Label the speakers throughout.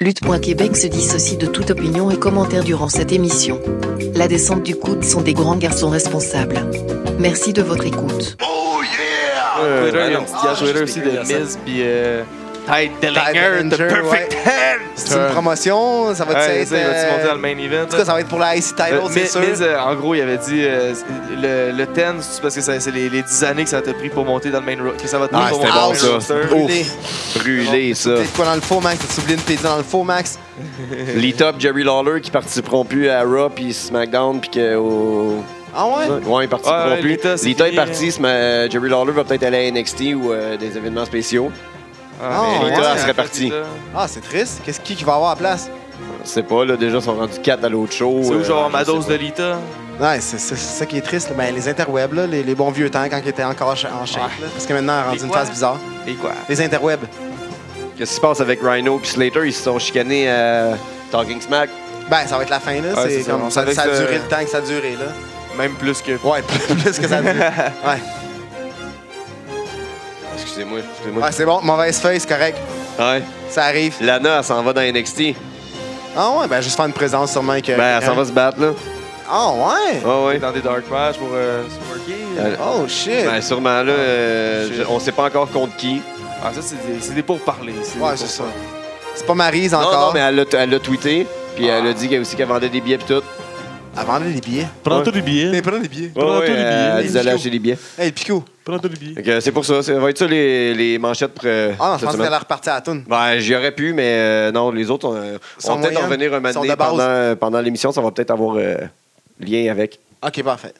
Speaker 1: Lutte.Québec se dissocie de toute opinion et commentaire durant cette émission. La descente du coude sont des grands garçons responsables. Merci de votre écoute.
Speaker 2: Oh yeah!
Speaker 3: Euh,
Speaker 4: Twitter, il y a
Speaker 3: ben
Speaker 4: un
Speaker 3: non.
Speaker 4: petit
Speaker 2: Ah,
Speaker 4: gars Twitter
Speaker 2: j'ai
Speaker 4: aussi de
Speaker 2: expliqué la
Speaker 4: Miz, puis euh, Tide
Speaker 3: Dellinger,
Speaker 4: Dellinger, The Perfect Hands.
Speaker 3: C'est une promotion, ça va
Speaker 4: Ouais,
Speaker 3: être.
Speaker 4: ça, il va-tu
Speaker 3: euh,
Speaker 4: monter dans le main event?
Speaker 3: En tout cas, ça va être pour la IC title,
Speaker 4: Euh,
Speaker 3: c'est
Speaker 4: Miz,
Speaker 3: sûr.
Speaker 4: Miz, euh, en gros, il avait dit euh, le, le 10, c'est parce que ça- c'est les, les 10 années que ça t'a pris pour monter dans le main roster. Que ça va te
Speaker 3: Ah,
Speaker 4: prendre pour
Speaker 3: c'était
Speaker 4: monter
Speaker 3: bon,
Speaker 4: dans le main
Speaker 3: ça.
Speaker 4: roster.
Speaker 2: Oh,
Speaker 3: Brûlé.
Speaker 2: Ouf! Brûlé, ça.
Speaker 3: T'es de quoi dans le faux, Max? T'as soublié une pizza dans le faux, Max?
Speaker 2: Les top Jerry Lawler qui participeront plus à Raw puis SmackDown puis que au.
Speaker 3: Ah ouais?
Speaker 2: Ouais, ils participeront
Speaker 4: Ouais, ouais,
Speaker 2: plus.
Speaker 4: Lita, c'est
Speaker 2: Lita est
Speaker 4: fini, hein.
Speaker 2: parti, mais Jerry Lawler va peut-être aller à NXT ou euh, des événements spéciaux.
Speaker 4: Ah,
Speaker 3: Oh,
Speaker 4: mais
Speaker 3: Lita,
Speaker 4: Lita,
Speaker 3: elle
Speaker 2: serait
Speaker 4: après
Speaker 2: partie.
Speaker 4: Lita.
Speaker 3: Ah, c'est triste. Qu'est-ce qui, qui va avoir à la place?
Speaker 2: C'est pas, là, déjà, ils sont rendus 4 à l'autre show.
Speaker 4: C'est où,
Speaker 2: euh,
Speaker 4: genre,
Speaker 2: je
Speaker 4: ma
Speaker 2: sais
Speaker 4: dose
Speaker 2: pas.
Speaker 4: de Lita?
Speaker 3: Ouais, c'est c'est- c'est ça qui est triste. là. Ben, les interwebs, là, les, les bons vieux temps quand ils étaient encore cha- en shape.
Speaker 4: Ouais.
Speaker 3: là. Parce que maintenant, on a rendu
Speaker 4: Les
Speaker 3: une
Speaker 4: quoi?
Speaker 3: face bizarre.
Speaker 4: Et quoi?
Speaker 3: Les interwebs.
Speaker 2: Qu'est-ce qui se passe avec Rhino puis Slater? Ils se sont chicanés à Talking Smack.
Speaker 3: Ben, ça va être la fin, là.
Speaker 4: Ouais,
Speaker 3: c'est
Speaker 4: c'est ça.
Speaker 3: comme
Speaker 4: On
Speaker 3: ça,
Speaker 4: savait
Speaker 3: ça
Speaker 4: que
Speaker 3: a
Speaker 4: ça-
Speaker 3: duré le temps que ça a duré, là.
Speaker 4: Même plus que.
Speaker 3: Ouais, plus que ça a duré. Ouais.
Speaker 2: Excusez-moi, excusez-moi.
Speaker 3: Ouais, c'est bon. Mauvaise feuille, c'est correct.
Speaker 2: Ouais.
Speaker 3: Ça arrive.
Speaker 2: Lana, elle s'en va dans NXT.
Speaker 3: Ah ouais, ben, juste faire une présence sûrement que.
Speaker 2: Ben, elle s'en va se battre, là.
Speaker 3: Ah ouais?
Speaker 2: Ah ouais.
Speaker 4: Dans des dark matchs pour euh, se worker.
Speaker 2: Elle-
Speaker 3: Oh shit!
Speaker 2: Ben, sûrement, là, euh, je- on sait pas encore contre qui.
Speaker 4: Ah, ça, c'est des, c'est des pourparlers. des
Speaker 3: ouais, c'est ça.
Speaker 4: pourparlers.
Speaker 3: C'est pas Maryse
Speaker 2: Non, non,
Speaker 3: encore.
Speaker 2: mais elle l'a- elle l'a tweeté, puis
Speaker 4: Ah.
Speaker 2: elle a dit qu'elle aussi qu'elle vendait des billets pis tout.
Speaker 3: Elle vendait des billets.
Speaker 5: Prends
Speaker 2: Ouais.
Speaker 5: tous les billets.
Speaker 3: prends des billets.
Speaker 2: Ouais,
Speaker 5: Prends tous les
Speaker 2: ouais,
Speaker 5: billets.
Speaker 2: elle disait aller acheter des billets.
Speaker 3: Hey, Pico. Ah,
Speaker 5: Prends tous les billets.
Speaker 2: Fait que euh, c'est pour ça, ça va être ça les, les manchettes pour euh,
Speaker 3: Ah non, je
Speaker 2: cette
Speaker 3: pense qu'elle
Speaker 2: semaine.
Speaker 3: allait repartir à la toune.
Speaker 2: Ben, j'y aurais pu, mais euh, non, les autres, on, euh,
Speaker 3: Sont
Speaker 2: on va peut-être
Speaker 3: moyens,
Speaker 2: en revenir un
Speaker 3: sont
Speaker 2: moment
Speaker 3: de
Speaker 2: donné
Speaker 3: base.
Speaker 2: pendant, euh, pendant l'émission, ça va peut-être avoir euh, lien avec.
Speaker 3: Ok, parfait.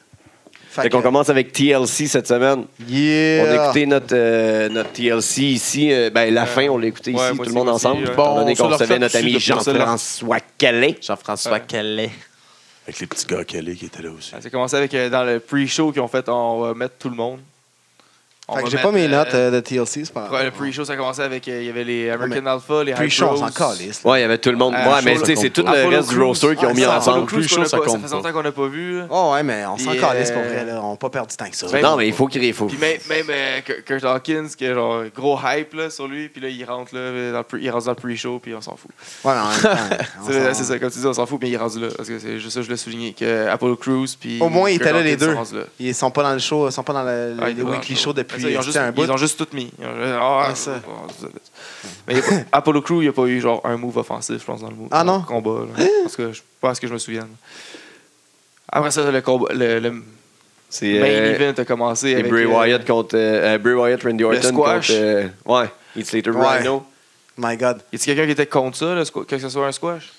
Speaker 3: Fait
Speaker 2: Fait qu'on commence avec TLC cette semaine.
Speaker 3: Yeah.
Speaker 2: On a écouté notre, euh, notre TLC ici. euh, ben, la fin, on l'a écouté
Speaker 4: ouais,
Speaker 2: ici,
Speaker 4: moi
Speaker 2: tout le
Speaker 4: aussi,
Speaker 2: monde
Speaker 4: moi
Speaker 2: ensemble.
Speaker 4: aussi, ouais.
Speaker 2: étant donné
Speaker 5: Bon, on
Speaker 2: qu'on
Speaker 5: se le
Speaker 2: recevait
Speaker 5: refait
Speaker 2: notre
Speaker 5: tout de
Speaker 2: ami
Speaker 5: suite, on se le-
Speaker 2: Jean-François Calais.
Speaker 5: Jean-François Calais.
Speaker 6: Avec les petits gars calés qui étaient là aussi.
Speaker 4: Ça a commencé avec euh, dans le pre-show qu'ils ont fait, on va mettre tout le monde. On
Speaker 3: Fait que
Speaker 4: va
Speaker 3: j'ai pas
Speaker 4: mettre,
Speaker 3: mes notes
Speaker 4: euh,
Speaker 3: euh, de TLC, c'est pas
Speaker 4: Ouais,
Speaker 3: grave.
Speaker 4: le pre-show, ça a commencé avec. euh, Il y avait les
Speaker 3: Ouais,
Speaker 4: American Alpha, les
Speaker 3: Pre-show, on
Speaker 4: Hypros.
Speaker 3: s'en calisse. là.
Speaker 2: Ouais, il y avait tout le monde.
Speaker 4: Euh,
Speaker 2: ouais, mais
Speaker 4: Show,
Speaker 2: tu sais,
Speaker 6: ça
Speaker 2: c'est
Speaker 6: compte
Speaker 2: tout
Speaker 4: pas.
Speaker 2: le
Speaker 4: Apollo
Speaker 2: reste du
Speaker 4: Crews.
Speaker 2: roster qu'ils
Speaker 3: Ah,
Speaker 2: ont mis ensemble.
Speaker 3: ça,
Speaker 4: Apollo
Speaker 6: Apollo
Speaker 4: Crews,
Speaker 6: Crews,
Speaker 4: qu'on a
Speaker 6: ça
Speaker 4: pas-
Speaker 6: compte
Speaker 4: Ça faisait
Speaker 6: pas.
Speaker 4: longtemps qu'on n'a pas vu. là.
Speaker 3: Oh ouais, mais on s'en
Speaker 4: Puis,
Speaker 3: calisse pour
Speaker 4: euh,
Speaker 3: vrai, là. On n'a pas perdu tant que ça.
Speaker 4: Ben,
Speaker 2: Non, mais il faut qu'il il faut.
Speaker 4: Puis même, même euh, Kurt- Kurt Hawkins, qui est genre gros hype là, sur lui, puis là, il rentre, là, dans le pre- il rentre dans le pre-show, puis on s'en fout.
Speaker 3: Ouais, mais en même temps, on
Speaker 4: C'est
Speaker 3: s'en-
Speaker 4: c'est ça, comme tu dis, on s'en fout, mais il est rendu là. Parce que c'est juste ça, je l'ai souligné, que Apollo Crews, puis.
Speaker 3: Au moins, ils étaient là, les
Speaker 4: Hawkins
Speaker 3: deux.
Speaker 4: sont rendus là.
Speaker 3: Ils sont pas dans le show, ils sont pas dans le, le-
Speaker 4: Ouais,
Speaker 3: le
Speaker 4: ils étaient dans
Speaker 3: weekly
Speaker 4: le
Speaker 3: show depuis
Speaker 4: Ils ont
Speaker 3: tu sais,
Speaker 4: juste,
Speaker 3: un bout.
Speaker 4: ils ont juste tout mis. Ils ont juste- ah,
Speaker 3: Ouais, ça.
Speaker 4: bon, c'est ça. Mais il y a pas- Apollo Crew, il n'y a pas eu genre un move offensif, je pense, dans le, move,
Speaker 3: Ah non?
Speaker 4: combat. Là. Parce que je pense que je me souvienne. Après ça, le, combat, le, le main
Speaker 2: C'est
Speaker 3: euh,
Speaker 4: event a commencé
Speaker 2: et
Speaker 4: avec
Speaker 2: Bray
Speaker 4: euh,
Speaker 2: Wyatt contre euh, euh, Bray Wyatt, Randy Orton
Speaker 4: squash.
Speaker 2: contre euh, ouais, Heath Slater,
Speaker 3: Ouais.
Speaker 2: Rhino.
Speaker 3: My God.
Speaker 4: Y a-t-il quelqu'un qui était contre ça, le squa- que ce soit un squash?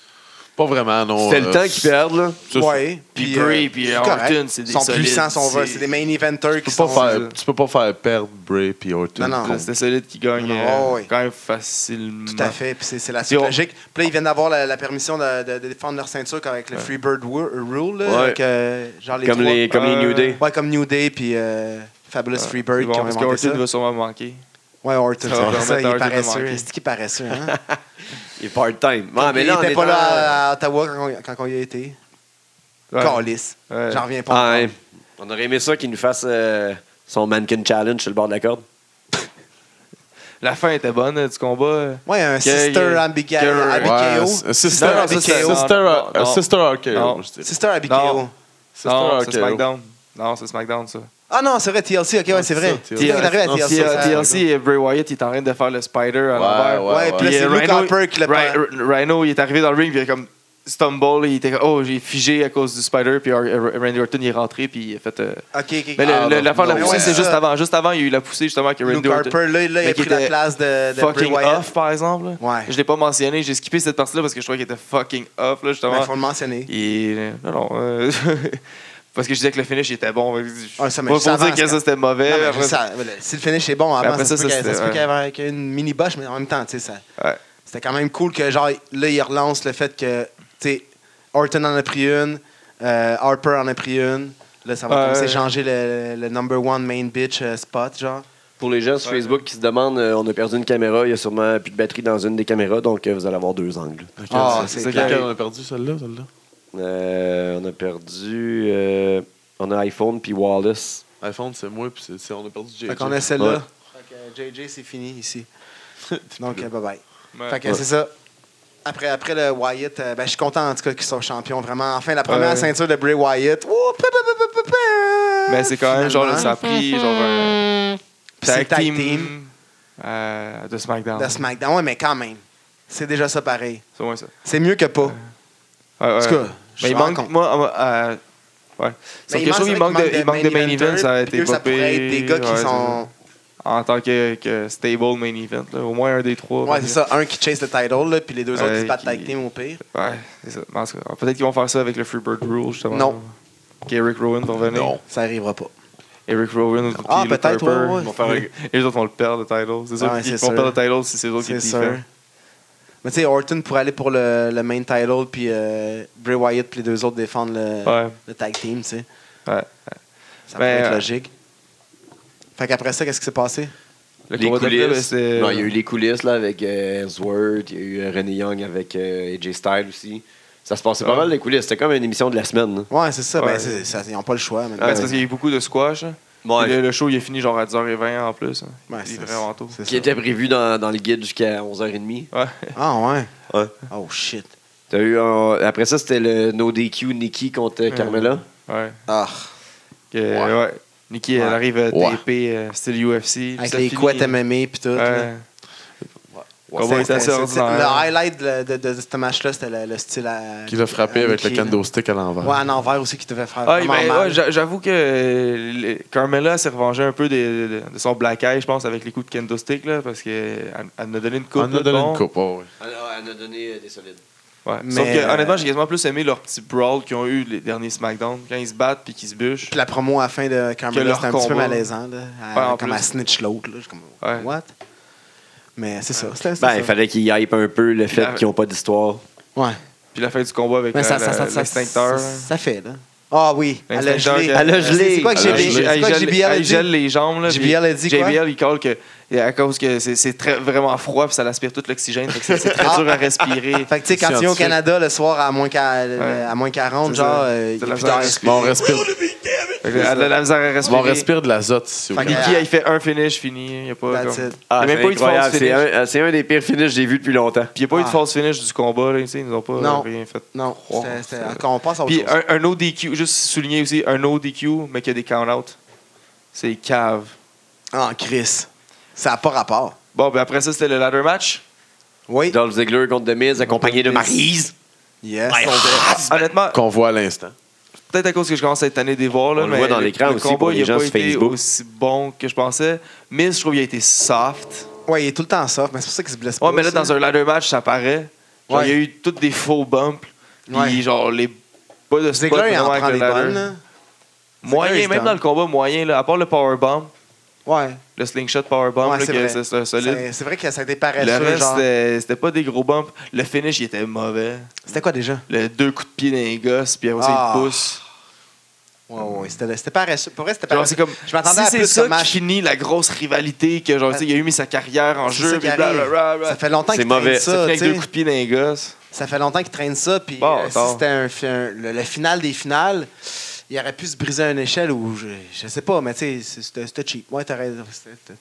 Speaker 6: Pas vraiment, non.
Speaker 2: C'était le
Speaker 6: euh,
Speaker 2: temps qu'ils perdent là.
Speaker 6: ça,
Speaker 3: ouais.
Speaker 4: Puis Bray, puis
Speaker 3: euh,
Speaker 4: euh,
Speaker 3: c'est
Speaker 4: Orton,
Speaker 3: correct.
Speaker 4: c'est des
Speaker 3: Ils sont
Speaker 4: solides,
Speaker 3: puissants, sont-
Speaker 4: c'est-
Speaker 3: c'est des main eventers qui
Speaker 6: Tu peux,
Speaker 3: sont.
Speaker 6: pas faire, tu peux pas faire perdre Bray puis Orton.
Speaker 3: Non, non.
Speaker 6: contre-
Speaker 4: C'était solide qui gagne euh,
Speaker 3: Oh, oui.
Speaker 4: quand même facilement.
Speaker 3: Tout à fait, puis c'est c'est la
Speaker 4: Si
Speaker 3: suite
Speaker 4: on-
Speaker 3: logique. Puis là, ils viennent d'avoir la, la permission de, de- de défendre leur ceinture avec le Freebird Wo- Rule, là,
Speaker 2: Ouais.
Speaker 3: avec, euh, genre les
Speaker 2: Comme
Speaker 3: trois.
Speaker 2: les comme les
Speaker 4: Euh,
Speaker 2: New Day.
Speaker 3: Ouais, comme New Day puis euh, Fabulous
Speaker 4: Ouais.
Speaker 3: Freebird
Speaker 4: Bon,
Speaker 3: qui ont
Speaker 4: parce
Speaker 3: inventé ça.
Speaker 4: qu'Orton va sûrement manquer.
Speaker 3: Ouais,
Speaker 4: Ça
Speaker 3: Orton, c'est
Speaker 4: va
Speaker 3: pour ça,
Speaker 4: permettre
Speaker 3: il est
Speaker 4: à Orton de
Speaker 3: paresseux.
Speaker 4: manquer.
Speaker 3: Est-ce qu'il est paresseux, hein?
Speaker 2: Il est part-time. Ouais, mais
Speaker 3: il
Speaker 2: là on
Speaker 3: était
Speaker 2: est
Speaker 3: pas
Speaker 2: dans-
Speaker 3: là à Ottawa quand on, quand on y a été.
Speaker 4: Ouais.
Speaker 3: Calice.
Speaker 4: Ouais.
Speaker 3: J'en reviens pas.
Speaker 4: euh,
Speaker 2: Ouais. On aurait aimé ça qu'il nous fasse euh, son mannequin challenge sur le bord de la corde.
Speaker 4: La fin était bonne euh, du combat. euh.
Speaker 3: Ouais, un
Speaker 4: Que-
Speaker 3: Sister
Speaker 4: que-
Speaker 3: Abigail.
Speaker 4: que-
Speaker 6: Ouais,
Speaker 3: Abikao.
Speaker 6: un sister,
Speaker 4: Non, non,
Speaker 6: un
Speaker 4: ça,
Speaker 6: sister,
Speaker 4: c'est- non, non,
Speaker 6: un
Speaker 4: non.
Speaker 6: sister RKO,
Speaker 4: Non.
Speaker 6: je dirais.
Speaker 3: Sister Abikao.
Speaker 4: Non.
Speaker 6: Sister
Speaker 4: Non, c'est
Speaker 6: RKO.
Speaker 4: SmackDown. Non, c'est SmackDown, ça.
Speaker 3: Ah non, c'est vrai, TLC, ok, ouais, c'est vrai.
Speaker 6: ça,
Speaker 3: C'est
Speaker 6: TLC.
Speaker 3: vrai qu'on est arrivé à
Speaker 4: Non,
Speaker 3: TLC.
Speaker 4: T-
Speaker 3: ça-
Speaker 4: TLC et Bray Wyatt, il est en train de faire le spider à l'envers.
Speaker 6: Ouais,
Speaker 3: Ouais, puis là,
Speaker 4: Puis,
Speaker 3: c'est
Speaker 4: euh,
Speaker 3: Luke
Speaker 4: Rhino-
Speaker 3: Harper qui l'a pas.
Speaker 4: Rhi- Rhino, il est arrivé dans le ring, puis il a comme stumble, il était comme, oh, j'ai figé à cause du spider, puis Ar- euh, Randy Orton, il est rentré, puis il a fait. euh,
Speaker 3: Ok, ok.
Speaker 4: Mais le-
Speaker 6: Ah,
Speaker 4: le-
Speaker 6: non,
Speaker 4: l'affaire de la
Speaker 3: non,
Speaker 4: poussée,
Speaker 3: ouais,
Speaker 4: c'est
Speaker 3: ça.
Speaker 4: juste avant. Juste avant, il y a eu la poussée, justement, que
Speaker 3: Luke
Speaker 4: Randy Orton.
Speaker 3: Harper, là, là, il
Speaker 4: Mais
Speaker 3: a
Speaker 4: qui
Speaker 3: pris la
Speaker 4: était
Speaker 3: place de, de Bray
Speaker 4: Fucking
Speaker 3: Wyatt.
Speaker 4: off, par exemple. là.
Speaker 3: Ouais.
Speaker 4: Je l'ai pas mentionné, j'ai skippé cette partie-là parce que je trouvais qu'il était fucking off, là,
Speaker 3: Il
Speaker 4: justement.
Speaker 3: faut le mentionner.
Speaker 4: Et. euh, Non, non. euh, Parce que je disais que le finish il était bon.
Speaker 3: Ah, ça, mais
Speaker 4: Pas
Speaker 3: juste
Speaker 4: pour
Speaker 3: avant,
Speaker 4: dire que
Speaker 3: c'est-
Speaker 4: ça c'était mauvais.
Speaker 3: Non, mais
Speaker 4: après,
Speaker 3: ça- si le finish est bon, avant,
Speaker 4: après
Speaker 3: ça, se
Speaker 4: ça,
Speaker 3: peut qu'elle-
Speaker 4: c'était-
Speaker 3: ça se peut
Speaker 4: ouais.
Speaker 3: qu'il y avait qu'il y ait une mini boche, mais en même temps, tu sais, ça.
Speaker 4: Ouais.
Speaker 3: C'était quand même cool que, genre, là, il relance le fait que, tu sais, Orton en a pris une, euh, Harper en a pris une. Là, ça va
Speaker 4: Ouais.
Speaker 3: comme s'échanger le, le number one main bitch euh, spot, genre.
Speaker 2: Pour les gens sur Facebook qui se demandent, euh, on a perdu une caméra, il y a sûrement plus de batterie dans une des caméras, donc euh, vous allez avoir deux angles.
Speaker 6: Ok,
Speaker 3: Ah,
Speaker 6: c'est-
Speaker 3: c'est
Speaker 6: c'est
Speaker 4: clair.
Speaker 6: laquelle on a perdu, celle-là, celle-là?
Speaker 2: Euh, on a perdu, euh, on a iPhone puis Wallace.
Speaker 6: iPhone, c'est moi, puis c'est- c'est- on a perdu JJ.
Speaker 3: Fait qu'on a
Speaker 2: Ouais.
Speaker 3: celle-là. Fait que JJ, c'est fini ici. Donc, euh, bye-bye.
Speaker 4: Ouais.
Speaker 3: Fait que
Speaker 2: Ouais.
Speaker 3: c'est ça. après, après le Wyatt, euh, ben, je suis content en tout cas qu'ils sont champions. Vraiment, enfin, la première
Speaker 4: Ouais.
Speaker 3: ceinture de Bray Wyatt. Ouh, pa, pa, pa, pa, pa, pa.
Speaker 4: Mais Ben, c'est quand même genre,
Speaker 3: Finalement,
Speaker 4: ça a pris genre un
Speaker 3: Puis c'est
Speaker 4: tag team,
Speaker 3: team
Speaker 4: euh, de SmackDown.
Speaker 3: de SmackDown. Ouais, mais quand même, c'est déjà ça pareil.
Speaker 4: C'est au moins ça.
Speaker 3: C'est mieux que pas.
Speaker 4: Ouais, ouais.
Speaker 3: En tout cas, je
Speaker 4: mais
Speaker 3: suis
Speaker 4: il manque,
Speaker 3: contre.
Speaker 4: moi, euh, ouais.
Speaker 3: Mais
Speaker 4: Sauf que je trouve qu'il
Speaker 3: c'est vrai
Speaker 4: manque, de- il manque de main event, ça a
Speaker 3: eventers, puis
Speaker 4: été
Speaker 3: eux, Ça
Speaker 4: popé.
Speaker 3: pourrait être des gars qui
Speaker 4: Ouais, c'est
Speaker 3: sont.
Speaker 4: ça. En tant que, que stable main event, là. au moins un des trois.
Speaker 3: Ouais, c'est ça. Un qui chase le title, là, puis les deux autres qui
Speaker 4: Euh,
Speaker 3: se battent
Speaker 4: qui-
Speaker 3: tag team au pire.
Speaker 4: Ouais, c'est ça. Mais en tout cas, Peut-être qu'ils vont faire ça avec le Freebird Rule, justement.
Speaker 3: Non.
Speaker 4: Eric Rowan va revenir.
Speaker 6: Non.
Speaker 3: Ça arrivera pas.
Speaker 4: Eric Rowan
Speaker 3: Ah,
Speaker 4: puis Luke Harper,
Speaker 3: peut-être, ouais, ouais.
Speaker 4: ils vont faire un- Et les autres vont le perdre, le title. C'est sûr
Speaker 3: Ouais,
Speaker 4: qu'ils
Speaker 3: c'est
Speaker 4: vont
Speaker 3: sûr.
Speaker 4: perdre le title si c'est eux autres qui
Speaker 3: C'est
Speaker 4: le
Speaker 3: sûr.
Speaker 4: font.
Speaker 3: Mais tu sais, Orton pourrait aller pour le, le main title, puis euh, Bray Wyatt, puis les deux autres défendre le,
Speaker 4: Ouais.
Speaker 3: le tag team, tu sais.
Speaker 4: Ouais.
Speaker 3: Ça
Speaker 4: Ben,
Speaker 3: pourrait être
Speaker 4: euh,
Speaker 3: logique. Fait qu'après ça, qu'est-ce qui s'est passé?
Speaker 4: Le
Speaker 2: les
Speaker 4: combat d'après, ben,
Speaker 2: coulisses.
Speaker 4: c'est-
Speaker 2: Non, il y a eu les coulisses là, avec euh, Ellsworth, il y a eu euh, René Young avec euh, AJ Styles aussi. Ça se passait pas
Speaker 4: Ouais.
Speaker 2: mal les coulisses. C'était comme une émission de la semaine. là.
Speaker 3: Ouais, c'est ça.
Speaker 4: Ouais.
Speaker 3: Ben, c'est- ça, ils n'ont pas le choix.
Speaker 4: Ben,
Speaker 3: maintenant.
Speaker 4: c'est parce qu'il y a eu beaucoup de squash. hein.
Speaker 2: Ouais.
Speaker 4: Puis Le, le show, il est fini genre à 10h20 en plus. hein.
Speaker 3: Ouais,
Speaker 4: il est
Speaker 3: c'est-
Speaker 4: vraiment tôt.
Speaker 3: c'est
Speaker 2: Qui
Speaker 3: ça.
Speaker 2: était prévu dans, dans le guide jusqu'à 11h30.
Speaker 4: Ouais.
Speaker 3: Ah, ouais.
Speaker 2: Ouais.
Speaker 3: Oh, shit.
Speaker 2: T'as eu un- Après ça, c'était le No DQ Nikki contre euh, Carmela.
Speaker 4: ouais.
Speaker 3: Ah,
Speaker 4: Que, ouais. Nikki, elle
Speaker 3: Ouais.
Speaker 4: arrive à
Speaker 6: Ouais.
Speaker 4: taper euh, style UFC. puis
Speaker 3: avec
Speaker 4: ça
Speaker 3: les
Speaker 4: finit.
Speaker 3: couettes MMA, puis tout. là.
Speaker 4: Ouais. Comment il
Speaker 3: C'était-
Speaker 4: était assez
Speaker 3: c'était-
Speaker 4: ordinaire.
Speaker 3: Le highlight de, de- de ce match-là, c'était le, le style à.
Speaker 6: Qui l'a frappé
Speaker 3: à
Speaker 6: avec le
Speaker 3: Mickey, là.
Speaker 6: candlestick à l'envers.
Speaker 3: Ouais, à l'envers aussi, qui devait faire.
Speaker 4: Ah,
Speaker 3: vraiment
Speaker 4: ben,
Speaker 3: mal.
Speaker 4: ouais, j'a- J'avoue que euh, le- Carmella s'est revengée un peu de, de- de son black eye, je pense, avec les coups de kendo stick, là, parce qu'elle elle nous a donné une coupe.
Speaker 6: On a donné une coupe, ouais, ouais.
Speaker 2: Elle a donné euh, des solides.
Speaker 4: Sauf
Speaker 3: Mais,
Speaker 4: que,
Speaker 3: euh,
Speaker 4: honnêtement, j'ai quasiment plus aimé leur petit brawl qu'ils ont eu les derniers SmackDown, quand ils se battent puis qu'ils se bûchent.
Speaker 3: Puis la promo à la fin de
Speaker 4: Que
Speaker 3: Carmella,
Speaker 4: leur
Speaker 3: c'était un petit peu
Speaker 4: combat.
Speaker 3: malaisant. Là. Elle-
Speaker 4: Ouais, en
Speaker 3: comme
Speaker 4: plus.
Speaker 3: elle snitch l'autre. là. Je suis comme,
Speaker 4: Ouais.
Speaker 3: what? Mais c'est ça. c'était- c'était
Speaker 2: Ben, il
Speaker 3: ça.
Speaker 2: fallait qu'ils hype un peu le fait
Speaker 4: La-
Speaker 2: qu'ils n'ont pas d'histoire.
Speaker 3: Ouais.
Speaker 4: Puis la fin du combat avec
Speaker 3: Mais ça,
Speaker 4: euh,
Speaker 3: ça, ça,
Speaker 4: la-
Speaker 3: ça,
Speaker 4: l'extincteur.
Speaker 3: ça- ça fait, là. Ah oui, elle a
Speaker 4: L'instincteur
Speaker 3: gelé.
Speaker 4: qui- Elle
Speaker 2: a gelé.
Speaker 3: C'est quoi que
Speaker 6: Elle
Speaker 3: JBL
Speaker 6: a gelé.
Speaker 3: c'est
Speaker 4: Elle
Speaker 3: quoi que
Speaker 4: gèle-
Speaker 3: JBL a
Speaker 4: elle
Speaker 3: dit?
Speaker 4: gèle les jambes. Là,
Speaker 3: JBL a dit quoi?
Speaker 4: JBL, il colle que et à cause que c'est- c'est très- vraiment froid puis ça l'aspire tout l'oxygène, fait que c'est c'est très
Speaker 3: Ah.
Speaker 4: dur à respirer.
Speaker 3: Fait que, tu sais, quand tu es au
Speaker 6: Scientifique.
Speaker 3: Canada le soir à moins, qu'à-
Speaker 4: Ouais.
Speaker 3: à moins 40,
Speaker 4: C'est
Speaker 3: genre,
Speaker 4: ça.
Speaker 3: euh,
Speaker 4: C'est
Speaker 3: il y a
Speaker 4: la
Speaker 3: plus d'air.
Speaker 4: misère.
Speaker 6: Bon, on respire,
Speaker 4: Fait que elle a de la misère à respirer.
Speaker 6: bon, on respire de l'azote ici. au
Speaker 3: Fait que-
Speaker 6: Canada.
Speaker 4: Nikki, elle fait un finish, fini. Il n'y a pas, comme-
Speaker 3: That's it.
Speaker 4: Il y a même
Speaker 2: Ah, c'est
Speaker 4: pas eu de false
Speaker 2: incroyable. C'est
Speaker 4: finish.
Speaker 2: un, c'est un des pires finishes que j'ai vu depuis longtemps.
Speaker 4: Puis il n'y a pas eu de
Speaker 3: Ah.
Speaker 4: false finish du combat. Là, tu sais, ils nous ont pas euh,
Speaker 3: Non.
Speaker 4: rien fait.
Speaker 3: Non,
Speaker 4: Oh,
Speaker 3: c'était- c'était-
Speaker 4: c'est-
Speaker 3: quand on passe à autre
Speaker 4: Puis
Speaker 3: chose.
Speaker 4: un, un ODQ, juste souligner aussi, un ODQ, mais qu'il y a des count-out. C'est cave.
Speaker 3: En Ah, Chris. Ça n'a pas rapport.
Speaker 4: Bon, ben après ça, c'était le ladder match.
Speaker 3: Oui.
Speaker 2: Dolph Ziggler contre Demise, accompagné de
Speaker 4: Miz.
Speaker 2: Maryse.
Speaker 3: Yes.
Speaker 2: Ouais.
Speaker 4: Honnêtement,
Speaker 6: Qu'on voit à l'instant.
Speaker 4: peut-être à cause que je commence à être tanné des voir. Là,
Speaker 2: On le
Speaker 4: mais
Speaker 2: voit dans l'écran
Speaker 4: le
Speaker 2: aussi
Speaker 4: combat,
Speaker 2: pour les
Speaker 4: il a
Speaker 2: gens
Speaker 4: pas
Speaker 2: sur
Speaker 4: été
Speaker 2: Facebook.
Speaker 4: aussi bon que je pensais. Miz, je trouve qu'il a été soft.
Speaker 3: Ouais, il est tout le temps soft, mais c'est pour ça qu'il se blesse pas.
Speaker 4: Ouais, mais là,
Speaker 3: ça.
Speaker 4: dans un ladder match, ça paraît. Genre,
Speaker 3: Ouais.
Speaker 4: Il y a eu toutes des faux bumps. Puis
Speaker 3: Ouais.
Speaker 4: genre, les pas de spot
Speaker 3: Ziggler, il en
Speaker 4: vraiment avec
Speaker 3: prend
Speaker 4: le
Speaker 3: des
Speaker 4: ladder.
Speaker 3: bonnes, là. Ziggler,
Speaker 4: Moyen,
Speaker 3: il
Speaker 4: même
Speaker 3: se
Speaker 4: dans le combat moyen, là, à part le powerbomb,
Speaker 3: Ouais.
Speaker 4: le slingshot powerbomb,
Speaker 3: Ouais,
Speaker 4: là,
Speaker 3: c'est
Speaker 4: que
Speaker 3: vrai.
Speaker 4: c'est c'est un solide.
Speaker 3: C'est c'est vrai que ça a été
Speaker 4: Le
Speaker 3: paresseux,
Speaker 4: reste, euh,
Speaker 3: genre.
Speaker 4: c'était- c'était pas des gros bumps. Le finish, il était mauvais.
Speaker 3: C'était quoi déjà?
Speaker 4: Le deux coups de pied dans les gosses, puis après ça,
Speaker 3: Ah.
Speaker 4: il pousse.
Speaker 3: Ouais, ouais, c'était c'était paresseux. Pour vrai, c'était
Speaker 4: Genre,
Speaker 3: paresseux.
Speaker 4: c'est comme.
Speaker 3: Euh, Je m'attendais
Speaker 4: si
Speaker 3: à
Speaker 4: c'est
Speaker 3: plus
Speaker 4: ça
Speaker 3: comme
Speaker 4: qui
Speaker 3: match.
Speaker 4: finit la grosse rivalité, que genre, tu sais, il a eu mis sa carrière en
Speaker 3: C'est
Speaker 4: jeu,
Speaker 3: ça
Speaker 4: puis
Speaker 3: qui arrive.
Speaker 4: blablabla.
Speaker 3: Ça fait longtemps
Speaker 2: C'est
Speaker 3: qu'il
Speaker 2: mauvais.
Speaker 3: traîne
Speaker 4: Ça finit
Speaker 3: ça, tu
Speaker 4: avec deux
Speaker 3: sais. Ah,
Speaker 4: coups de pied dans les gosses. Ah,
Speaker 3: Ça fait longtemps qu'il traîne ça, puis
Speaker 4: Bon,
Speaker 3: euh, si
Speaker 4: tard.
Speaker 3: c'était un, fi- un- le, le final des finales, il aurait pu se briser à une échelle ou je, je sais pas, mais tu sais, c'est- c'était c'était cheap. Ouais, t'as raison. C'était- c'était-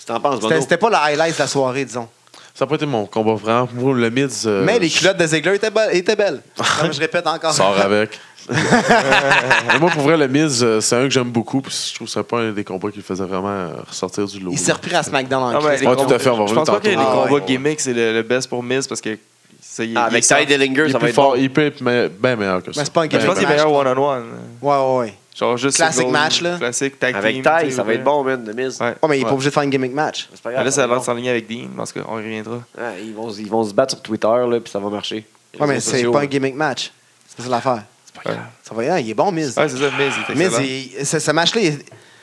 Speaker 2: Tu t'en penses, Bono?
Speaker 3: C'était pas le highlight de la soirée, disons.
Speaker 6: Ça n'a pas été mon combat vraiment. Moi, le mid. euh,
Speaker 3: mais les
Speaker 6: je-
Speaker 3: culottes de Ziegler étaient, be- étaient belles. Comme je répète encore.
Speaker 6: Sors avec. Mais moi, pour vrai, le Miz, euh, c'est un que j'aime beaucoup. Puis je trouve que c'est pas un des combats qui le faisait vraiment euh, ressortir du lot.
Speaker 3: Il s'est repris à SmackDown en
Speaker 4: Ah, ben,
Speaker 3: crise.
Speaker 4: les
Speaker 6: Ouais, tout
Speaker 4: combats-
Speaker 6: à fait, on va
Speaker 4: Je
Speaker 6: revenir
Speaker 4: pense pas que les
Speaker 6: tantôt.
Speaker 3: Ah,
Speaker 4: combats
Speaker 3: ouais. Ah,
Speaker 4: gimmicks, c'est le, le best pour Miz, parce que. ça, il- il
Speaker 2: Avec
Speaker 4: est soft.
Speaker 2: Ty Dillinger, ça
Speaker 6: Il est
Speaker 2: va
Speaker 6: plus
Speaker 2: être bon.
Speaker 6: fort. Il peut être me- ben meilleur que ça.
Speaker 3: Mais c'est pas un
Speaker 6: Ben,
Speaker 4: Je pense
Speaker 3: gimmick.
Speaker 4: que c'est
Speaker 6: ben,
Speaker 4: meilleur
Speaker 3: match,
Speaker 4: one-on-one.
Speaker 3: Ouais, ouais, ouais.
Speaker 4: Genre juste
Speaker 3: Classic
Speaker 4: goal,
Speaker 3: match, là.
Speaker 4: Classique tag
Speaker 2: Avec
Speaker 4: team,
Speaker 2: Ty,
Speaker 4: tu sais,
Speaker 2: ça va
Speaker 4: ouais.
Speaker 2: être bon, man, Demise.
Speaker 4: Ouais.
Speaker 3: Ouais, Oh, mais il est pas
Speaker 4: Ouais.
Speaker 3: obligé de faire un gimmick match.
Speaker 2: C'est pas grave,
Speaker 4: Là,
Speaker 2: ça
Speaker 4: ça
Speaker 2: va
Speaker 4: lance
Speaker 2: être
Speaker 4: en ligne avec Dean, parce qu'on reviendra.
Speaker 2: bon. Ouais, ils, vont, se- ils vont se battre sur Twitter, là, puis ça va marcher. Les
Speaker 3: Ouais, mais
Speaker 2: réseaux
Speaker 3: c'est
Speaker 2: sociaux,
Speaker 3: pas un
Speaker 2: là.
Speaker 3: gimmick match. C'est ça l'affaire.
Speaker 4: Ouais,
Speaker 3: Ça va, hein, il est bon, Miz.
Speaker 4: Ouais, c'est ça, Miz. il est
Speaker 3: Miz,
Speaker 4: excellent. Ah,
Speaker 3: il- ce ce match-là, il-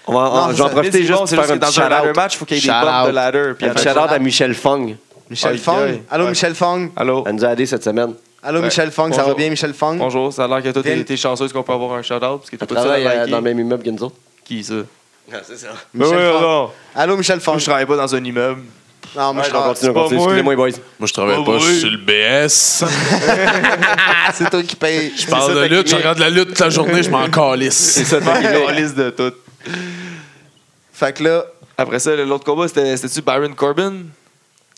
Speaker 2: On va-
Speaker 3: Non,
Speaker 2: on- J'en
Speaker 3: c'est-
Speaker 4: Miz, il est
Speaker 2: profite juste
Speaker 4: bon,
Speaker 2: pour
Speaker 4: c'est
Speaker 2: faire un
Speaker 4: que dans
Speaker 2: petit
Speaker 4: un ladder
Speaker 2: shout-out.
Speaker 4: match, il faut qu'il y ait des
Speaker 6: Shout-out.
Speaker 4: bumps de ladder. Puis
Speaker 2: Un
Speaker 4: après,
Speaker 2: shout
Speaker 4: shout-out.
Speaker 2: à Michel Fong.
Speaker 3: Michel
Speaker 4: Ok.
Speaker 3: Fong. Allô,
Speaker 4: Ouais.
Speaker 3: Michel Fong.
Speaker 4: Allô.
Speaker 2: Elle nous a aidé cette semaine.
Speaker 3: Allô,
Speaker 4: Ouais.
Speaker 3: Michel Fong. Ça va
Speaker 4: Bonjour.
Speaker 3: bien, Michel Fong?
Speaker 4: Bonjour, ça a l'air que toi, t'es
Speaker 3: Viens.
Speaker 4: t'es chanceuse qu'on peut avoir un shout-out, parce que t'es
Speaker 2: Elle
Speaker 4: tout seul
Speaker 2: travaille
Speaker 4: à
Speaker 2: euh,
Speaker 4: liker.
Speaker 2: dans le même immeuble que nous autres.
Speaker 4: Qui, ça?
Speaker 2: c'est ça.
Speaker 4: Mais
Speaker 3: Michel Fong.
Speaker 4: non.
Speaker 3: Allô, Michel Fong.
Speaker 4: Moi, je travaille pas dans un immeuble.
Speaker 3: Non, moi, je
Speaker 2: On
Speaker 3: rends-
Speaker 2: continue, on
Speaker 4: pas
Speaker 2: continue.
Speaker 4: moi.
Speaker 2: Excusez-moi, les boys.
Speaker 6: Moi, je travaille
Speaker 4: Oh,
Speaker 6: pas
Speaker 4: oui.
Speaker 6: sur le BS.
Speaker 3: Ah, c'est toi qui paye.
Speaker 6: Je parle de
Speaker 2: ta
Speaker 6: lutte, je
Speaker 2: gimmick.
Speaker 6: regarde la lutte toute la journée, je m'en calisse.
Speaker 4: ça, la liste de tout.
Speaker 3: Fait que là,
Speaker 4: Après ça, l'autre combat, c'était- c'était-tu Baron Corbin?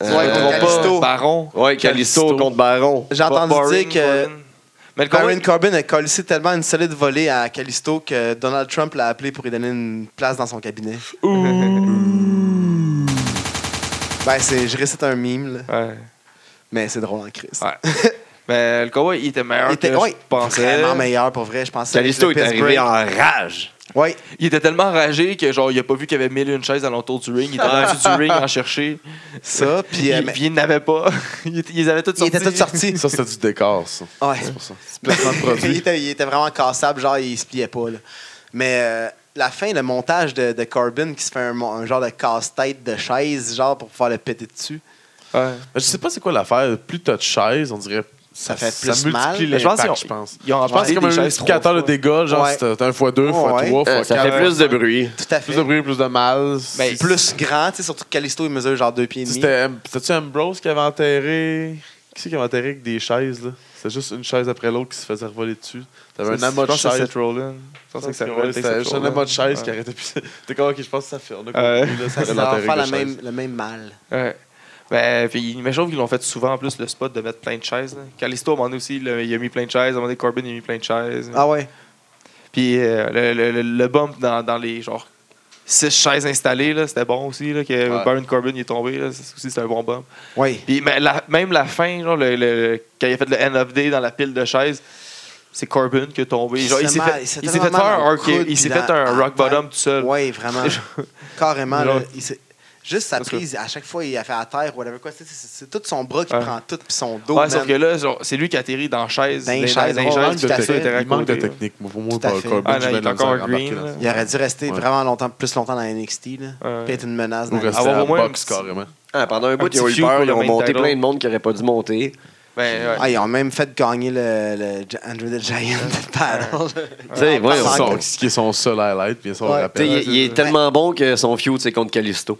Speaker 3: Ouais,
Speaker 4: Euh,
Speaker 3: contre Kalisto.
Speaker 4: Baron.
Speaker 2: Ouais, Calisto
Speaker 6: Calisto.
Speaker 2: contre Baron.
Speaker 3: J'ai entendu dire que
Speaker 4: Corbin. Mais le
Speaker 3: Baron
Speaker 4: Corbin,
Speaker 3: Corbin a collé tellement une solide volée à Calisto que Donald Trump l'a appelé pour lui donner une place dans son cabinet. Ben, c'est, je récite un mime, là,
Speaker 4: Ouais.
Speaker 3: mais c'est drôle en crise.
Speaker 4: Ouais. Mais le cowboy, il était meilleur
Speaker 3: Il était
Speaker 4: que
Speaker 3: ouais,
Speaker 4: je pensais.
Speaker 3: vraiment meilleur pour vrai, je pensais.
Speaker 2: Calisto est arrivé en rage.
Speaker 3: Oui,
Speaker 4: Il était tellement enragé que genre il a pas vu qu'il y avait mille et une chaises alentour du ring. Il était rendu du ring en chercher.
Speaker 3: ça, puis. euh,
Speaker 4: il,
Speaker 3: mais-
Speaker 4: puis il n'avait pas. Ils étaient- ils avaient toutes
Speaker 3: il
Speaker 4: sorti.
Speaker 3: était tout sorti.
Speaker 6: Ça, c'était du décor, ça.
Speaker 3: Ouais.
Speaker 6: C'est pour ça.
Speaker 3: il, était, il était vraiment cassable, genre il se pliait pas. là. Mais euh, la fin, le montage de, de Corbin qui se fait un, mon- un genre de casse-tête de chaise, genre pour pouvoir le péter dessus.
Speaker 4: Ouais.
Speaker 6: Je sais pas c'est quoi l'affaire. Plus t'as de chaises, on dirait.
Speaker 3: Ça fait
Speaker 6: ça
Speaker 3: plus mal.
Speaker 6: multiplie
Speaker 4: Mais je pense
Speaker 6: l'impact,
Speaker 4: qu'ils ont-
Speaker 6: je pense.
Speaker 4: Ils ont
Speaker 6: Je pense que c'est
Speaker 4: embarqué
Speaker 6: comme
Speaker 4: des
Speaker 6: un
Speaker 4: chaises trois
Speaker 6: multiplicateur de
Speaker 4: fois.
Speaker 6: dégâts. Genre,
Speaker 3: Ouais.
Speaker 6: c'est un fois deux, fois
Speaker 3: Ouais.
Speaker 6: trois,
Speaker 2: Euh,
Speaker 6: fois
Speaker 2: ça
Speaker 6: quatre.
Speaker 2: fait plus de bruit.
Speaker 3: Tout à fait.
Speaker 6: Plus de bruit, plus de mal.
Speaker 4: Mais-
Speaker 3: Plus grand, tu sais, surtout que Calisto il mesure genre deux pieds et demi.
Speaker 6: C'était c'était-tu Ambrose qui avait enterré. Qui c'est qui avait enterré avec des chaises, là C'était juste une chaise après l'autre qui se faisait revoler dessus. T'avais un
Speaker 4: Ça,
Speaker 6: amas
Speaker 4: je
Speaker 6: de
Speaker 4: pense que c'est
Speaker 6: chaises.
Speaker 4: Seth Rollins. Je pense que ça
Speaker 6: Ouais,
Speaker 4: s'appelle
Speaker 6: C'était
Speaker 4: Seth
Speaker 6: juste un amas de
Speaker 4: Rollins.
Speaker 6: chaises qui arrêtait plus. T'es con, ok, je pense que ça fait. On a
Speaker 4: Ouais.
Speaker 6: compris, là,
Speaker 3: Ça,
Speaker 6: c'était
Speaker 3: ça va
Speaker 6: l'enterré
Speaker 3: faire la
Speaker 6: des chaises.
Speaker 3: même, le même mal.
Speaker 4: Ouais. Ben, puis, mais je trouve qu'ils l'ont fait souvent en plus le spot de mettre plein de chaises. là. Callisto, à un moment donné aussi, là, il a mis plein de chaises. À un moment donné, Corbin, il a mis plein de chaises.
Speaker 3: Ah ouais.
Speaker 4: Puis euh, le, le, le- le bump dans, dans les genre six chaises installées, là, c'était bon aussi. Là, que
Speaker 6: Ouais.
Speaker 4: Baron Corbin il est tombé, là, c'est- aussi, c'était un bon bump.
Speaker 3: Oui.
Speaker 4: Puis mais la- même la fin, genre, le, le- quand il a fait le end of day dans la pile de chaises, c'est Corbin qui est tombé. Genre, il s'est
Speaker 3: Justement,
Speaker 4: fait,
Speaker 3: il s'est
Speaker 4: il s'est fait
Speaker 3: tellement
Speaker 4: faire un,
Speaker 3: mal au
Speaker 4: RKO,
Speaker 3: coude,
Speaker 4: il s'est
Speaker 3: puis
Speaker 4: fait
Speaker 3: dans-
Speaker 4: un
Speaker 3: ah,
Speaker 4: rock bottom
Speaker 3: ouais.
Speaker 4: tout seul.
Speaker 3: Oui, vraiment. Carrément.
Speaker 4: Genre-
Speaker 3: là, il s'est- Juste sa
Speaker 4: Parce que-
Speaker 3: prise, à chaque fois, il a fait à terre ou whatever quoi. C'est- C'est c'est tout son bras qui
Speaker 4: Ouais.
Speaker 3: prend tout, puis son dos.
Speaker 4: Ouais, sauf
Speaker 3: man.
Speaker 4: que là, genre, c'est lui qui atterrit dans la chaise.
Speaker 3: Dans les
Speaker 4: les
Speaker 3: chaises,
Speaker 4: les
Speaker 3: ouais,
Speaker 4: chaises,
Speaker 3: manque
Speaker 4: tout
Speaker 3: de
Speaker 4: à fait,
Speaker 3: technique.
Speaker 4: était
Speaker 6: Il manque de
Speaker 4: raccordé, là.
Speaker 6: technique. Moi, Pour moi,
Speaker 3: Tout à fait.
Speaker 6: Corbin,
Speaker 4: Ah, non,
Speaker 6: je
Speaker 4: il
Speaker 6: vais
Speaker 4: est
Speaker 6: la
Speaker 4: encore
Speaker 6: misère à embarquer
Speaker 4: green, là.
Speaker 6: là-dessus.
Speaker 3: Il aurait dû rester
Speaker 6: Ouais.
Speaker 3: vraiment longtemps, plus longtemps dans la NXT. Là.
Speaker 4: Ouais.
Speaker 3: Puis être une menace.
Speaker 6: Ou
Speaker 3: Dans la
Speaker 6: rester
Speaker 4: avoir
Speaker 6: à
Speaker 4: Ah, au moins un
Speaker 6: boxe,
Speaker 4: petit-
Speaker 6: carrément.
Speaker 2: Ah, pendant un bout,
Speaker 4: petit
Speaker 2: ils ont eu
Speaker 4: cue pour
Speaker 2: peur. Ils
Speaker 4: le
Speaker 2: ont
Speaker 4: main
Speaker 2: monté
Speaker 4: title.
Speaker 2: plein de monde qui n'aurait pas dû monter.
Speaker 4: Ben, ouais.
Speaker 3: Ah, ils ont même fait gagner le, le Gi- Andrew the Giant Battle.
Speaker 2: Tu sais,
Speaker 3: Ouais,
Speaker 2: voyons.
Speaker 4: Ah,
Speaker 3: on
Speaker 6: Son-
Speaker 3: parle-
Speaker 6: Ce qui est son seul highlight, bien sûr, on
Speaker 3: Ouais.
Speaker 6: le
Speaker 2: Tu sais,
Speaker 6: rappelle.
Speaker 2: il, il est tellement bon que son feud, c'est contre Calisto.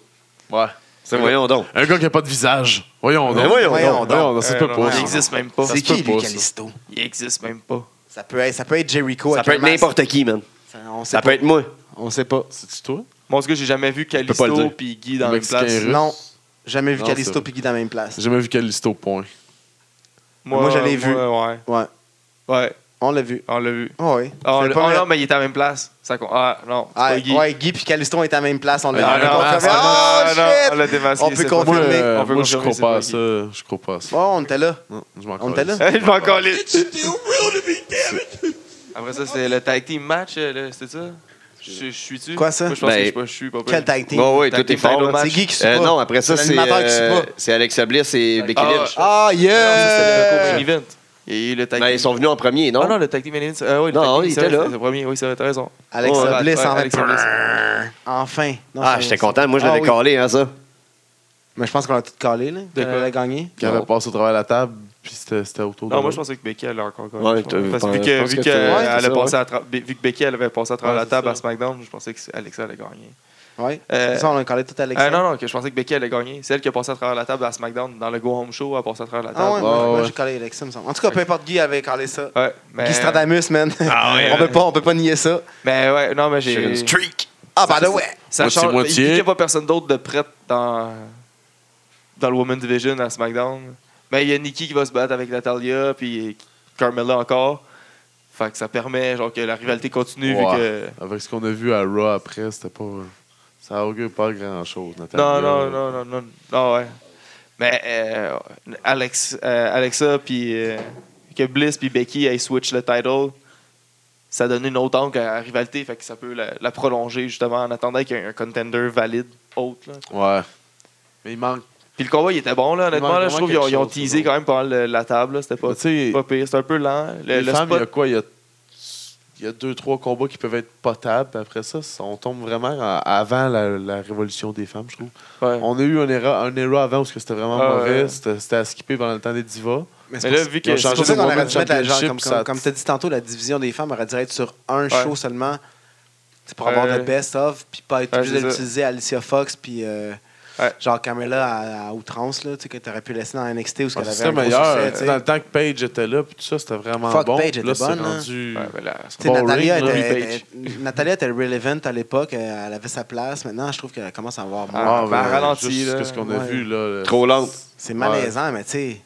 Speaker 6: Ouais.
Speaker 2: C'est voyons donc.
Speaker 6: Un gars qui a pas de visage. Voyons
Speaker 2: Mais
Speaker 6: donc.
Speaker 2: voyons
Speaker 3: donc.
Speaker 6: Voyons, ça se peut
Speaker 4: Euh,
Speaker 6: pas.
Speaker 4: Il
Speaker 6: ça.
Speaker 4: existe même pas.
Speaker 6: Ça
Speaker 3: C'est
Speaker 6: se peut
Speaker 3: qui, lui,
Speaker 6: pas, ça.
Speaker 3: Calisto?
Speaker 4: Il existe même pas.
Speaker 3: Ça peut être, ça peut être Jericho.
Speaker 2: Ça
Speaker 3: avec
Speaker 2: peut
Speaker 3: un
Speaker 2: être
Speaker 3: masque.
Speaker 2: n'importe qui, man.
Speaker 3: Ça- On sait
Speaker 2: Ça
Speaker 3: pas.
Speaker 2: peut être moi.
Speaker 3: On sait pas.
Speaker 6: C'est-tu toi?
Speaker 4: Mon gars, j'ai jamais vu
Speaker 2: peux pas le
Speaker 4: Calisto
Speaker 2: dire.
Speaker 4: puis Guy dans
Speaker 6: Le
Speaker 4: la même place.
Speaker 6: Mexicain russe.
Speaker 3: Non, jamais vu
Speaker 6: Non, c'est
Speaker 3: Calisto
Speaker 6: vrai.
Speaker 3: puis Guy dans la même place.
Speaker 6: J'ai jamais vu Calisto, point.
Speaker 3: Moi, je l'ai
Speaker 4: euh,
Speaker 3: vu.
Speaker 4: moi, ouais.
Speaker 3: Ouais,
Speaker 4: Ouais,
Speaker 3: on l'a vu.
Speaker 4: on l'a vu.
Speaker 3: Oh, oui.
Speaker 4: Ah, on
Speaker 3: C'est
Speaker 4: l'a-
Speaker 3: pas
Speaker 4: oh
Speaker 3: vrai.
Speaker 4: non, mais il était à la même place. Ça, con- ah, non. c'est
Speaker 3: Ah,
Speaker 4: pas Guy.
Speaker 3: ouais, Guy puis Calisto est à la même place. On
Speaker 4: Ben,
Speaker 3: l'a
Speaker 6: Ah,
Speaker 3: vu.
Speaker 6: non,
Speaker 3: on a fait,
Speaker 6: ah,
Speaker 3: Ah,
Speaker 4: non, non, on
Speaker 3: shit!
Speaker 4: l'a démasqué.
Speaker 3: On peut
Speaker 4: c'est pas
Speaker 6: Moi,
Speaker 3: confirmer.
Speaker 4: vrai.
Speaker 6: euh,
Speaker 4: On peut
Speaker 6: moi, je
Speaker 4: confirmer,
Speaker 6: crois
Speaker 4: c'est
Speaker 6: pas
Speaker 4: pas
Speaker 6: à ça. Je crois pas à ça.
Speaker 3: Bon, on était là.
Speaker 6: Non, je m'en
Speaker 3: On était
Speaker 6: calisse.
Speaker 3: là.
Speaker 4: Je m'en calais. Après ça, c'est le tag team match, euh, le- c'est ça? Je, je suis-tu?
Speaker 3: Quoi, ça?
Speaker 4: Moi, je pense
Speaker 2: Ben,
Speaker 4: que je suis pas- je suis pas.
Speaker 3: Quel tag team?
Speaker 2: Oui, oui,
Speaker 4: Tag
Speaker 2: tout est
Speaker 4: team title
Speaker 2: fort. là.
Speaker 4: match.
Speaker 3: C'est Guy qui suit
Speaker 2: Euh,
Speaker 3: pas.
Speaker 2: non, après ça, c'est
Speaker 3: l'animateur qui suit
Speaker 2: euh,
Speaker 3: pas.
Speaker 2: c'est Alexa Bliss et Becky
Speaker 4: Ah,
Speaker 2: Lynch.
Speaker 3: Ah, yeah!
Speaker 4: C'était le co-main event. Il y a eu le tag
Speaker 2: Ben, ils sont venus en premier, non?
Speaker 4: Ah non, le tag team main event. euh, ouais, le
Speaker 2: Non,
Speaker 4: tag team,
Speaker 2: il
Speaker 4: c'est
Speaker 2: était
Speaker 4: vrai,
Speaker 2: là.
Speaker 4: c'est le premier. Oui, c'est vrai, t'as raison.
Speaker 3: Alexa
Speaker 4: Ouais,
Speaker 3: Bliss
Speaker 4: ouais,
Speaker 3: en
Speaker 4: Alexa Bliss.
Speaker 3: Enfin. Non,
Speaker 2: Ah,
Speaker 3: c'est-
Speaker 2: j'étais content. Moi, je l'avais
Speaker 3: Ah oui.
Speaker 2: calé, hein, ça.
Speaker 3: Mais je pense qu'on a tout calé, là.
Speaker 4: De
Speaker 3: Qu'on
Speaker 4: quoi?
Speaker 3: a gagné.
Speaker 6: Qui avait passé au travers de la table, puis c'était c'était autour de
Speaker 4: Non, moi je
Speaker 6: l'autre.
Speaker 4: pensais que Becky allait encore. encore
Speaker 2: Ouais,
Speaker 4: je
Speaker 2: t'as-
Speaker 4: pense. Parce que
Speaker 2: ben,
Speaker 4: vu
Speaker 2: je
Speaker 4: que-
Speaker 2: pense
Speaker 4: vu
Speaker 2: que
Speaker 4: que
Speaker 2: c'est-
Speaker 3: ouais,
Speaker 4: elle
Speaker 2: c'est
Speaker 4: a
Speaker 2: ça,
Speaker 4: passé à tra- vu que Becky elle avait passé à travers
Speaker 6: Ouais,
Speaker 4: la
Speaker 6: c'est
Speaker 4: table
Speaker 6: ça.
Speaker 4: à SmackDown, je pensais que c'est- Alexa allait gagner.
Speaker 3: Ouais.
Speaker 4: Euh,
Speaker 3: ça, on a calé tout Alexa.
Speaker 4: Ah non, non, que je pensais que Becky allait gagner. C'est elle qui a passé à travers la table à SmackDown. Dans le Go Home Show, elle a passé à travers la
Speaker 3: Ah ouais,
Speaker 4: table.
Speaker 3: moi,
Speaker 6: Ouais,
Speaker 3: moi,
Speaker 6: ouais.
Speaker 3: j'ai calé Alexa, me semble. En tout cas, peu importe Guy avait calé ça.
Speaker 4: ouais. mais...
Speaker 3: Guy Stradamus, man.
Speaker 4: Ben. Ah ouais,
Speaker 3: on, peut
Speaker 4: ouais.
Speaker 3: pas, on peut pas nier ça.
Speaker 4: Mais ouais, non, mais
Speaker 2: Sur une
Speaker 4: j'ai.
Speaker 2: streak.
Speaker 3: Ah, bah, ouais.
Speaker 4: Ça
Speaker 6: Moitié,
Speaker 4: change. mais
Speaker 6: moitié.
Speaker 4: Vu qu'il n'y a pas personne d'autre de prête dans, dans le Women's Division à SmackDown. Mais il y a Nikki qui va se battre avec Natalia, puis Carmella encore. Fait que ça permet genre, que la rivalité continue vu
Speaker 6: Ouais.
Speaker 4: que.
Speaker 6: Avec ce qu'on a vu à Raw après, c'était pas. Ça augure pas grand chose,
Speaker 4: Non,
Speaker 6: Nathalie. Euh,
Speaker 4: non, non, non, non, non, ouais. Mais euh, Alex, euh, Alexa, puis euh, que Bliss puis Becky aient switch le title, ça donne une autre angle à la rivalité, fait que ça peut la, la prolonger justement en attendant qu'il y ait un contender valide autre. là.
Speaker 6: Ouais. Mais il manque.
Speaker 4: Puis le combat, il était bon, là,
Speaker 6: Il
Speaker 4: honnêtement.
Speaker 6: manque
Speaker 4: Là, je
Speaker 6: vraiment
Speaker 4: trouve qu'ils ont,
Speaker 6: quelque
Speaker 4: ils ont
Speaker 6: chose,
Speaker 4: teasé
Speaker 6: là.
Speaker 4: quand même pas mal le- la table, là, c'était pas,
Speaker 6: Tu sais,
Speaker 4: pas pire, c'était un peu lent. Le,
Speaker 6: les
Speaker 4: le
Speaker 6: femmes, il y a
Speaker 4: spot,
Speaker 6: quoi Il y a, il y a deux, trois combats qui peuvent être potables. puis Après ça, ça- on tombe vraiment en- avant la, la révolution des femmes, je trouve.
Speaker 4: ouais.
Speaker 6: On a eu un era, un era avant où c'était vraiment
Speaker 4: Ah,
Speaker 6: mauvais.
Speaker 4: ouais.
Speaker 6: C'était c'était à skipper pendant le temps des divas.
Speaker 4: Mais là, vu
Speaker 6: qu'ils ont
Speaker 4: que.
Speaker 3: C'est
Speaker 6: changé
Speaker 3: pour ça
Speaker 6: de
Speaker 3: qu'on aurait
Speaker 6: Women's
Speaker 3: dû mettre la genre,
Speaker 6: Championship,
Speaker 3: comme,
Speaker 6: ça-
Speaker 3: comme, comme t'as dit tantôt, la division des femmes aurait dû être sur un show seulement. C'est pour
Speaker 4: Ouais.
Speaker 3: avoir le best of, puis pas être
Speaker 4: Ouais,
Speaker 3: obligé
Speaker 4: c'est ça.
Speaker 3: d'utiliser Alicia Fox, puis euh,
Speaker 4: Ouais.
Speaker 3: Genre Carmella à, à outrance, là, tu sais, que t'aurais pu laisser dans NXT ou ce qu'elle
Speaker 6: Ah,
Speaker 3: avait
Speaker 6: C'était
Speaker 3: un gros
Speaker 6: meilleur.
Speaker 3: succès, tu sais.
Speaker 6: dans le temps que Paige était là, puis tout ça, c'était vraiment
Speaker 3: Fuck,
Speaker 6: bon.
Speaker 3: Paige
Speaker 6: Puis
Speaker 3: était
Speaker 6: là, c'est
Speaker 3: bonne, hein. là.
Speaker 6: rendu.
Speaker 4: Ouais, ben là, c'est
Speaker 3: Tu sais,
Speaker 6: Bon
Speaker 3: Natalia,
Speaker 6: ring, là,
Speaker 3: était,
Speaker 6: Paige.
Speaker 3: était- Natalia était relevant à l'époque, euh, elle avait sa place. Maintenant, je trouve qu'elle commence à avoir moins.
Speaker 4: Ah,
Speaker 6: Ah,
Speaker 4: ben,
Speaker 6: ben,
Speaker 4: ralenti,
Speaker 6: juste
Speaker 4: là.
Speaker 6: ce qu'on a
Speaker 3: Ouais.
Speaker 6: vu, là. le-
Speaker 2: Trop lente.
Speaker 3: C'est malaisant, mais tu sais.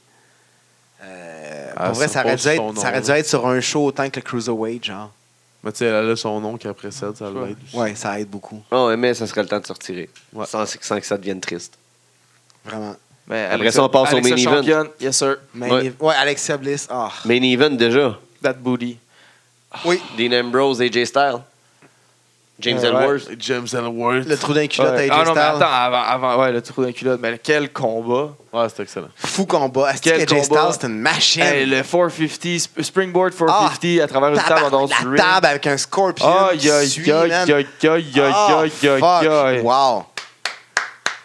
Speaker 3: euh,
Speaker 6: Ah,
Speaker 3: pour vrai,
Speaker 6: ça
Speaker 3: ça aurait,
Speaker 6: pose
Speaker 3: dû être,
Speaker 6: son nom,
Speaker 3: ça aurait dû
Speaker 6: là.
Speaker 3: être sur un show autant que le Cruiserweight, genre.
Speaker 6: Mais tu sais, elle a son nom qui la précède, ça
Speaker 4: Ouais.
Speaker 6: l'aide. aussi.
Speaker 3: Ouais, ça aide beaucoup.
Speaker 2: Ah ouais, mais ça serait le temps de se retirer.
Speaker 6: Ouais.
Speaker 2: Sans, sans que ça devienne triste.
Speaker 3: Vraiment.
Speaker 4: Mais
Speaker 2: Après ça, on passe au
Speaker 4: Alexa
Speaker 2: main event.
Speaker 4: championne. Yes, sir.
Speaker 3: Mais
Speaker 2: Ouais.
Speaker 3: ouais. Alexia Bliss. ah.
Speaker 2: Main event déjà.
Speaker 4: That booty.
Speaker 3: Oui,
Speaker 2: Dean Ambrose, AJ Styles. James
Speaker 4: Ouais.
Speaker 2: Ellsworth.
Speaker 6: James Ellsworth.
Speaker 3: le trou d'un culotte
Speaker 4: Ouais.
Speaker 3: avec
Speaker 4: Ah non, mais
Speaker 3: Styles.
Speaker 4: attends, avant, avant ouais, le trou d'un culotte. Mais quel combat.
Speaker 6: Ouais, c'est excellent.
Speaker 3: Fou combat. Est-ce
Speaker 4: Quel
Speaker 3: que Jay
Speaker 4: combat.
Speaker 3: Styles, c'est une machine?
Speaker 4: Hey, le 450, sp- Springboard 450 à travers une table en dehors
Speaker 3: Tabarnak,
Speaker 4: du ring.
Speaker 3: Ah, La table avec un scorpion.
Speaker 4: Aïe,
Speaker 3: qui
Speaker 4: aïe,
Speaker 3: suit,
Speaker 4: aïe,
Speaker 3: man.
Speaker 4: aïe, aïe,
Speaker 3: Ah,
Speaker 4: aïe, aïe,
Speaker 3: fuck.
Speaker 4: aïe.
Speaker 3: Wow.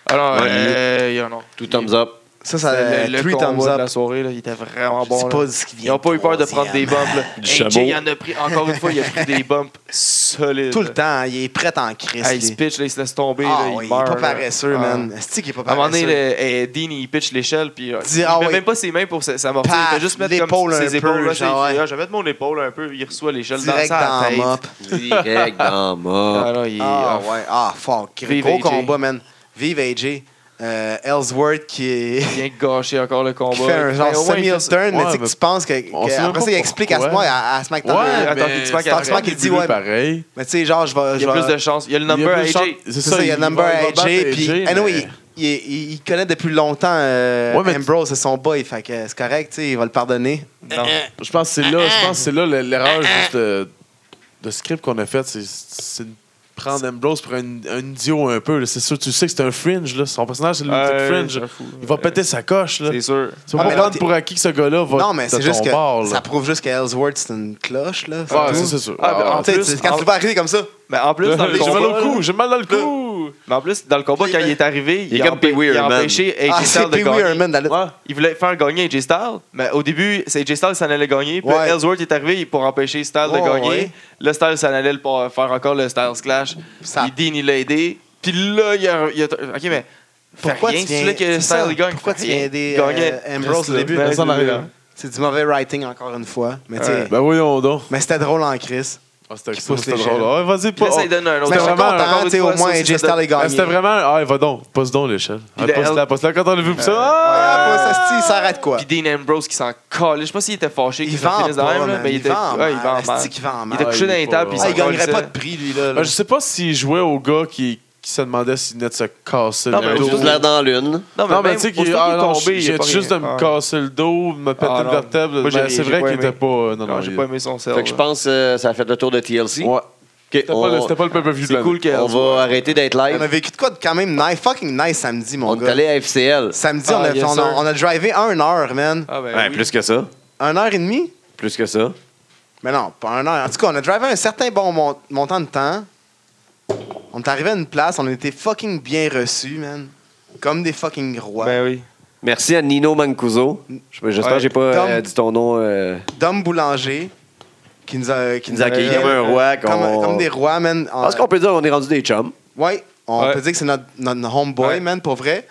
Speaker 4: Alors,
Speaker 2: Ouais.
Speaker 4: euh, il y a un nom.
Speaker 2: Tout thumbs up.
Speaker 3: Ça, ça a
Speaker 4: le, le
Speaker 3: 3
Speaker 4: combat
Speaker 3: thumbs
Speaker 4: de la
Speaker 3: up.
Speaker 4: soirée, là, il était vraiment
Speaker 3: Je
Speaker 4: bon.
Speaker 3: sais
Speaker 4: là.
Speaker 3: pas ce qui
Speaker 4: Ils n'ont
Speaker 3: vient
Speaker 4: pas eu peur de
Speaker 3: troisième.
Speaker 4: prendre des bumps. Là.
Speaker 2: Du
Speaker 4: Hey,
Speaker 2: chameau.
Speaker 4: Jay, il en a pris, encore une fois, il a pris des bumps solides.
Speaker 3: Tout le temps, hein, il est prêt en crise.
Speaker 4: euh. Hey, il se
Speaker 3: lui.
Speaker 4: pitch, là, il se laisse tomber.
Speaker 3: Ah
Speaker 4: là,
Speaker 3: oui,
Speaker 4: il
Speaker 3: il est
Speaker 4: meurt.
Speaker 3: pas
Speaker 4: là.
Speaker 3: paresseux,
Speaker 4: Ah.
Speaker 3: man. Est-ce qu'il est pas
Speaker 4: À un moment donné,
Speaker 3: paresseux?
Speaker 4: le- eh, Dean, il pitch l'échelle, puis euh,
Speaker 3: Dis,
Speaker 4: il
Speaker 3: ah
Speaker 4: met
Speaker 3: oui.
Speaker 4: même pas ses mains pour sa- s'amortir.
Speaker 3: Paf,
Speaker 4: Il fait juste mettre comme
Speaker 3: l'épaule un
Speaker 4: ses épaules.
Speaker 3: peu,
Speaker 4: là, c'est-
Speaker 3: genre, ouais.
Speaker 4: ah, je vais mettre mon épaule un peu, il reçoit l'échelle dans
Speaker 3: Direct
Speaker 4: sa
Speaker 3: dans
Speaker 4: tête.
Speaker 3: le mop.
Speaker 2: Direct dans
Speaker 4: Ah,
Speaker 2: ma.
Speaker 4: non, il-
Speaker 3: Ah
Speaker 4: ah,
Speaker 3: ouais, ah fuck.
Speaker 4: Vive
Speaker 3: Gros
Speaker 4: AJ.
Speaker 3: combat, man. Vive AJ. Euh, Ellsworth qui, est-
Speaker 4: Il vient gâcher encore le combat.
Speaker 3: qui fait un
Speaker 4: Mais
Speaker 3: genre
Speaker 4: au moins, il fait ça.
Speaker 3: semi-turn, mais
Speaker 6: Ouais,
Speaker 3: tu sais que
Speaker 6: mais
Speaker 3: tu penses que.
Speaker 6: on
Speaker 3: que-
Speaker 6: sait même
Speaker 3: après
Speaker 6: pas
Speaker 3: ça, il explique à, ce
Speaker 6: pourquoi.
Speaker 3: moment, à, à SmackDown.
Speaker 6: Ouais,
Speaker 4: attends,
Speaker 6: mais
Speaker 4: Kickback,
Speaker 6: Stark
Speaker 3: Stark
Speaker 6: il
Speaker 3: dit, ouais.
Speaker 6: pareil.
Speaker 3: Mais tu sais, genre, je vais.
Speaker 4: Il y
Speaker 3: je
Speaker 4: a plus
Speaker 3: vais-
Speaker 4: de chance. Il y a le
Speaker 6: Il y
Speaker 4: number
Speaker 6: a plus de
Speaker 4: AJ.
Speaker 6: chance- C'est
Speaker 3: C'est ça, il y a le number
Speaker 6: va- il va battre
Speaker 3: AJ. Puis,
Speaker 6: AJ,
Speaker 3: anyway,
Speaker 6: mais-
Speaker 3: il, il- il connaît depuis longtemps euh,
Speaker 6: Ouais, mais-
Speaker 3: Ambrose, c'est son boy. Fait que c'est correct, tu sais, il va le pardonner.
Speaker 4: Non.
Speaker 6: Je pense que c'est là, je pense que c'est là le- l'erreur juste de, de script qu'on a faite, c'est- c'est de prendre Ambrose pour un, un idiot un peu. là. C'est sûr, tu sais que c'est un fringe, là. Son personnage, c'est le
Speaker 4: Ouais,
Speaker 6: fringe.
Speaker 4: c'est un fou.
Speaker 6: Il va péter sa coche, là.
Speaker 4: C'est sûr.
Speaker 3: Ah,
Speaker 6: Tu vas
Speaker 3: mais
Speaker 6: pas
Speaker 3: là,
Speaker 6: prendre
Speaker 3: t'es-
Speaker 6: pour acquis que ce gars-là va
Speaker 3: non, mais c'est
Speaker 6: de
Speaker 3: juste
Speaker 6: ton
Speaker 3: que
Speaker 6: bord, là.
Speaker 3: ça prouve juste qu'Ellsworth, c'est une cloche, là. c'est
Speaker 6: Ouais,
Speaker 3: tout.
Speaker 6: ça, c'est sûr.
Speaker 4: Ah, ben, en
Speaker 3: Tu sais, tu- quand
Speaker 4: En-
Speaker 3: tu vas arriver comme ça,
Speaker 4: Mais en plus, dans le
Speaker 6: j'ai
Speaker 4: combat,
Speaker 6: mal au
Speaker 4: là-
Speaker 6: cou, j'ai mal dans le cou.
Speaker 4: Mais en plus, dans le combat, quand il est arrivé,
Speaker 2: Il est
Speaker 4: a
Speaker 2: comme
Speaker 4: empê-
Speaker 2: Pee Wee
Speaker 4: il a
Speaker 2: Herman.
Speaker 4: empêché AJ
Speaker 3: Ah, c'est
Speaker 4: Styles de
Speaker 3: Pee Wee
Speaker 4: gagner.
Speaker 3: Herman, dans le-
Speaker 4: Ouais. Il voulait faire gagner AJ Styles, mais au début, c'est AJ Styles qui s'en allait gagner. Puis
Speaker 3: Ouais.
Speaker 4: Ellsworth est arrivé pour empêcher Styles
Speaker 3: Ouais,
Speaker 4: de gagner.
Speaker 3: ouais.
Speaker 4: Là, Styles s'en allait le pa- faire encore le Styles Clash.
Speaker 3: Ça-
Speaker 4: Puis Dean, il l'a aidé. Puis là, il a. il a- Ok, mais. fais
Speaker 3: Pourquoi
Speaker 4: rien,
Speaker 3: tu
Speaker 4: si
Speaker 3: viens-
Speaker 4: voulais que
Speaker 3: c'est ça,
Speaker 4: Styles gagne.
Speaker 3: pourquoi
Speaker 4: fais
Speaker 3: tu
Speaker 4: rien.
Speaker 3: viens aider,
Speaker 4: Gagnait.
Speaker 3: euh, Ambrose au
Speaker 4: Reste là.
Speaker 3: début?
Speaker 4: Ben,
Speaker 6: Personne
Speaker 4: c'est
Speaker 6: n'arrive
Speaker 4: là.
Speaker 6: là.
Speaker 3: c'est du mauvais writing encore une fois. Mais tu sais,
Speaker 4: Ouais.
Speaker 6: Ben voyons donc.
Speaker 3: mais c'était drôle en crise.
Speaker 6: Ah, c'était
Speaker 3: Qui
Speaker 6: ça,
Speaker 3: pousse
Speaker 6: c'était
Speaker 3: les
Speaker 6: drôle.
Speaker 3: gens.
Speaker 6: Ah, vas-y,
Speaker 4: Puis
Speaker 6: pas.
Speaker 4: là, ça lui donne un autre.
Speaker 3: Mais je
Speaker 6: c'était
Speaker 3: suis
Speaker 6: vraiment-
Speaker 3: content, tu sais, au moins, AJ Styles est
Speaker 6: Ah,
Speaker 3: gagné.
Speaker 6: C'était vraiment. Ah, il va donc. Passe donc l'échelle. Ah,
Speaker 4: Puis
Speaker 6: passe
Speaker 4: elle-
Speaker 6: la, passe la. Quand on l'a vu, pour ça.
Speaker 3: Ah,
Speaker 6: ah!
Speaker 3: ouais, ça se dit, il s'arrête quoi?
Speaker 4: Puis Dean Ambrose qui s'en calait. Je sais pas s'il était fâché
Speaker 3: Il
Speaker 4: qu'il s'en
Speaker 3: vend
Speaker 4: finisse de
Speaker 3: pas,
Speaker 4: même, là,
Speaker 3: man,
Speaker 4: mais il
Speaker 3: il
Speaker 4: était.
Speaker 3: vend
Speaker 4: ouais, il
Speaker 3: mal.
Speaker 4: vend mal.
Speaker 3: Asti qu'il vend mal.
Speaker 4: Il était couché
Speaker 6: Ah,
Speaker 4: dans
Speaker 6: il
Speaker 4: les
Speaker 6: est
Speaker 4: tables.
Speaker 6: pas-
Speaker 4: puis
Speaker 3: Ah, il
Speaker 4: s'en
Speaker 3: gagnerait
Speaker 4: calissait.
Speaker 3: pas de prix, lui, là. là.
Speaker 6: Ah, je sais pas s'il jouait au gars qui, qui se demandait s'il venait de se casser
Speaker 4: Non,
Speaker 6: le
Speaker 4: mais
Speaker 6: dos.
Speaker 2: Juste
Speaker 4: aussitôt-
Speaker 2: l'air dans la lune.
Speaker 4: Non, même
Speaker 6: Non, mais tu sais
Speaker 4: aussitôt
Speaker 6: qu'il
Speaker 4: qu'il
Speaker 6: ah,
Speaker 4: est
Speaker 6: non,
Speaker 4: tombé. il a
Speaker 6: j'ai
Speaker 4: pas
Speaker 6: juste de
Speaker 4: rien.
Speaker 6: me
Speaker 4: Ah.
Speaker 6: casser le dos, de me péter
Speaker 4: Ah,
Speaker 6: une
Speaker 4: non.
Speaker 6: vertèbre.
Speaker 4: Moi, j'ai-
Speaker 6: Mais c'est
Speaker 4: j'ai
Speaker 6: vrai
Speaker 4: pas
Speaker 6: qu'il
Speaker 4: aimé.
Speaker 6: était pas. euh, Non,
Speaker 4: Non, j'ai
Speaker 6: il-
Speaker 4: pas aimé son sel.
Speaker 2: Fait que je pense que ça a fait le tour de TLC.
Speaker 6: Ouais.
Speaker 2: Ok,
Speaker 6: C'était pas
Speaker 2: on,
Speaker 6: le- C'était pas le pay-per-view de
Speaker 4: C'est
Speaker 6: l'année.
Speaker 4: cool qu'elle
Speaker 2: on va arrêter d'être
Speaker 3: On a
Speaker 2: live.
Speaker 3: vécu de quoi de quand même nice, fucking nice samedi, mon
Speaker 2: On est
Speaker 3: gars.
Speaker 2: allé à FCL.
Speaker 3: Samedi,
Speaker 4: Ah,
Speaker 3: on, a,
Speaker 4: yes,
Speaker 3: on, a,
Speaker 4: sir.
Speaker 3: on a drivé un heure, man.
Speaker 4: Ah, ben,
Speaker 2: Ouais,
Speaker 4: oui.
Speaker 2: Plus que ça.
Speaker 3: Un heure et demie?
Speaker 2: Plus que ça.
Speaker 3: Mais non, pas un heure. En tout cas, on a drivé un certain bon mon- montant de temps. On est arrivé à une place, on a été fucking bien reçus, man. Comme des fucking rois.
Speaker 4: Ben oui.
Speaker 2: Merci à Nino Mancuso. Je- J'espère
Speaker 4: Ouais.
Speaker 2: que j'ai pas
Speaker 3: Tom.
Speaker 2: euh, dit ton nom. euh,
Speaker 3: Dom Boulanger, qui nous a, euh,
Speaker 2: qui nous accueille comme un roi. qu'on-
Speaker 3: Comme, comme des rois, man.
Speaker 2: Je pense qu'on peut dire qu'on est rendu des chums.
Speaker 3: Ouais, on
Speaker 4: Ouais.
Speaker 3: peut dire que c'est notre, notre homeboy,
Speaker 4: Ouais.
Speaker 3: man, pour vrai.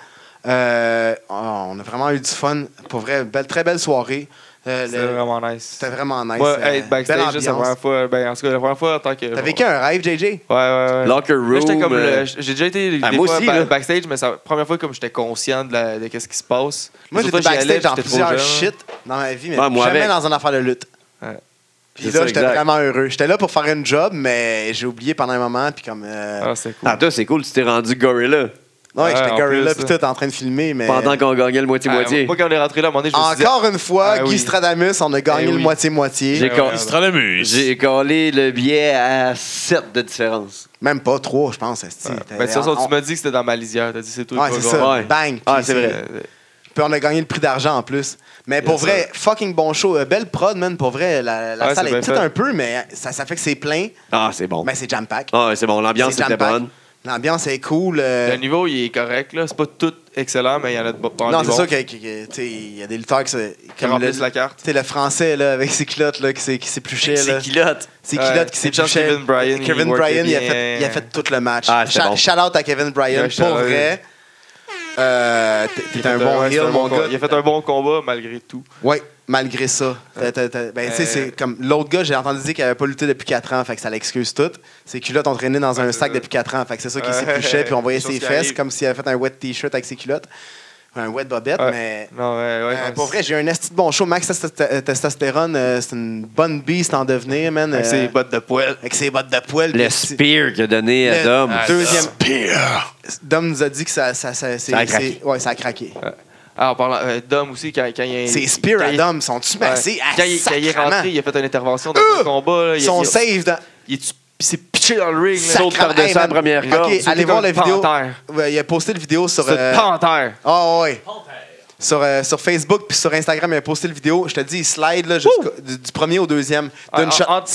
Speaker 3: Euh, on a vraiment eu du fun. Pour vrai, belle, très belle soirée. Euh,
Speaker 4: C'était
Speaker 3: le-
Speaker 4: vraiment nice.
Speaker 3: C'était vraiment nice.
Speaker 4: Moi,
Speaker 3: euh,
Speaker 4: être
Speaker 3: belle
Speaker 4: backstage, juste la
Speaker 3: ambiance.
Speaker 4: première fois. Ben, en tout cas, la première fois en tant que.
Speaker 3: T'as vécu un rêve, JJ?
Speaker 4: Ouais, ouais, ouais.
Speaker 2: Locker
Speaker 4: Là, j'étais
Speaker 2: room,
Speaker 4: comme le-
Speaker 2: euh,
Speaker 4: J'ai déjà été
Speaker 2: Ah,
Speaker 4: des
Speaker 2: moi
Speaker 4: fois
Speaker 2: aussi,
Speaker 4: ba-
Speaker 2: là.
Speaker 4: backstage, mais c'est la première fois comme j'étais conscient de, la- de qu'est-ce qui se passe.
Speaker 3: Moi,
Speaker 4: Les
Speaker 3: j'étais
Speaker 4: autres fois, j'y allais,
Speaker 3: backstage dans
Speaker 4: j'étais trop
Speaker 3: plusieurs
Speaker 4: jeune.
Speaker 3: shit dans ma vie, mais
Speaker 2: Ouais, moi
Speaker 3: jamais
Speaker 2: avec.
Speaker 3: dans une affaire de lutte.
Speaker 4: Ouais.
Speaker 3: Puis
Speaker 2: C'est
Speaker 3: là,
Speaker 2: ça,
Speaker 3: j'étais
Speaker 2: exact.
Speaker 3: vraiment heureux. J'étais là pour faire une job, mais j'ai oublié pendant un moment. Puis comme. euh,
Speaker 4: Ah, c'est cool.
Speaker 2: Ah, toi, c'est cool, tu t'es rendu
Speaker 4: Euh,
Speaker 2: gorilla
Speaker 3: non,
Speaker 4: ouais,
Speaker 3: j'étais
Speaker 4: en
Speaker 3: gorilla,
Speaker 4: plus,
Speaker 3: puis tout en train de filmer, mais.
Speaker 2: pendant qu'on gagnait le moitié-moitié.
Speaker 4: Ah, Moi, quand on est rentré là, à un moment donné, je me suis dit.
Speaker 3: Encore une fois,
Speaker 4: Ah
Speaker 3: Guy
Speaker 4: oui.
Speaker 3: Stradamus, on a gagné
Speaker 4: Eh
Speaker 3: le
Speaker 4: oui.
Speaker 3: moitié-moitié.
Speaker 2: J'ai
Speaker 4: Ouais,
Speaker 2: ca-
Speaker 4: ouais,
Speaker 2: J'ai collé le billet à 7 de différence.
Speaker 3: Même pas trois, je pense. esti.
Speaker 4: Ben, de toute façon, tu m'as dit que c'était dans ma lisière. T'as dit, c'est toi
Speaker 3: Ouais,
Speaker 4: qui vas
Speaker 3: c'est ça.
Speaker 4: gagner.
Speaker 2: Ouais.
Speaker 3: Bang.
Speaker 2: Ah,
Speaker 3: Puis
Speaker 2: c'est vrai.
Speaker 4: Euh,
Speaker 3: Puis on a gagné le prix d'argent en plus. Mais pour
Speaker 4: Yes,
Speaker 3: vrai, fucking bon show. Euh, belle prod, man. Pour vrai, la, la
Speaker 4: Ouais,
Speaker 3: salle
Speaker 4: c'est
Speaker 3: est
Speaker 4: bien
Speaker 3: petite
Speaker 4: fait.
Speaker 3: un peu, mais ça, ça fait que c'est plein.
Speaker 2: Ah, c'est bon.
Speaker 3: Mais c'est jam-pack.
Speaker 2: Ah, c'est bon, l'ambiance
Speaker 3: C'est
Speaker 2: était
Speaker 3: jam-pack.
Speaker 2: bonne.
Speaker 3: L'ambiance est cool. euh,
Speaker 4: Le niveau, il est correct. là. C'est pas tout excellent, mais il y en a de bo- pas
Speaker 3: non,
Speaker 4: des
Speaker 3: c'est
Speaker 4: bons
Speaker 3: sûr que- que- que, tu sais, il y a des lutteurs qui, se-
Speaker 4: qui
Speaker 3: comme le,
Speaker 4: remplissent la carte.
Speaker 3: tu sais, le français là, avec ses culottes là, qui s'est- qui s'épluchait. là.
Speaker 2: culottes.
Speaker 3: Ses
Speaker 4: Ouais.
Speaker 3: culottes qui
Speaker 4: C'est juste
Speaker 3: s'épluchaient.
Speaker 4: Kevin Bryan, il
Speaker 3: Kevin
Speaker 4: workait
Speaker 3: Bryan, il a,
Speaker 4: bien.
Speaker 3: fait, il a fait tout le match.
Speaker 2: Ah, c'est bon.
Speaker 3: Shout out à Kevin Bryan.
Speaker 4: Ouais,
Speaker 3: pour
Speaker 4: shout-out.
Speaker 3: vrai. Euh, t'es- t'es
Speaker 4: Il a
Speaker 3: un
Speaker 4: fait
Speaker 3: bon
Speaker 4: ouais, c'est
Speaker 3: heel,
Speaker 4: un
Speaker 3: mon
Speaker 4: bon
Speaker 3: gars.
Speaker 4: com- Il a fait un bon combat malgré tout.
Speaker 3: Oui, malgré ça. T'as- t'as- t'as- ben, tu sais,
Speaker 4: Euh,
Speaker 3: c'est comme l'autre gars, j'ai entendu dire qu'il n'avait pas lutté depuis 4 ans, fait que ça l'excuse tout. Ses culottes ont traîné dans un
Speaker 4: Ouais,
Speaker 3: sac
Speaker 4: c'est-
Speaker 3: depuis 4 ans, fait que c'est ça qu'il
Speaker 4: Ouais.
Speaker 3: s'épluchait, puis on voyait
Speaker 4: Chose
Speaker 3: ses
Speaker 4: qui
Speaker 3: fesses
Speaker 4: arrive.
Speaker 3: comme s'il avait fait un wet t-shirt avec ses culottes. Ou Un wet bobette,
Speaker 4: Ouais.
Speaker 3: mais.
Speaker 4: Non, ouais, ouais,
Speaker 3: euh,
Speaker 4: non,
Speaker 3: pour vrai, j'ai eu un esti de bon show. Max Testo- euh, Testostérone, euh, c'est une bonne beast en devenir, man.
Speaker 4: Avec
Speaker 3: euh,
Speaker 4: ses bottes de poêle. Ah,
Speaker 3: avec ses bottes de poêle.
Speaker 2: Le
Speaker 3: puis-
Speaker 2: spear qu'il a donné
Speaker 3: le
Speaker 2: à Dom.
Speaker 3: Deuxième.
Speaker 6: Pire!
Speaker 3: Dom nous a dit que ça, ça, ça, c'est-
Speaker 2: Ça a
Speaker 3: c'est-
Speaker 2: craqué.
Speaker 3: Ouais, ça a craqué.
Speaker 4: Ah, en parlant euh, d'Homme aussi, quand, quand il
Speaker 3: Ses spears
Speaker 4: quand
Speaker 3: à
Speaker 4: il-
Speaker 3: Dom sont-tu
Speaker 4: ouais,
Speaker 3: passés à Euh!
Speaker 4: quand, il, quand il est rentré, il a fait une intervention dans le combat. Là, il,
Speaker 3: Son
Speaker 4: il-
Speaker 3: save dans.
Speaker 4: il est- il s'est pitché dans le ring. là.
Speaker 2: Saute
Speaker 3: Sacrament-
Speaker 2: par-dessus
Speaker 3: Hey,
Speaker 2: la
Speaker 3: man.
Speaker 2: première
Speaker 3: Ok,
Speaker 2: corde.
Speaker 3: allez
Speaker 4: Sauter
Speaker 3: voir
Speaker 4: comme
Speaker 3: la
Speaker 4: une
Speaker 3: vidéo.
Speaker 4: panthère.
Speaker 3: Ouais, il a posté la vidéo sur.
Speaker 4: C'est une
Speaker 3: euh,
Speaker 4: panthère.
Speaker 3: Ah ouais. Sur, euh, sur Facebook puis sur Instagram, il a posté la vidéo. Je te dis, il slide là, jusqu'au- du, du premier au deuxième. D'une
Speaker 4: En-
Speaker 3: shot.
Speaker 4: entre,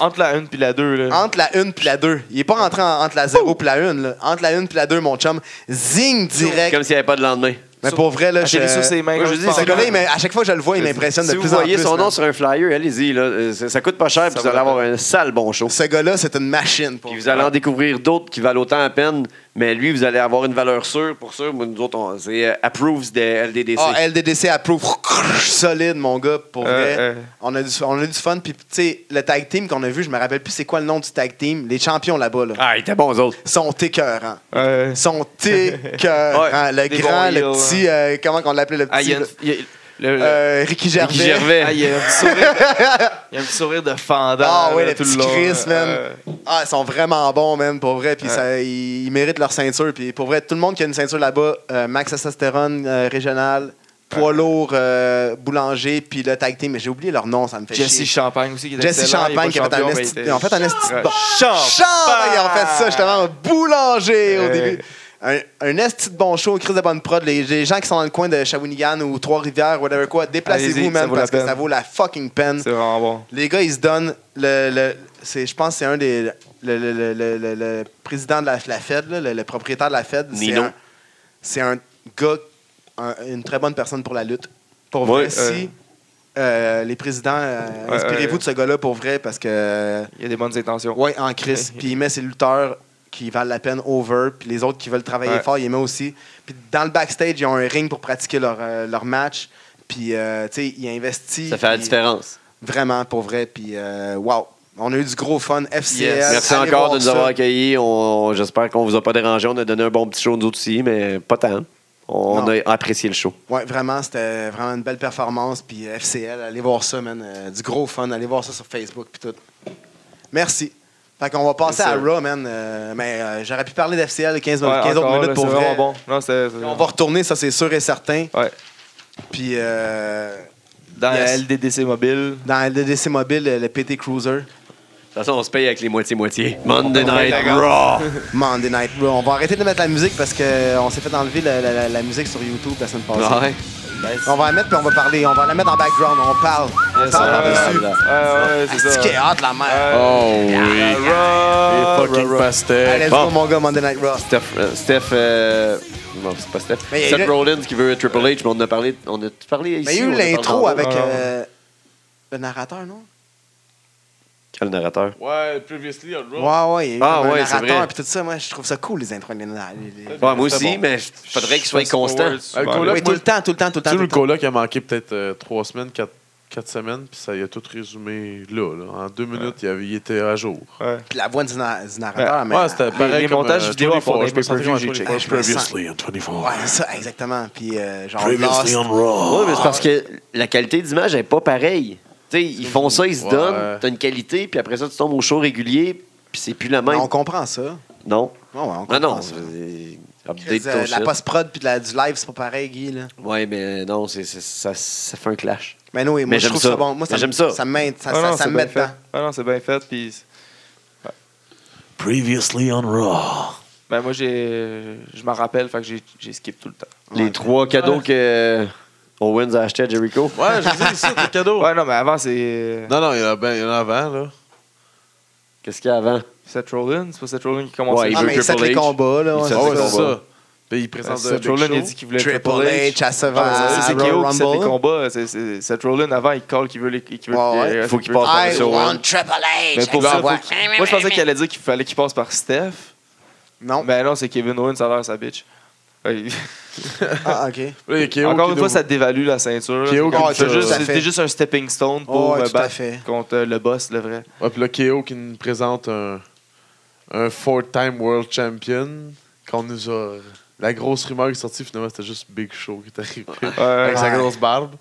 Speaker 4: Ah, entre la 1 puis la 2. Là.
Speaker 3: Entre la une puis la deux. Il est pas rentré en- entre la zéro puis la une. là. Entre la une puis la deux, mon chum. Zing direct.
Speaker 2: Comme s'il n'y avait pas de lendemain.
Speaker 3: Mais pour vrai, là, je.
Speaker 4: J'ai les sous ses mains.
Speaker 2: Moi,
Speaker 4: comme
Speaker 2: je dis,
Speaker 4: une
Speaker 2: c'est
Speaker 3: Ce
Speaker 4: panthère.
Speaker 3: gars-là, il m'a- à chaque fois que je le vois, il m'impressionne de
Speaker 2: Si vous
Speaker 3: plus en
Speaker 2: voyez
Speaker 3: plus.
Speaker 2: son
Speaker 3: man.
Speaker 2: nom sur un flyer, allez-y. là. Euh, Ça, ça coûte pas cher, puis vous
Speaker 4: vaut
Speaker 2: allez
Speaker 4: la
Speaker 2: avoir un sale bon show.
Speaker 3: Ce gars-là, c'est une machine. Pour
Speaker 2: Puis vous allez en découvrir d'autres qui valent autant à peine, mais lui, vous allez avoir une valeur sûre. Pour sûr, Moi, nous autres, on- c'est euh, approves des LDDC.
Speaker 3: Ah, LDDC approve. Solide, mon gars, pour
Speaker 4: Euh,
Speaker 3: vrai.
Speaker 4: euh.
Speaker 3: On, a du, on a du fun. Puis, tu sais, le tag team qu'on a vu, je me rappelle plus c'est quoi le nom du tag team. Les champions là-bas, là,
Speaker 2: Ah, ils étaient bons, eux autres.
Speaker 3: sont écœurants.
Speaker 4: Euh,
Speaker 3: Sont écœurants.
Speaker 4: Ouais,
Speaker 3: le
Speaker 4: des
Speaker 3: grand,
Speaker 4: bons
Speaker 3: le
Speaker 4: heels,
Speaker 3: petit. euh, comment qu'on l'appelait le
Speaker 4: ah, il
Speaker 3: petit
Speaker 4: y a une-
Speaker 3: là?
Speaker 4: il y a- le- le-
Speaker 3: Euh, Ricky Gervais.
Speaker 2: Ricky Gervais.
Speaker 4: Ah, il y a un petit sourire. Il y a un petit sourire de fendant.
Speaker 3: Ah ouais,
Speaker 4: là,
Speaker 3: les
Speaker 4: tout le
Speaker 3: petits
Speaker 4: long,
Speaker 3: Chris,
Speaker 4: là.
Speaker 3: man.
Speaker 4: Euh,
Speaker 3: Ah, ils sont vraiment bons, man, pour vrai. Puis
Speaker 4: Ouais.
Speaker 3: ça, ils, ils méritent leur ceinture. Puis pour vrai, tout le monde qui a une ceinture là-bas, euh, Max Testosterone euh, régional, poids lourd, euh, boulanger, puis le tag team. Mais j'ai oublié leur nom, ça me fait
Speaker 4: Jesse
Speaker 3: chier.
Speaker 4: Champagne aussi qui était
Speaker 3: Jesse
Speaker 4: excellent, il est
Speaker 3: Champagne qui
Speaker 4: pas
Speaker 3: a fait un
Speaker 4: champion,
Speaker 3: esti.
Speaker 4: mais il
Speaker 3: Ils ont fait un esti.
Speaker 4: était-
Speaker 3: de bon-
Speaker 4: Champagne!
Speaker 3: Champagne! Ils ont fait ça justement, boulanger au
Speaker 4: Euh.
Speaker 3: début. Un, un esti de bon show, Chris de bonne prod. Les, les gens qui sont dans le coin de Shawinigan ou Trois-Rivières, whatever quoi, déplacez-vous,
Speaker 4: Allez-y, ça
Speaker 3: man,
Speaker 4: vaut la
Speaker 3: parce que
Speaker 4: peine.
Speaker 3: ça vaut la fucking peine.
Speaker 4: C'est vraiment bon.
Speaker 3: Les gars, ils se donnent. Le, le- c'est, je pense que c'est un des. Le, le- le- le- le- le président de la, la Fed, là, le, le propriétaire de la Fed. C'est
Speaker 2: Nino.
Speaker 3: un, c'est un gars, un- une très bonne personne pour la lutte. Pour vrai,
Speaker 4: Ouais,
Speaker 3: si. euh, les présidents, euh,
Speaker 4: Ouais,
Speaker 3: inspirez-vous
Speaker 4: ouais.
Speaker 3: de ce gars-là pour vrai parce que. euh,
Speaker 4: Il y a des bonnes intentions.
Speaker 3: ouais, en crise.
Speaker 4: Ouais.
Speaker 3: Puis il met ses lutteurs qui valent la peine over, puis les autres qui veulent travailler
Speaker 4: Ouais.
Speaker 3: fort, il les met aussi. Puis dans le backstage, ils ont un ring pour pratiquer leur, euh, leur match. Puis, euh, tu sais, il investit.
Speaker 2: Ça fait la
Speaker 3: puis-
Speaker 2: différence.
Speaker 3: Vraiment, pour vrai. Puis, euh, wow. On a eu du gros fun. FCS.
Speaker 4: Yes.
Speaker 2: Merci
Speaker 3: euh, allez
Speaker 2: encore
Speaker 3: voir
Speaker 2: de nous
Speaker 3: ça.
Speaker 2: avoir accueillis. On- on- J'espère qu'on vous a pas dérangé. On a donné un bon petit show, nous autres aussi, mais pas tant. On
Speaker 3: Non.
Speaker 2: a apprécié le show.
Speaker 3: Ouais, vraiment, c'était vraiment une belle performance. Puis, euh, FCL, allez voir ça, man. Euh, du gros fun. Allez voir ça sur Facebook. Puis tout. Merci. Fait qu'on va passer
Speaker 4: Yes,
Speaker 3: à
Speaker 4: sir.
Speaker 3: Raw, man. Euh, mais euh, j'aurais pu parler
Speaker 4: Ouais,
Speaker 3: d'FCL 15, 15
Speaker 4: encore,
Speaker 3: autres
Speaker 4: là,
Speaker 3: minutes pour
Speaker 4: c'est
Speaker 3: vrai.
Speaker 4: vraiment bon. Non, c'est- c'est-
Speaker 3: On va retourner, ça, c'est sûr et certain.
Speaker 4: Ouais.
Speaker 3: Puis, euh,
Speaker 4: Dans
Speaker 3: Yes.
Speaker 4: la LDDC mobile.
Speaker 3: dans LDDC Mobile, le PT Cruiser,
Speaker 2: De toute façon, on se paye avec les moitiés-moitiés. Monday Night
Speaker 4: la
Speaker 2: Raw!
Speaker 3: Monday Night Raw. On va arrêter de mettre la musique parce qu'on s'est fait enlever la, la- la- la musique sur YouTube la semaine passée.
Speaker 2: Ouais.
Speaker 3: On va la mettre puis on va parler. On va la mettre en background. On parle. On
Speaker 4: Yes,
Speaker 3: parle
Speaker 4: ouais,
Speaker 3: par-dessus.
Speaker 4: ouais, ouais, c'est
Speaker 3: C'est qui est
Speaker 4: ça.
Speaker 3: hot, la merde.
Speaker 4: Euh,
Speaker 6: Oh oui!
Speaker 4: Raw,
Speaker 6: Les fucking
Speaker 4: Raw, Raw.
Speaker 3: Allez,
Speaker 6: pastèques!
Speaker 3: let's
Speaker 2: bon.
Speaker 3: go, mon gars, Monday Night Raw.
Speaker 2: Steph, euh, Steph euh, non, c'est pas Steph.
Speaker 3: Mais il y a
Speaker 2: Seth
Speaker 3: eu le-
Speaker 2: Rollins qui veut Triple H, mais on en a parlé, on a parlé ici.
Speaker 3: Mais il y a
Speaker 2: on en
Speaker 3: eu
Speaker 2: a
Speaker 3: l'intro
Speaker 2: parlé
Speaker 3: avec
Speaker 4: Ah.
Speaker 3: euh, le narrateur, non?
Speaker 2: Quel Ah, narrateur?
Speaker 6: Ouais, previously on
Speaker 3: Ouais,
Speaker 6: Raw.
Speaker 3: ouais, il y a eu
Speaker 2: Ah,
Speaker 3: comme un
Speaker 2: ouais, c'est
Speaker 3: narrateur
Speaker 2: vrai.
Speaker 3: puis tout ça. Moi, je trouve ça cool, les intros. les narra- les- les-
Speaker 2: Ouais, moi aussi,
Speaker 6: bon.
Speaker 2: mais faudrait qu'il soit constant.
Speaker 6: Euh,
Speaker 4: Bon,
Speaker 6: Cole-
Speaker 4: là,
Speaker 3: Oui, tout le temps, tout le temps, tout le
Speaker 6: Tu
Speaker 3: temps.
Speaker 6: sais,
Speaker 3: tout
Speaker 6: le
Speaker 3: le temps.
Speaker 6: cola qui a manqué peut-être euh, trois semaines, quatre, quatre semaines, puis ça il a tout résumé là. là. En deux minutes, il, avait- il était à jour.
Speaker 4: ouais.
Speaker 3: Puis la voix du, na- du narrateur, mais...
Speaker 6: Ouais, c'était pareil.
Speaker 4: les
Speaker 6: comme,
Speaker 4: montages vidéo à
Speaker 6: 24,
Speaker 4: fond des
Speaker 6: je me sentais
Speaker 4: pay-per-view,
Speaker 6: comme
Speaker 4: j'ai
Speaker 6: 24.
Speaker 3: checké.
Speaker 6: Previously on 24.
Speaker 3: Ouais, ça, exactement. Puis euh, genre,
Speaker 6: Previously
Speaker 3: Lost,
Speaker 6: on Raw.
Speaker 2: Ouais, mais c'est parce que la qualité d'image n'est pas pareille. Tu sais, ils font ça, ils se
Speaker 6: Ouais.
Speaker 2: donnent, t'as une qualité, puis après ça, tu tombes au show régulier, puis c'est plus la même.
Speaker 3: on comprend ça.
Speaker 2: Non.
Speaker 3: Ouais, ouais, on comprend
Speaker 2: Non, non.
Speaker 3: ça.
Speaker 2: c'est-
Speaker 3: Chris,
Speaker 2: Update
Speaker 3: euh,
Speaker 2: ton
Speaker 3: la
Speaker 2: shit.
Speaker 3: post-prod puis de la- du live, c'est pas pareil, Guy, là.
Speaker 2: Ouais, mais non, c'est c'est- ça, ça fait un clash.
Speaker 3: Mais non, et moi,
Speaker 2: Mais
Speaker 3: je
Speaker 2: j'aime
Speaker 3: trouve ça.
Speaker 2: ça.
Speaker 3: bon. Moi,
Speaker 2: Mais
Speaker 3: ça,
Speaker 2: j'aime ça.
Speaker 3: Ça me met- ça-
Speaker 4: Ah
Speaker 3: ça-
Speaker 4: non,
Speaker 3: ça
Speaker 4: c'est
Speaker 3: me
Speaker 4: bien
Speaker 3: met dedans.
Speaker 4: fait. Ah non, c'est bien fait. Puis,
Speaker 6: Previously on Raw.
Speaker 4: ben, moi, j'ai, je m'en rappelle, fait que j'ai, j'ai skip tout le temps.
Speaker 2: Les trois cadeaux que Owens a achetés à Jericho.
Speaker 6: Ouais, je vous ai dit ça, tes cadeaux.
Speaker 4: Ouais, non, mais avant, c'est
Speaker 6: Non, non, il y en a, ben, il y en a avant, là.
Speaker 2: Qu'est-ce qu'il y a avant?
Speaker 4: Seth Rollins. C'est pas Seth Rollins qui commençait.
Speaker 2: Ouais, il
Speaker 3: Ah,
Speaker 2: veut
Speaker 3: mais il
Speaker 2: Triple
Speaker 3: set les
Speaker 2: H.
Speaker 3: combats, là.
Speaker 2: Il
Speaker 3: ouais,
Speaker 2: set
Speaker 3: c'est
Speaker 6: Ah ouais,
Speaker 2: les
Speaker 3: ça.
Speaker 6: c'est
Speaker 2: combats.
Speaker 6: ça. Puis il présente le
Speaker 4: Seth
Speaker 6: Big
Speaker 4: Rollins
Speaker 6: Show.
Speaker 4: a dit qu'il voulait
Speaker 3: Triple H à
Speaker 4: Ah, mais c'est- c'est KO qui
Speaker 3: Savage.
Speaker 4: fait les
Speaker 3: Rumble. hein?
Speaker 4: combats. C'est, c'est, Seth Rollins, avant, il call qu'il veut les. Qu'il veut,
Speaker 3: Ouais, ouais.
Speaker 4: euh,
Speaker 2: Faut qu'il
Speaker 4: veut-
Speaker 2: passe par
Speaker 3: I
Speaker 2: le show.
Speaker 3: want
Speaker 2: hein.
Speaker 3: Triple H.
Speaker 4: Mais pour
Speaker 3: Exact.
Speaker 4: ça,
Speaker 3: Ouais.
Speaker 4: faut qu'il- moi, je pensais qu'il allait dire qu'il fallait qu'il passe par Steph.
Speaker 3: Non.
Speaker 4: Ben non, c'est Kevin Owens à l'air, sa bitch. Ouais.
Speaker 3: Ah, ok.
Speaker 6: Là, il y a KO
Speaker 4: Encore
Speaker 6: qui
Speaker 4: une fois,
Speaker 6: doit-
Speaker 4: ça dévalue la ceinture. là.
Speaker 6: K.O.
Speaker 4: C'est comme-
Speaker 6: contre-
Speaker 4: c'est juste-
Speaker 3: tout à fait.
Speaker 4: C'était juste un stepping stone pour
Speaker 3: Ouais,
Speaker 4: me
Speaker 3: tout à
Speaker 4: battre
Speaker 3: fait.
Speaker 4: contre euh, le boss, le vrai.
Speaker 6: Ouais, puis là, KO qui nous présente un, un four-time world champion. Quand nous a. La grosse rumeur qui est sortie, finalement, c'était juste Big Show qui est arrivé. Avec sa
Speaker 3: Ouais.
Speaker 6: grosse barbe.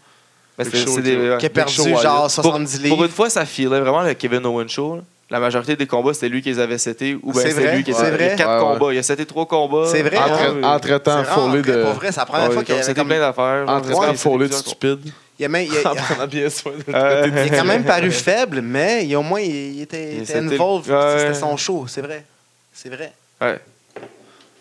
Speaker 4: Mais
Speaker 6: Big
Speaker 4: c'est-
Speaker 6: Show,
Speaker 4: c'est des-
Speaker 6: tu
Speaker 4: ouais.
Speaker 3: Qui a
Speaker 6: Big
Speaker 3: perdu
Speaker 6: Show Wyatt.
Speaker 3: genre
Speaker 4: pour,
Speaker 3: 70
Speaker 4: pour
Speaker 3: livres.
Speaker 4: une fois, ça filait vraiment le Kevin Owens Show. là. La majorité des combats, c'était lui qui les avait setés. Ou bien
Speaker 3: C'est
Speaker 4: c'est
Speaker 3: vrai,
Speaker 4: lui qui les
Speaker 3: c'est
Speaker 4: avait
Speaker 3: vrai.
Speaker 4: Il y a quatre
Speaker 6: Ouais, ouais.
Speaker 4: combats. Il a seté trois combats.
Speaker 3: C'est vrai,
Speaker 4: Ah,
Speaker 3: hein?
Speaker 4: ouais.
Speaker 6: Entre- Entre-temps,
Speaker 3: C'est rare,
Speaker 6: Foley de.
Speaker 3: Pour vrai, c'est la première
Speaker 4: Ouais,
Speaker 3: fois qu'il y
Speaker 4: Ah, comme
Speaker 3: avait
Speaker 4: C'était
Speaker 3: comme-
Speaker 4: plein d'affaires. genre, parce
Speaker 6: Entre-temps,
Speaker 4: qu'il
Speaker 6: Foley de
Speaker 4: faisait plusieurs
Speaker 6: stupide.
Speaker 3: Il y a même- il y
Speaker 6: En
Speaker 3: a-
Speaker 6: prenant bien soin de
Speaker 4: Euh,
Speaker 6: traiter de-
Speaker 3: il a quand même paru faible, mais il- au moins, il il était,
Speaker 4: Il
Speaker 3: il était
Speaker 4: s'était-
Speaker 3: involved.
Speaker 4: Ouais.
Speaker 3: C'était son show, c'est vrai. C'est vrai.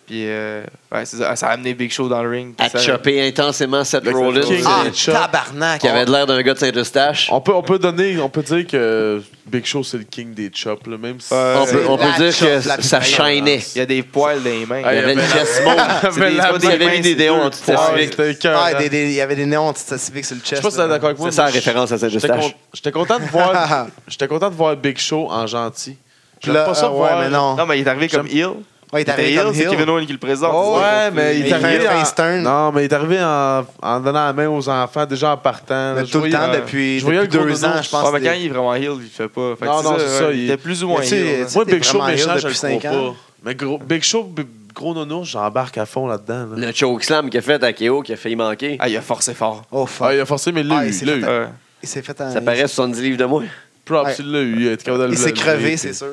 Speaker 4: Puis, euh, ouais, c'est ça. Ça a amené Big Show dans le ring. puis
Speaker 2: À
Speaker 4: ça-
Speaker 2: chopper intensément Seth
Speaker 6: Le
Speaker 2: Rollins, euh,
Speaker 6: King
Speaker 3: Ah,
Speaker 6: des chops.
Speaker 3: tabarnak!
Speaker 2: qui avait de l'air d'un gars de Saint-Eustache.
Speaker 6: On peut, on peut donner, on peut dire que Big Show c'est le king des chops, là, même si.
Speaker 4: Ouais.
Speaker 2: On
Speaker 4: c'est
Speaker 2: peut, on peut
Speaker 3: la
Speaker 2: dire
Speaker 3: chop
Speaker 2: que
Speaker 3: la plus
Speaker 2: ça
Speaker 3: violente.
Speaker 2: shinait.
Speaker 4: Il y a des poils dans les mains.
Speaker 2: Il y avait
Speaker 6: avait
Speaker 2: une
Speaker 6: la-
Speaker 2: geste mauve.
Speaker 4: C'est des-
Speaker 2: Il y avait mis des déos en tout
Speaker 6: Ouais,
Speaker 2: ça. Je
Speaker 6: c'était écœurant.
Speaker 3: Ah, des- des- il y avait des néons antistacifiques sur le chest.
Speaker 6: hein. Je sais pas si t'es d'accord avec moi.
Speaker 2: C'est ça la
Speaker 6: mais j'étais
Speaker 2: référence à Saint-Eustache.
Speaker 6: con- J'étais content de voir, j'étais content de voir Big Show en gentil. J'aime
Speaker 3: Là,
Speaker 6: pas ça
Speaker 3: euh, ouais,
Speaker 6: voir-
Speaker 3: mais non.
Speaker 4: Non, mais il est arrivé comme Hill.
Speaker 3: Ouais, il est arrivé
Speaker 4: Hill,
Speaker 3: comme
Speaker 4: c'est
Speaker 3: heel.
Speaker 4: Kevin Owens qui le présente.
Speaker 6: Oh, ouais, mais il
Speaker 3: Il
Speaker 6: est
Speaker 3: fait
Speaker 6: arrivé.
Speaker 3: un
Speaker 6: en-
Speaker 3: face turn.
Speaker 6: Non, mais il est arrivé en, en donnant la main aux enfants, déjà en partant.
Speaker 3: Mais
Speaker 6: Je
Speaker 3: tout le
Speaker 6: voyais-
Speaker 3: temps,
Speaker 4: euh,
Speaker 3: depuis,
Speaker 6: je voyais
Speaker 3: depuis
Speaker 6: le gros
Speaker 3: deux ans, je
Speaker 6: dodo.
Speaker 4: Ouais,
Speaker 3: pense.
Speaker 4: mais
Speaker 3: que
Speaker 4: quand il est vraiment heel, il fait pas. Fait que
Speaker 6: Non,
Speaker 4: c'est
Speaker 6: non, c'est
Speaker 4: ouais,
Speaker 6: ça,
Speaker 4: Il
Speaker 6: il-
Speaker 4: était plus ou moins
Speaker 3: Mais tu sais,
Speaker 4: heel.
Speaker 3: tu-
Speaker 6: Moi,
Speaker 3: C'était
Speaker 6: Big Show
Speaker 3: vraiment
Speaker 6: méchant,
Speaker 3: heel
Speaker 6: je le
Speaker 3: depuis cinq
Speaker 6: crois
Speaker 3: ans.
Speaker 6: pas. Mais gros, Big Show, b- gros nono, j'embarque à fond là-dedans. là.
Speaker 2: Le chokeslam qu'il a fait à Keo qui a failli manquer.
Speaker 4: Ah, il a forcé fort.
Speaker 3: Oh
Speaker 6: Ah,
Speaker 3: fuck.
Speaker 6: il a forcé, mais il l'a
Speaker 3: Ah,
Speaker 6: eu.
Speaker 3: il s'est
Speaker 6: il l'a eu.
Speaker 3: fait-
Speaker 4: Ouais.
Speaker 3: Il s'est fait un.
Speaker 2: Ça paraît 70 livres de moins.
Speaker 6: Props,
Speaker 3: Ouais.
Speaker 6: il l'a eu. Il, est capable de le-
Speaker 3: Il s'est
Speaker 6: le-
Speaker 3: crevé,
Speaker 6: le-
Speaker 3: c'est sûr.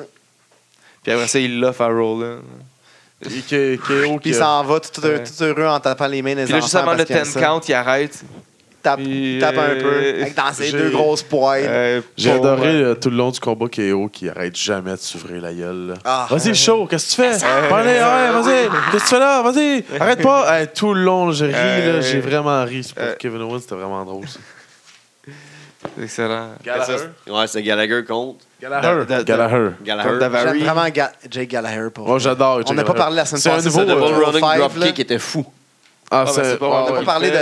Speaker 4: Puis après ça, il l'offre à Rollins.
Speaker 6: Et que- KO
Speaker 3: Puis
Speaker 6: qui
Speaker 3: il
Speaker 6: a-
Speaker 3: s'en va tout, tout-
Speaker 4: Ouais.
Speaker 3: tout heureux en tapant les mains des
Speaker 4: Puis
Speaker 3: enfants.
Speaker 4: là, juste avant le
Speaker 3: parce qu'il aime
Speaker 4: 10
Speaker 3: ça.
Speaker 4: count, il arrête.
Speaker 3: Tape,
Speaker 4: Puis,
Speaker 3: tape un
Speaker 4: euh,
Speaker 3: peu. Avec dans ses
Speaker 6: j'ai-
Speaker 3: deux grosses poils.
Speaker 4: Euh,
Speaker 6: J'ai
Speaker 4: pauvre.
Speaker 6: adoré euh, tout le long du combat KO qui arrête jamais de s'ouvrir la gueule. là.
Speaker 3: Ah.
Speaker 6: vas-y, chaud, qu'est-ce que tu fais? Allez, ouais, vas-y, qu'est-ce que tu fais là? Vas-y, arrête pas! Hey, tout le long, j'ai ri,
Speaker 4: Euh,
Speaker 6: là, j'ai vraiment ri. C'est pour
Speaker 4: euh,
Speaker 6: Kevin Owens, c'était vraiment drôle. ça.
Speaker 4: Excellent.
Speaker 6: Gallagher.
Speaker 2: Ouais, c'est Gallagher contre
Speaker 4: Gallagher.
Speaker 6: Da- da- Gallagher.
Speaker 4: Comme
Speaker 2: Gallagher.
Speaker 3: J'aime
Speaker 4: Davari.
Speaker 3: vraiment Ga- Jake Gallagher pour.
Speaker 6: Moi, Oh, j'adore.
Speaker 3: On n'a pas parlé la semaine
Speaker 6: C'est un
Speaker 3: passée,
Speaker 6: nouveau,
Speaker 3: ça, de
Speaker 6: euh,
Speaker 2: Double
Speaker 3: Bull
Speaker 2: running
Speaker 3: Five,
Speaker 2: dropkick
Speaker 3: là.
Speaker 2: était fou.
Speaker 6: Ah,
Speaker 4: Ah, ben,
Speaker 6: c'est-
Speaker 4: c'est
Speaker 6: ah,
Speaker 4: on n'a
Speaker 6: ouais.
Speaker 3: pas parlé de-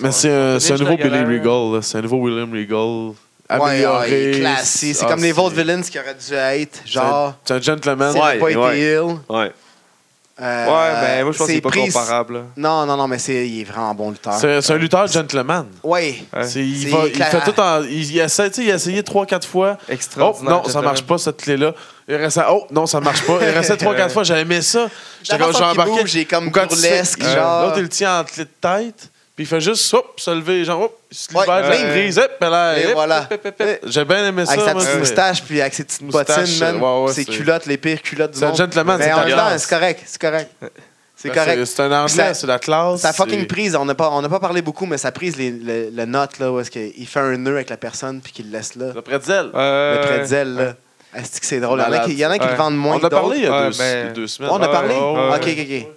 Speaker 6: Mais c'est un, c'est un
Speaker 4: Finish
Speaker 6: nouveau
Speaker 4: la
Speaker 6: Billy
Speaker 4: galère.
Speaker 6: Regal, là. c'est un nouveau William Regal.
Speaker 3: Ouais, ouais,
Speaker 6: Amélioré.
Speaker 3: il est classique. C'est
Speaker 6: Ah,
Speaker 3: comme les Vaudevillains qui auraient dû être. Genre,
Speaker 6: C'est un gentleman.
Speaker 3: s'il
Speaker 2: Ouais.
Speaker 3: n'avait pas
Speaker 2: ouais.
Speaker 3: été ill.
Speaker 2: Ouais.
Speaker 3: euh,
Speaker 4: Ouais, ben moi je pense que
Speaker 3: ses
Speaker 4: c'est pas
Speaker 3: prises-
Speaker 4: comparable. là.
Speaker 3: Non, non, non, mais c'est, il est vraiment bon lutteur.
Speaker 6: C'est c'est un lutteur gentleman.
Speaker 3: Ouais.
Speaker 4: Ouais.
Speaker 6: C'est- Il,
Speaker 3: C'est
Speaker 6: va, il
Speaker 3: clair.
Speaker 6: fait tout en. Il, il essaie, tu sais, il a essayé 3-4 fois. Oh
Speaker 4: Extraordinaire.
Speaker 6: non, ça marche pas cette clé-là. Il restait. Oh non, ça marche pas. Il restait 3-4 fois. J'aimais ça. J'étais
Speaker 3: La
Speaker 6: comme
Speaker 3: façon
Speaker 6: j'ai
Speaker 3: qu'il
Speaker 6: embarqué.
Speaker 3: bouge, il est comme
Speaker 6: Ou quand tu sais-
Speaker 3: burlesque,
Speaker 6: Euh,
Speaker 3: genre.
Speaker 6: L'autre, il le tient en clé de tête. Puis il fait juste hop, se lever. Genre, hop, il se libère
Speaker 3: Ouais,
Speaker 6: de la
Speaker 4: bing.
Speaker 6: prise. Hop, elle a-
Speaker 3: Et
Speaker 6: hop,
Speaker 3: voilà.
Speaker 6: hop, hop, hop. J'ai bien aimé ça.
Speaker 3: Avec sa
Speaker 6: moi,
Speaker 3: petite
Speaker 6: mais-
Speaker 3: moustache, puis avec ses petites
Speaker 6: Moustache,
Speaker 3: bottines, man.
Speaker 6: ouais, ouais,
Speaker 3: ses
Speaker 6: c'est-
Speaker 3: culottes, les pires culottes du
Speaker 6: C'est un
Speaker 3: monde.
Speaker 6: gentleman, c'est
Speaker 3: Mais en même
Speaker 6: classe.
Speaker 3: temps, c'est correct, c'est correct. C'est
Speaker 6: Ben,
Speaker 3: correct.
Speaker 6: C'est un anglais,
Speaker 3: Ça-
Speaker 6: c'est la classe.
Speaker 3: Sa fucking
Speaker 6: c'est-
Speaker 3: prise, on n'a pas, on n'a pas parlé beaucoup, mais sa prise, les- le, le note, là, où est-ce qu'il fait un nœud avec la personne, puis qu'il le laisse là.
Speaker 6: Le pretzel.
Speaker 3: Le
Speaker 4: Euh,
Speaker 3: pretzel, là. Asti que c'est drôle. Il y en a
Speaker 6: Malade.
Speaker 3: qui, il y en a qui le
Speaker 4: Ouais.
Speaker 3: vendent moins
Speaker 6: On en a
Speaker 3: que d'autres.
Speaker 6: parlé il y a
Speaker 4: Ouais,
Speaker 6: deux,
Speaker 4: mais-
Speaker 6: il y a deux semaines.
Speaker 3: On a
Speaker 4: Ouais,
Speaker 3: parlé?
Speaker 4: ouais,
Speaker 3: Ok, ok, ok.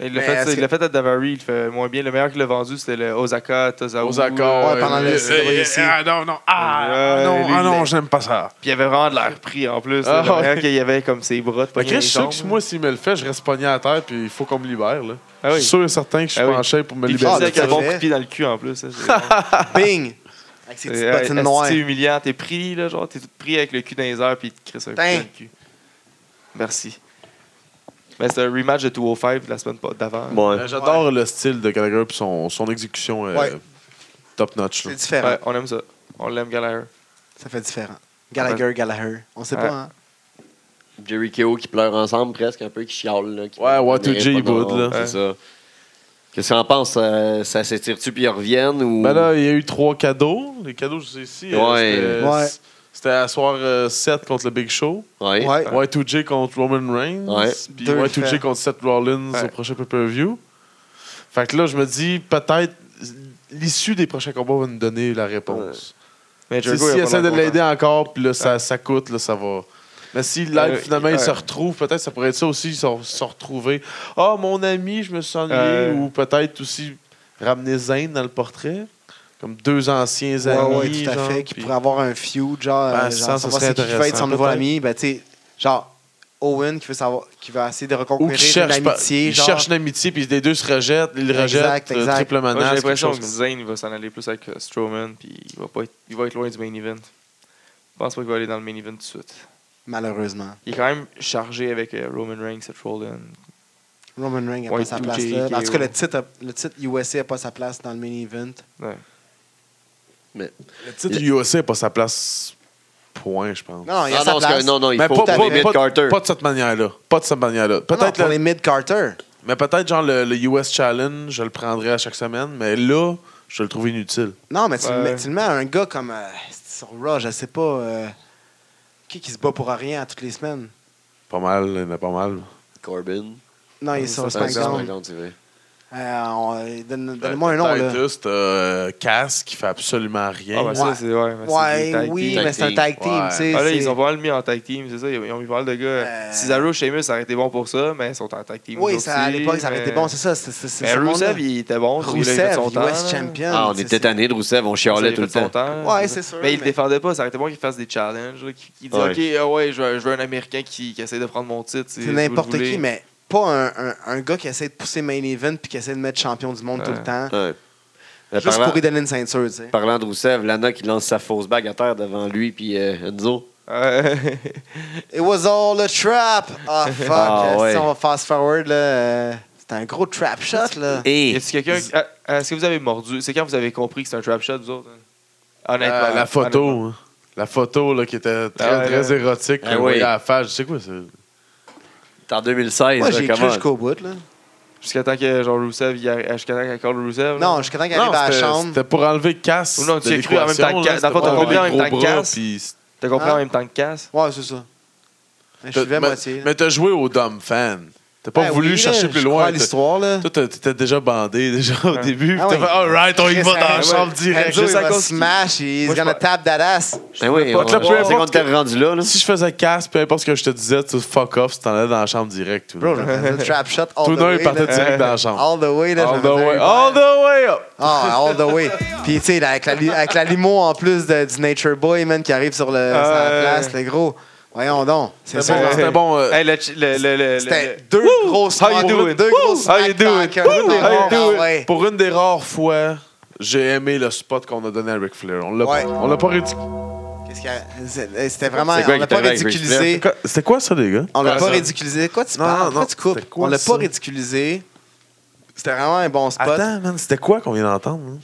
Speaker 4: Il l'a
Speaker 3: Mais
Speaker 4: fait,
Speaker 3: est-ce
Speaker 4: ça, il
Speaker 3: que-
Speaker 4: l'a fait à Davari, il fait moins bien. Le meilleur qu'il a vendu, c'était le Osaka, Tozawa.
Speaker 6: Aux accords.
Speaker 3: Ouais, pendant le-
Speaker 6: euh, euh,
Speaker 3: ici.
Speaker 6: Ah non, non. Ah
Speaker 4: Ouais,
Speaker 6: non,
Speaker 4: les-
Speaker 6: ah, non, j'aime pas ça.
Speaker 4: Puis il avait vraiment de l'air pris en plus.
Speaker 6: Ah,
Speaker 4: là. le meilleur
Speaker 6: ouais.
Speaker 4: qu'il y avait comme ses bras de
Speaker 6: Fait que
Speaker 4: pogner
Speaker 6: je suis
Speaker 4: les
Speaker 6: sûr que
Speaker 4: jambes.
Speaker 6: si moi, s'il me le fait, je reste pogné à terre puis il faut qu'on me libère. Là.
Speaker 4: Ah oui.
Speaker 6: Je suis sûr et certain que je suis
Speaker 4: Ah oui.
Speaker 6: pas en chaîne pour me
Speaker 4: Puis il
Speaker 6: libérer.
Speaker 4: faisait
Speaker 3: Ah,
Speaker 4: avec
Speaker 3: ça
Speaker 4: un bon
Speaker 3: fait.
Speaker 4: coup de pied dans le cul en plus. ça, c'est-
Speaker 3: Bing! Avec ses
Speaker 4: C'est-
Speaker 3: petites bottines
Speaker 4: Asti,
Speaker 3: noires.
Speaker 4: C'est humiliant, t'es pris, là, genre, t'es tout pris avec le cul dans les airs, puis il te crisse un coup
Speaker 3: Tain.
Speaker 4: dans le cul. Merci. Mais c'est un rematch de 205 de la semaine pas- d'avant.
Speaker 2: Ouais.
Speaker 6: Euh, J'adore le style de Gallagher puis son, son exécution euh,
Speaker 3: Ouais.
Speaker 6: top notch. là.
Speaker 3: C'est différent.
Speaker 4: Ouais, on aime ça. On l'aime, Gallagher.
Speaker 3: Ça fait différent. Gallagher, Gallagher. On sait
Speaker 4: Ouais.
Speaker 3: pas, hein?
Speaker 2: Jerry Keo qui pleure ensemble presque, un peu, qui chiale. Là, qui-
Speaker 6: Ouais, ouais,
Speaker 2: qui
Speaker 6: tout Jay
Speaker 2: mérite pas
Speaker 6: Wood,
Speaker 2: de-
Speaker 6: là.
Speaker 2: C'est ça. Qu'est-ce qu'on pense? Ça, ça s'étire-tu puis ils reviennent? Ou...
Speaker 6: Ben là, il y a eu trois cadeaux. Les cadeaux, je sais ici. euh,
Speaker 2: Ouais.
Speaker 6: c'était-
Speaker 3: Ouais.
Speaker 6: C'était à soir 7 contre le Big Show.
Speaker 2: ouais.
Speaker 3: Ouais.
Speaker 6: Ouais, 2J contre Roman Reigns.
Speaker 2: Ouais.
Speaker 6: Puis
Speaker 3: Deux
Speaker 6: ouais, 2J
Speaker 3: faits.
Speaker 6: contre Seth Rollins
Speaker 4: Ouais.
Speaker 6: au prochain pay-per-view. Fait que là, je me dis, peut-être l'issue des prochains combats va nous donner la réponse.
Speaker 4: Mais
Speaker 6: Si
Speaker 4: il a
Speaker 6: S'il
Speaker 4: pas
Speaker 6: essaie de
Speaker 4: longtemps.
Speaker 6: l'aider encore, puis là, ça, ça coûte, là, ça va. Mais si l'aide,
Speaker 4: Euh,
Speaker 6: finalement,
Speaker 4: ouais.
Speaker 6: il se retrouve, peut-être ça pourrait être ça aussi, ils se se retrouver. Ah, mon ami, je me suis ennuyé.
Speaker 4: Euh.
Speaker 6: Ou peut-être aussi ramener Zane dans le portrait. Comme deux anciens
Speaker 3: Ouais,
Speaker 6: amis.
Speaker 3: ouais, tout à
Speaker 6: genre,
Speaker 3: fait. Qui
Speaker 6: puis-
Speaker 3: pourrait avoir un feud, genre,
Speaker 6: Ben,
Speaker 3: euh, genre
Speaker 6: ça, ça
Speaker 3: savoir c'est qui
Speaker 6: serait
Speaker 3: qui va être
Speaker 6: intéressant,
Speaker 3: son nouveau
Speaker 6: peut-être.
Speaker 3: ami. Ben, tu sais, genre, Owen qui veut savoir, qui va essayer de
Speaker 6: Ou qui
Speaker 3: reconquérir une
Speaker 6: cherche,
Speaker 3: amitié,
Speaker 6: il
Speaker 3: genre.
Speaker 6: cherche une amitié, puis les deux se rejettent, ils le
Speaker 3: Exact,
Speaker 6: rejettent, euh,
Speaker 3: exact.
Speaker 6: triple
Speaker 4: Moi,
Speaker 6: menace.
Speaker 4: j'ai
Speaker 6: quelque
Speaker 4: l'impression
Speaker 6: chose
Speaker 4: que Zayn va s'en aller plus avec euh, Strowman, puis il va, pas être, il va être loin du main event. Je pense pas qu'il va aller dans le main event tout de suite.
Speaker 3: Malheureusement.
Speaker 4: Il est quand même chargé avec euh, Roman Reigns, Seth Rollins.
Speaker 3: Roman Reigns n'a
Speaker 4: Ouais,
Speaker 3: pas sa
Speaker 4: tout
Speaker 3: place
Speaker 4: qui-
Speaker 3: là.
Speaker 4: qui-
Speaker 3: En tout cas, le titre, a- le titre USA n'a pas sa place dans le main event.
Speaker 4: Ouais. Ah,
Speaker 2: Mais...
Speaker 6: Le titre du USA n'a pas sa place. Point, je pense.
Speaker 3: Non, il a
Speaker 2: Ah
Speaker 3: sa
Speaker 2: non, parce
Speaker 3: place.
Speaker 2: que- non, non, il
Speaker 6: mais
Speaker 2: faut
Speaker 6: pas,
Speaker 3: t'avais-
Speaker 6: pas-
Speaker 2: pas
Speaker 6: pas-
Speaker 2: Carter.
Speaker 6: pas de cette manière-là. Pas de cette manière-là.
Speaker 3: Non,
Speaker 6: Peut-être
Speaker 3: pour
Speaker 6: le-
Speaker 3: les mid-carter.
Speaker 6: Mais peut-être genre le, le US Challenge, je le prendrais à chaque semaine, mais là, je le trouve inutile.
Speaker 3: Non, mais tu, le,
Speaker 4: Ouais.
Speaker 3: mets, tu le mets à un gars comme euh, sur Raw, je sais pas. euh, qui qui se bat pour rien à toutes les semaines?
Speaker 6: Pas mal, il y en a pas mal.
Speaker 2: Corbin.
Speaker 3: Non, il est sur
Speaker 6: ça, c'est
Speaker 3: SmackDown.
Speaker 2: c'est vrai.
Speaker 3: Euh, on- donne- Donne-moi un nom, là.
Speaker 6: Titus, t'as, euh, Cass qui fait absolument rien.
Speaker 4: Ah, ben ça,
Speaker 3: Ouais.
Speaker 4: c'est. Ouais, mais c'est des
Speaker 3: Ouais,
Speaker 4: tag
Speaker 3: oui,
Speaker 4: teams.
Speaker 3: mais c'est un tag team,
Speaker 6: Ouais.
Speaker 3: tu sais.
Speaker 4: Ah, là,
Speaker 3: c'est-
Speaker 4: ils ont pas mal mis en tag team, c'est ça. Ils ont, ils ont mis pas mal de gars.
Speaker 3: Euh,
Speaker 4: Cesaro, Sheamus, ça aurait été bon pour ça, mais ils sont en tag team.
Speaker 3: Oui,
Speaker 4: aussi,
Speaker 3: ça, à l'époque, ça aurait
Speaker 4: mais-
Speaker 3: été bon, c'est ça. c'est- c'est- c'est
Speaker 4: Mais
Speaker 3: ce monde-là.
Speaker 4: Rusev, il était bon. il a fait
Speaker 3: Rusev,
Speaker 4: son temps,
Speaker 3: US
Speaker 4: là.
Speaker 3: champion.
Speaker 2: Ah, on
Speaker 3: tu sais,
Speaker 2: était tanné de Rousseff, on chialait
Speaker 4: Il
Speaker 2: tout
Speaker 4: a
Speaker 2: le
Speaker 4: fait son
Speaker 2: temps.
Speaker 4: temps.
Speaker 3: Ouais, c'est sûr,
Speaker 4: Mais il le
Speaker 3: mais-
Speaker 4: défendait pas, ça aurait été bon qu'il fasse des challenges. là, Qu'il qu'il dise,
Speaker 2: Ouais.
Speaker 4: OK, ah ouais, je veux, je veux un Américain qui, qui essaie de prendre mon titre. si
Speaker 3: C'est
Speaker 4: vous
Speaker 3: n'importe
Speaker 4: le voulez.
Speaker 3: qui, mais pas un, un- un gars qui essaie de pousser main event puis qui essaie de mettre champion du monde tout
Speaker 4: Ouais.
Speaker 3: le temps.
Speaker 2: Ouais. Euh,
Speaker 3: Juste
Speaker 2: parlant,
Speaker 3: pour y donner une ceinture, tu sais.
Speaker 2: parlant de Rousseff, Lana qui lance sa fausse bague à terre devant lui puis euh, Enzo.
Speaker 4: Ouais.
Speaker 3: It was all a trap! Ah, fuck!
Speaker 2: Ah, ouais.
Speaker 3: Si on va fast forward, là, euh, c'est un gros trap shot, là.
Speaker 2: Et
Speaker 4: Y a-t-il quelqu'un. qui- ah, Est-ce que vous avez mordu C'est quand vous avez compris que c'est un trap shot, vous autres hein? Honnêtement.
Speaker 6: Euh, la photo,
Speaker 4: honnêtement.
Speaker 6: hein. la photo là, qui était très,
Speaker 4: Ah ouais,
Speaker 6: très
Speaker 4: là.
Speaker 6: érotique.
Speaker 2: Ah
Speaker 6: qu'on
Speaker 2: oui.
Speaker 6: voyait à la face, je sais quoi, c'est
Speaker 2: t'es en 2016,
Speaker 3: Moi,
Speaker 2: là,
Speaker 3: j'ai
Speaker 2: comment-
Speaker 3: cru jusqu'au bout, là.
Speaker 4: Jusqu'à temps que genre Rousseff, il arri- jusqu'à temps qu'elle colle Rousseff.
Speaker 3: Non,
Speaker 4: là.
Speaker 3: jusqu'à temps qu'elle
Speaker 6: Non,
Speaker 3: arrive à la
Speaker 6: c'était-
Speaker 3: chambre.
Speaker 6: c'était pour enlever Cass.
Speaker 4: Ou non, tu
Speaker 6: de
Speaker 4: as cru en même temps
Speaker 6: l'équation,
Speaker 4: que Cass-
Speaker 6: là,
Speaker 4: dans
Speaker 6: c'était
Speaker 4: le fond, t'as
Speaker 6: pour
Speaker 4: compris en
Speaker 6: enlever
Speaker 4: même temps
Speaker 6: gros
Speaker 4: que
Speaker 6: bras,
Speaker 4: Cass.
Speaker 6: puis c'était-
Speaker 4: T'as compris
Speaker 3: Hein?
Speaker 4: en même temps que Cass
Speaker 3: Ouais, c'est ça. Mais Je suis à
Speaker 6: mais-
Speaker 3: moitié. là.
Speaker 6: Mais t'as joué au dumb fan. T'as pas
Speaker 3: Ben
Speaker 6: voulu
Speaker 3: oui, là,
Speaker 6: chercher plus
Speaker 3: je crois
Speaker 6: loin.
Speaker 3: à
Speaker 6: t'as-
Speaker 3: l'histoire, là.
Speaker 6: Toi, t'as- t'étais déjà bandé déjà au
Speaker 4: Ah.
Speaker 6: début. puis
Speaker 3: Ah
Speaker 6: t'as
Speaker 3: oui.
Speaker 6: fait, alright, on y va dans la
Speaker 3: Ah ouais.
Speaker 6: chambre direct.
Speaker 3: Enzo,
Speaker 4: Juste
Speaker 3: il
Speaker 4: à
Speaker 3: va
Speaker 4: cause
Speaker 3: smash, he's
Speaker 4: Moi, je
Speaker 3: gonna
Speaker 4: pense-
Speaker 3: tap that ass.
Speaker 2: Ben oui, on,
Speaker 4: Pas-
Speaker 2: on
Speaker 4: peu
Speaker 2: sait qu'on
Speaker 4: importe
Speaker 2: était rendu là. là.
Speaker 6: Si je faisais casse, peu importe ce que je te disais, tu fuck off, tu t'en allais dans la chambre direct. Tout
Speaker 3: Bro,
Speaker 6: le
Speaker 3: je
Speaker 6: temps.
Speaker 3: me faisais trap shot all
Speaker 6: Tout
Speaker 3: the
Speaker 6: le monde,
Speaker 3: way.
Speaker 6: il partait
Speaker 3: là. Ah,
Speaker 6: direct dans la chambre.
Speaker 3: All the way, là. je
Speaker 6: All
Speaker 3: me
Speaker 6: the
Speaker 3: faisais
Speaker 6: way,
Speaker 3: un-
Speaker 6: all the way up.
Speaker 3: Ah, all the way. Puis, tu sais, là, avec la, li- avec la limo en plus de- du Nature Boy, man, qui arrive sur, le, sur la
Speaker 4: Euh.
Speaker 3: place, le gros. Voyons donc. C'est
Speaker 6: C'était
Speaker 4: bon,
Speaker 3: ça.
Speaker 6: bon,
Speaker 3: là.
Speaker 4: ouais.
Speaker 6: c'était bon. euh,
Speaker 4: Hey, le, ch- le, le, le- le-
Speaker 3: C'était deux
Speaker 4: Woo!
Speaker 3: grosses
Speaker 4: How you
Speaker 3: smacks,
Speaker 4: doing?
Speaker 3: deux grosses
Speaker 4: Woo! How you
Speaker 3: smacks
Speaker 4: doing?
Speaker 3: dans
Speaker 4: Woo!
Speaker 3: la gueule.
Speaker 4: How you doing?
Speaker 3: Ah, ouais.
Speaker 6: Pour une des rares fois, j'ai aimé le spot qu'on a donné à Ric Flair. On l'a
Speaker 3: Ouais.
Speaker 6: pas, on l'a pas ridic-
Speaker 3: Qu'est-ce qu'il y a? C'est- C'était vraiment.
Speaker 2: C'est quoi
Speaker 3: on
Speaker 2: qui
Speaker 3: l'a
Speaker 2: était
Speaker 3: pas
Speaker 2: vrai avec Ric
Speaker 3: ridiculisé.
Speaker 6: Quoi- C'était quoi ça, les gars?
Speaker 3: On l'a
Speaker 4: Ah,
Speaker 3: pas
Speaker 4: ça.
Speaker 3: ridiculisé. Quoi tu
Speaker 6: Non,
Speaker 3: parles?
Speaker 6: non,
Speaker 3: Quoi tu coupes?
Speaker 6: c'était quoi,
Speaker 3: On l'a
Speaker 6: ça?
Speaker 3: pas ridiculisé. C'était vraiment un bon spot. Euh,
Speaker 6: Attends, man, c'était quoi qu'on vient d'entendre? hein?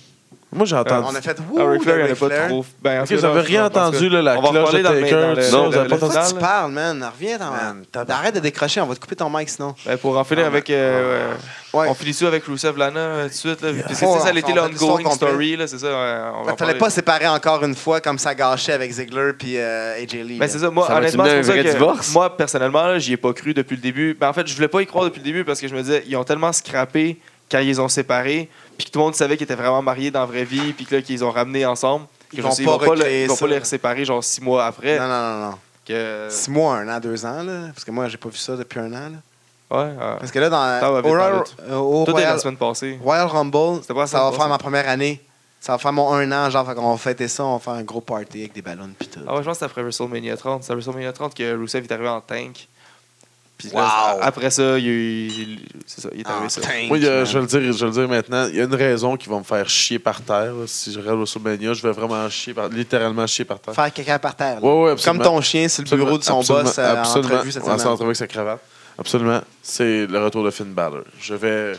Speaker 6: Moi, j'ai entendu.
Speaker 3: On a fait.
Speaker 4: Ah,
Speaker 3: Wouh!
Speaker 4: Ric Flair, il y
Speaker 3: le
Speaker 4: en a
Speaker 3: Ric
Speaker 4: pas
Speaker 3: Flair.
Speaker 4: trop. Ben, en tout
Speaker 6: Ok,
Speaker 4: cas,
Speaker 6: vous avez
Speaker 4: non,
Speaker 6: rien
Speaker 4: en tout cas,
Speaker 6: entendu, là, la
Speaker 4: on va en
Speaker 6: cloche de
Speaker 4: reparler dans le-
Speaker 6: Taker,
Speaker 4: dans le-
Speaker 6: tout ça,
Speaker 4: dans
Speaker 6: vous avez
Speaker 4: le-
Speaker 6: pas
Speaker 3: Faut que
Speaker 6: entendu?
Speaker 4: dans
Speaker 3: tu
Speaker 4: le-
Speaker 3: parles, man. Reviens. dans-
Speaker 6: Man, tabarnak.
Speaker 3: Arrête de décrocher. On va te couper ton mic sinon.
Speaker 4: Ben, pour en finir avec. euh, ouais.
Speaker 3: Ah, Ouais.
Speaker 4: On finit ça avec Rousseff Lana euh, tout de suite. Là, parce que
Speaker 3: Ouais,
Speaker 4: c'est ça,
Speaker 3: on-
Speaker 4: elle était
Speaker 3: on fait l'histoire
Speaker 4: l'ongoing
Speaker 3: complète.
Speaker 4: story. là, C'est ça. ouais, on va en
Speaker 3: Il fallait
Speaker 4: parler.
Speaker 3: pas séparer encore une fois comme ça gâchait avec Ziggler puis euh, AJ Lee.
Speaker 4: Ben, c'est ça. Moi,
Speaker 2: Ça va-tu
Speaker 4: honnêtement,
Speaker 2: mener
Speaker 4: c'est pour
Speaker 2: un
Speaker 4: ça
Speaker 2: vrai
Speaker 4: que
Speaker 2: divorce?
Speaker 4: moi, personnellement, là, j'y ai pas cru depuis le début. Ben, en fait, je voulais pas y croire depuis le début parce que je me disais, ils ont tellement scrappé quand ils les ont séparés, puis que tout le monde savait qu'ils étaient vraiment mariés dans la vraie vie, puis que là, qu'ils les ont ramenés ensemble. que
Speaker 3: Ils
Speaker 4: je me
Speaker 3: vont
Speaker 4: suis dit, ils
Speaker 3: pas
Speaker 4: vont pas, le-
Speaker 3: recréer
Speaker 4: ils vont
Speaker 3: ça.
Speaker 4: pas les séparer genre six mois après.
Speaker 3: Non, non, non, non.
Speaker 4: Que...
Speaker 3: Six mois, un an, deux ans, là. Parce que moi, j'ai pas vu ça depuis un an,
Speaker 4: Ouais,
Speaker 3: là.
Speaker 4: ouais.
Speaker 3: Parce que là,
Speaker 4: Ça, on va
Speaker 3: dans
Speaker 4: vite
Speaker 3: au Royal,
Speaker 4: parler
Speaker 3: euh, au
Speaker 4: Tout est
Speaker 3: Royal,
Speaker 4: la semaine passée.
Speaker 3: Royal Rumble,
Speaker 4: C'était pas la
Speaker 3: ça
Speaker 4: semaine
Speaker 3: va faire
Speaker 4: passée.
Speaker 3: ma première année. Ça va faire mon un an, genre, fait qu'on va fêter ça, on va faire un gros party avec des ballons pis tout.
Speaker 4: Ah ouais, je pense que c'est après WrestleMania 30. C'est à WrestleMania 30 que Rousseff est arrivé en tank. Puis là,
Speaker 3: Wow.
Speaker 4: après ça, il, il- c'est ça, il est arrivé
Speaker 3: Ah,
Speaker 4: ça.
Speaker 3: tank,
Speaker 6: Moi, il y a-
Speaker 3: man.
Speaker 6: je, vais le dire, je vais le dire maintenant, il y a une raison qui va me faire chier par terre. là. Si je regarde WrestleMania, je vais vraiment chier, par- littéralement chier par terre.
Speaker 3: Faire caca par terre. là.
Speaker 6: Ouais, ouais, absolument.
Speaker 3: Comme ton chien sur le bureau de son
Speaker 6: Absolument,
Speaker 3: boss euh, en
Speaker 6: absolument,
Speaker 3: entrevue cette
Speaker 6: en
Speaker 3: semaine.
Speaker 6: entrevue avec sa cravate. Absolument. C'est le retour de Finn Balor. Je vais,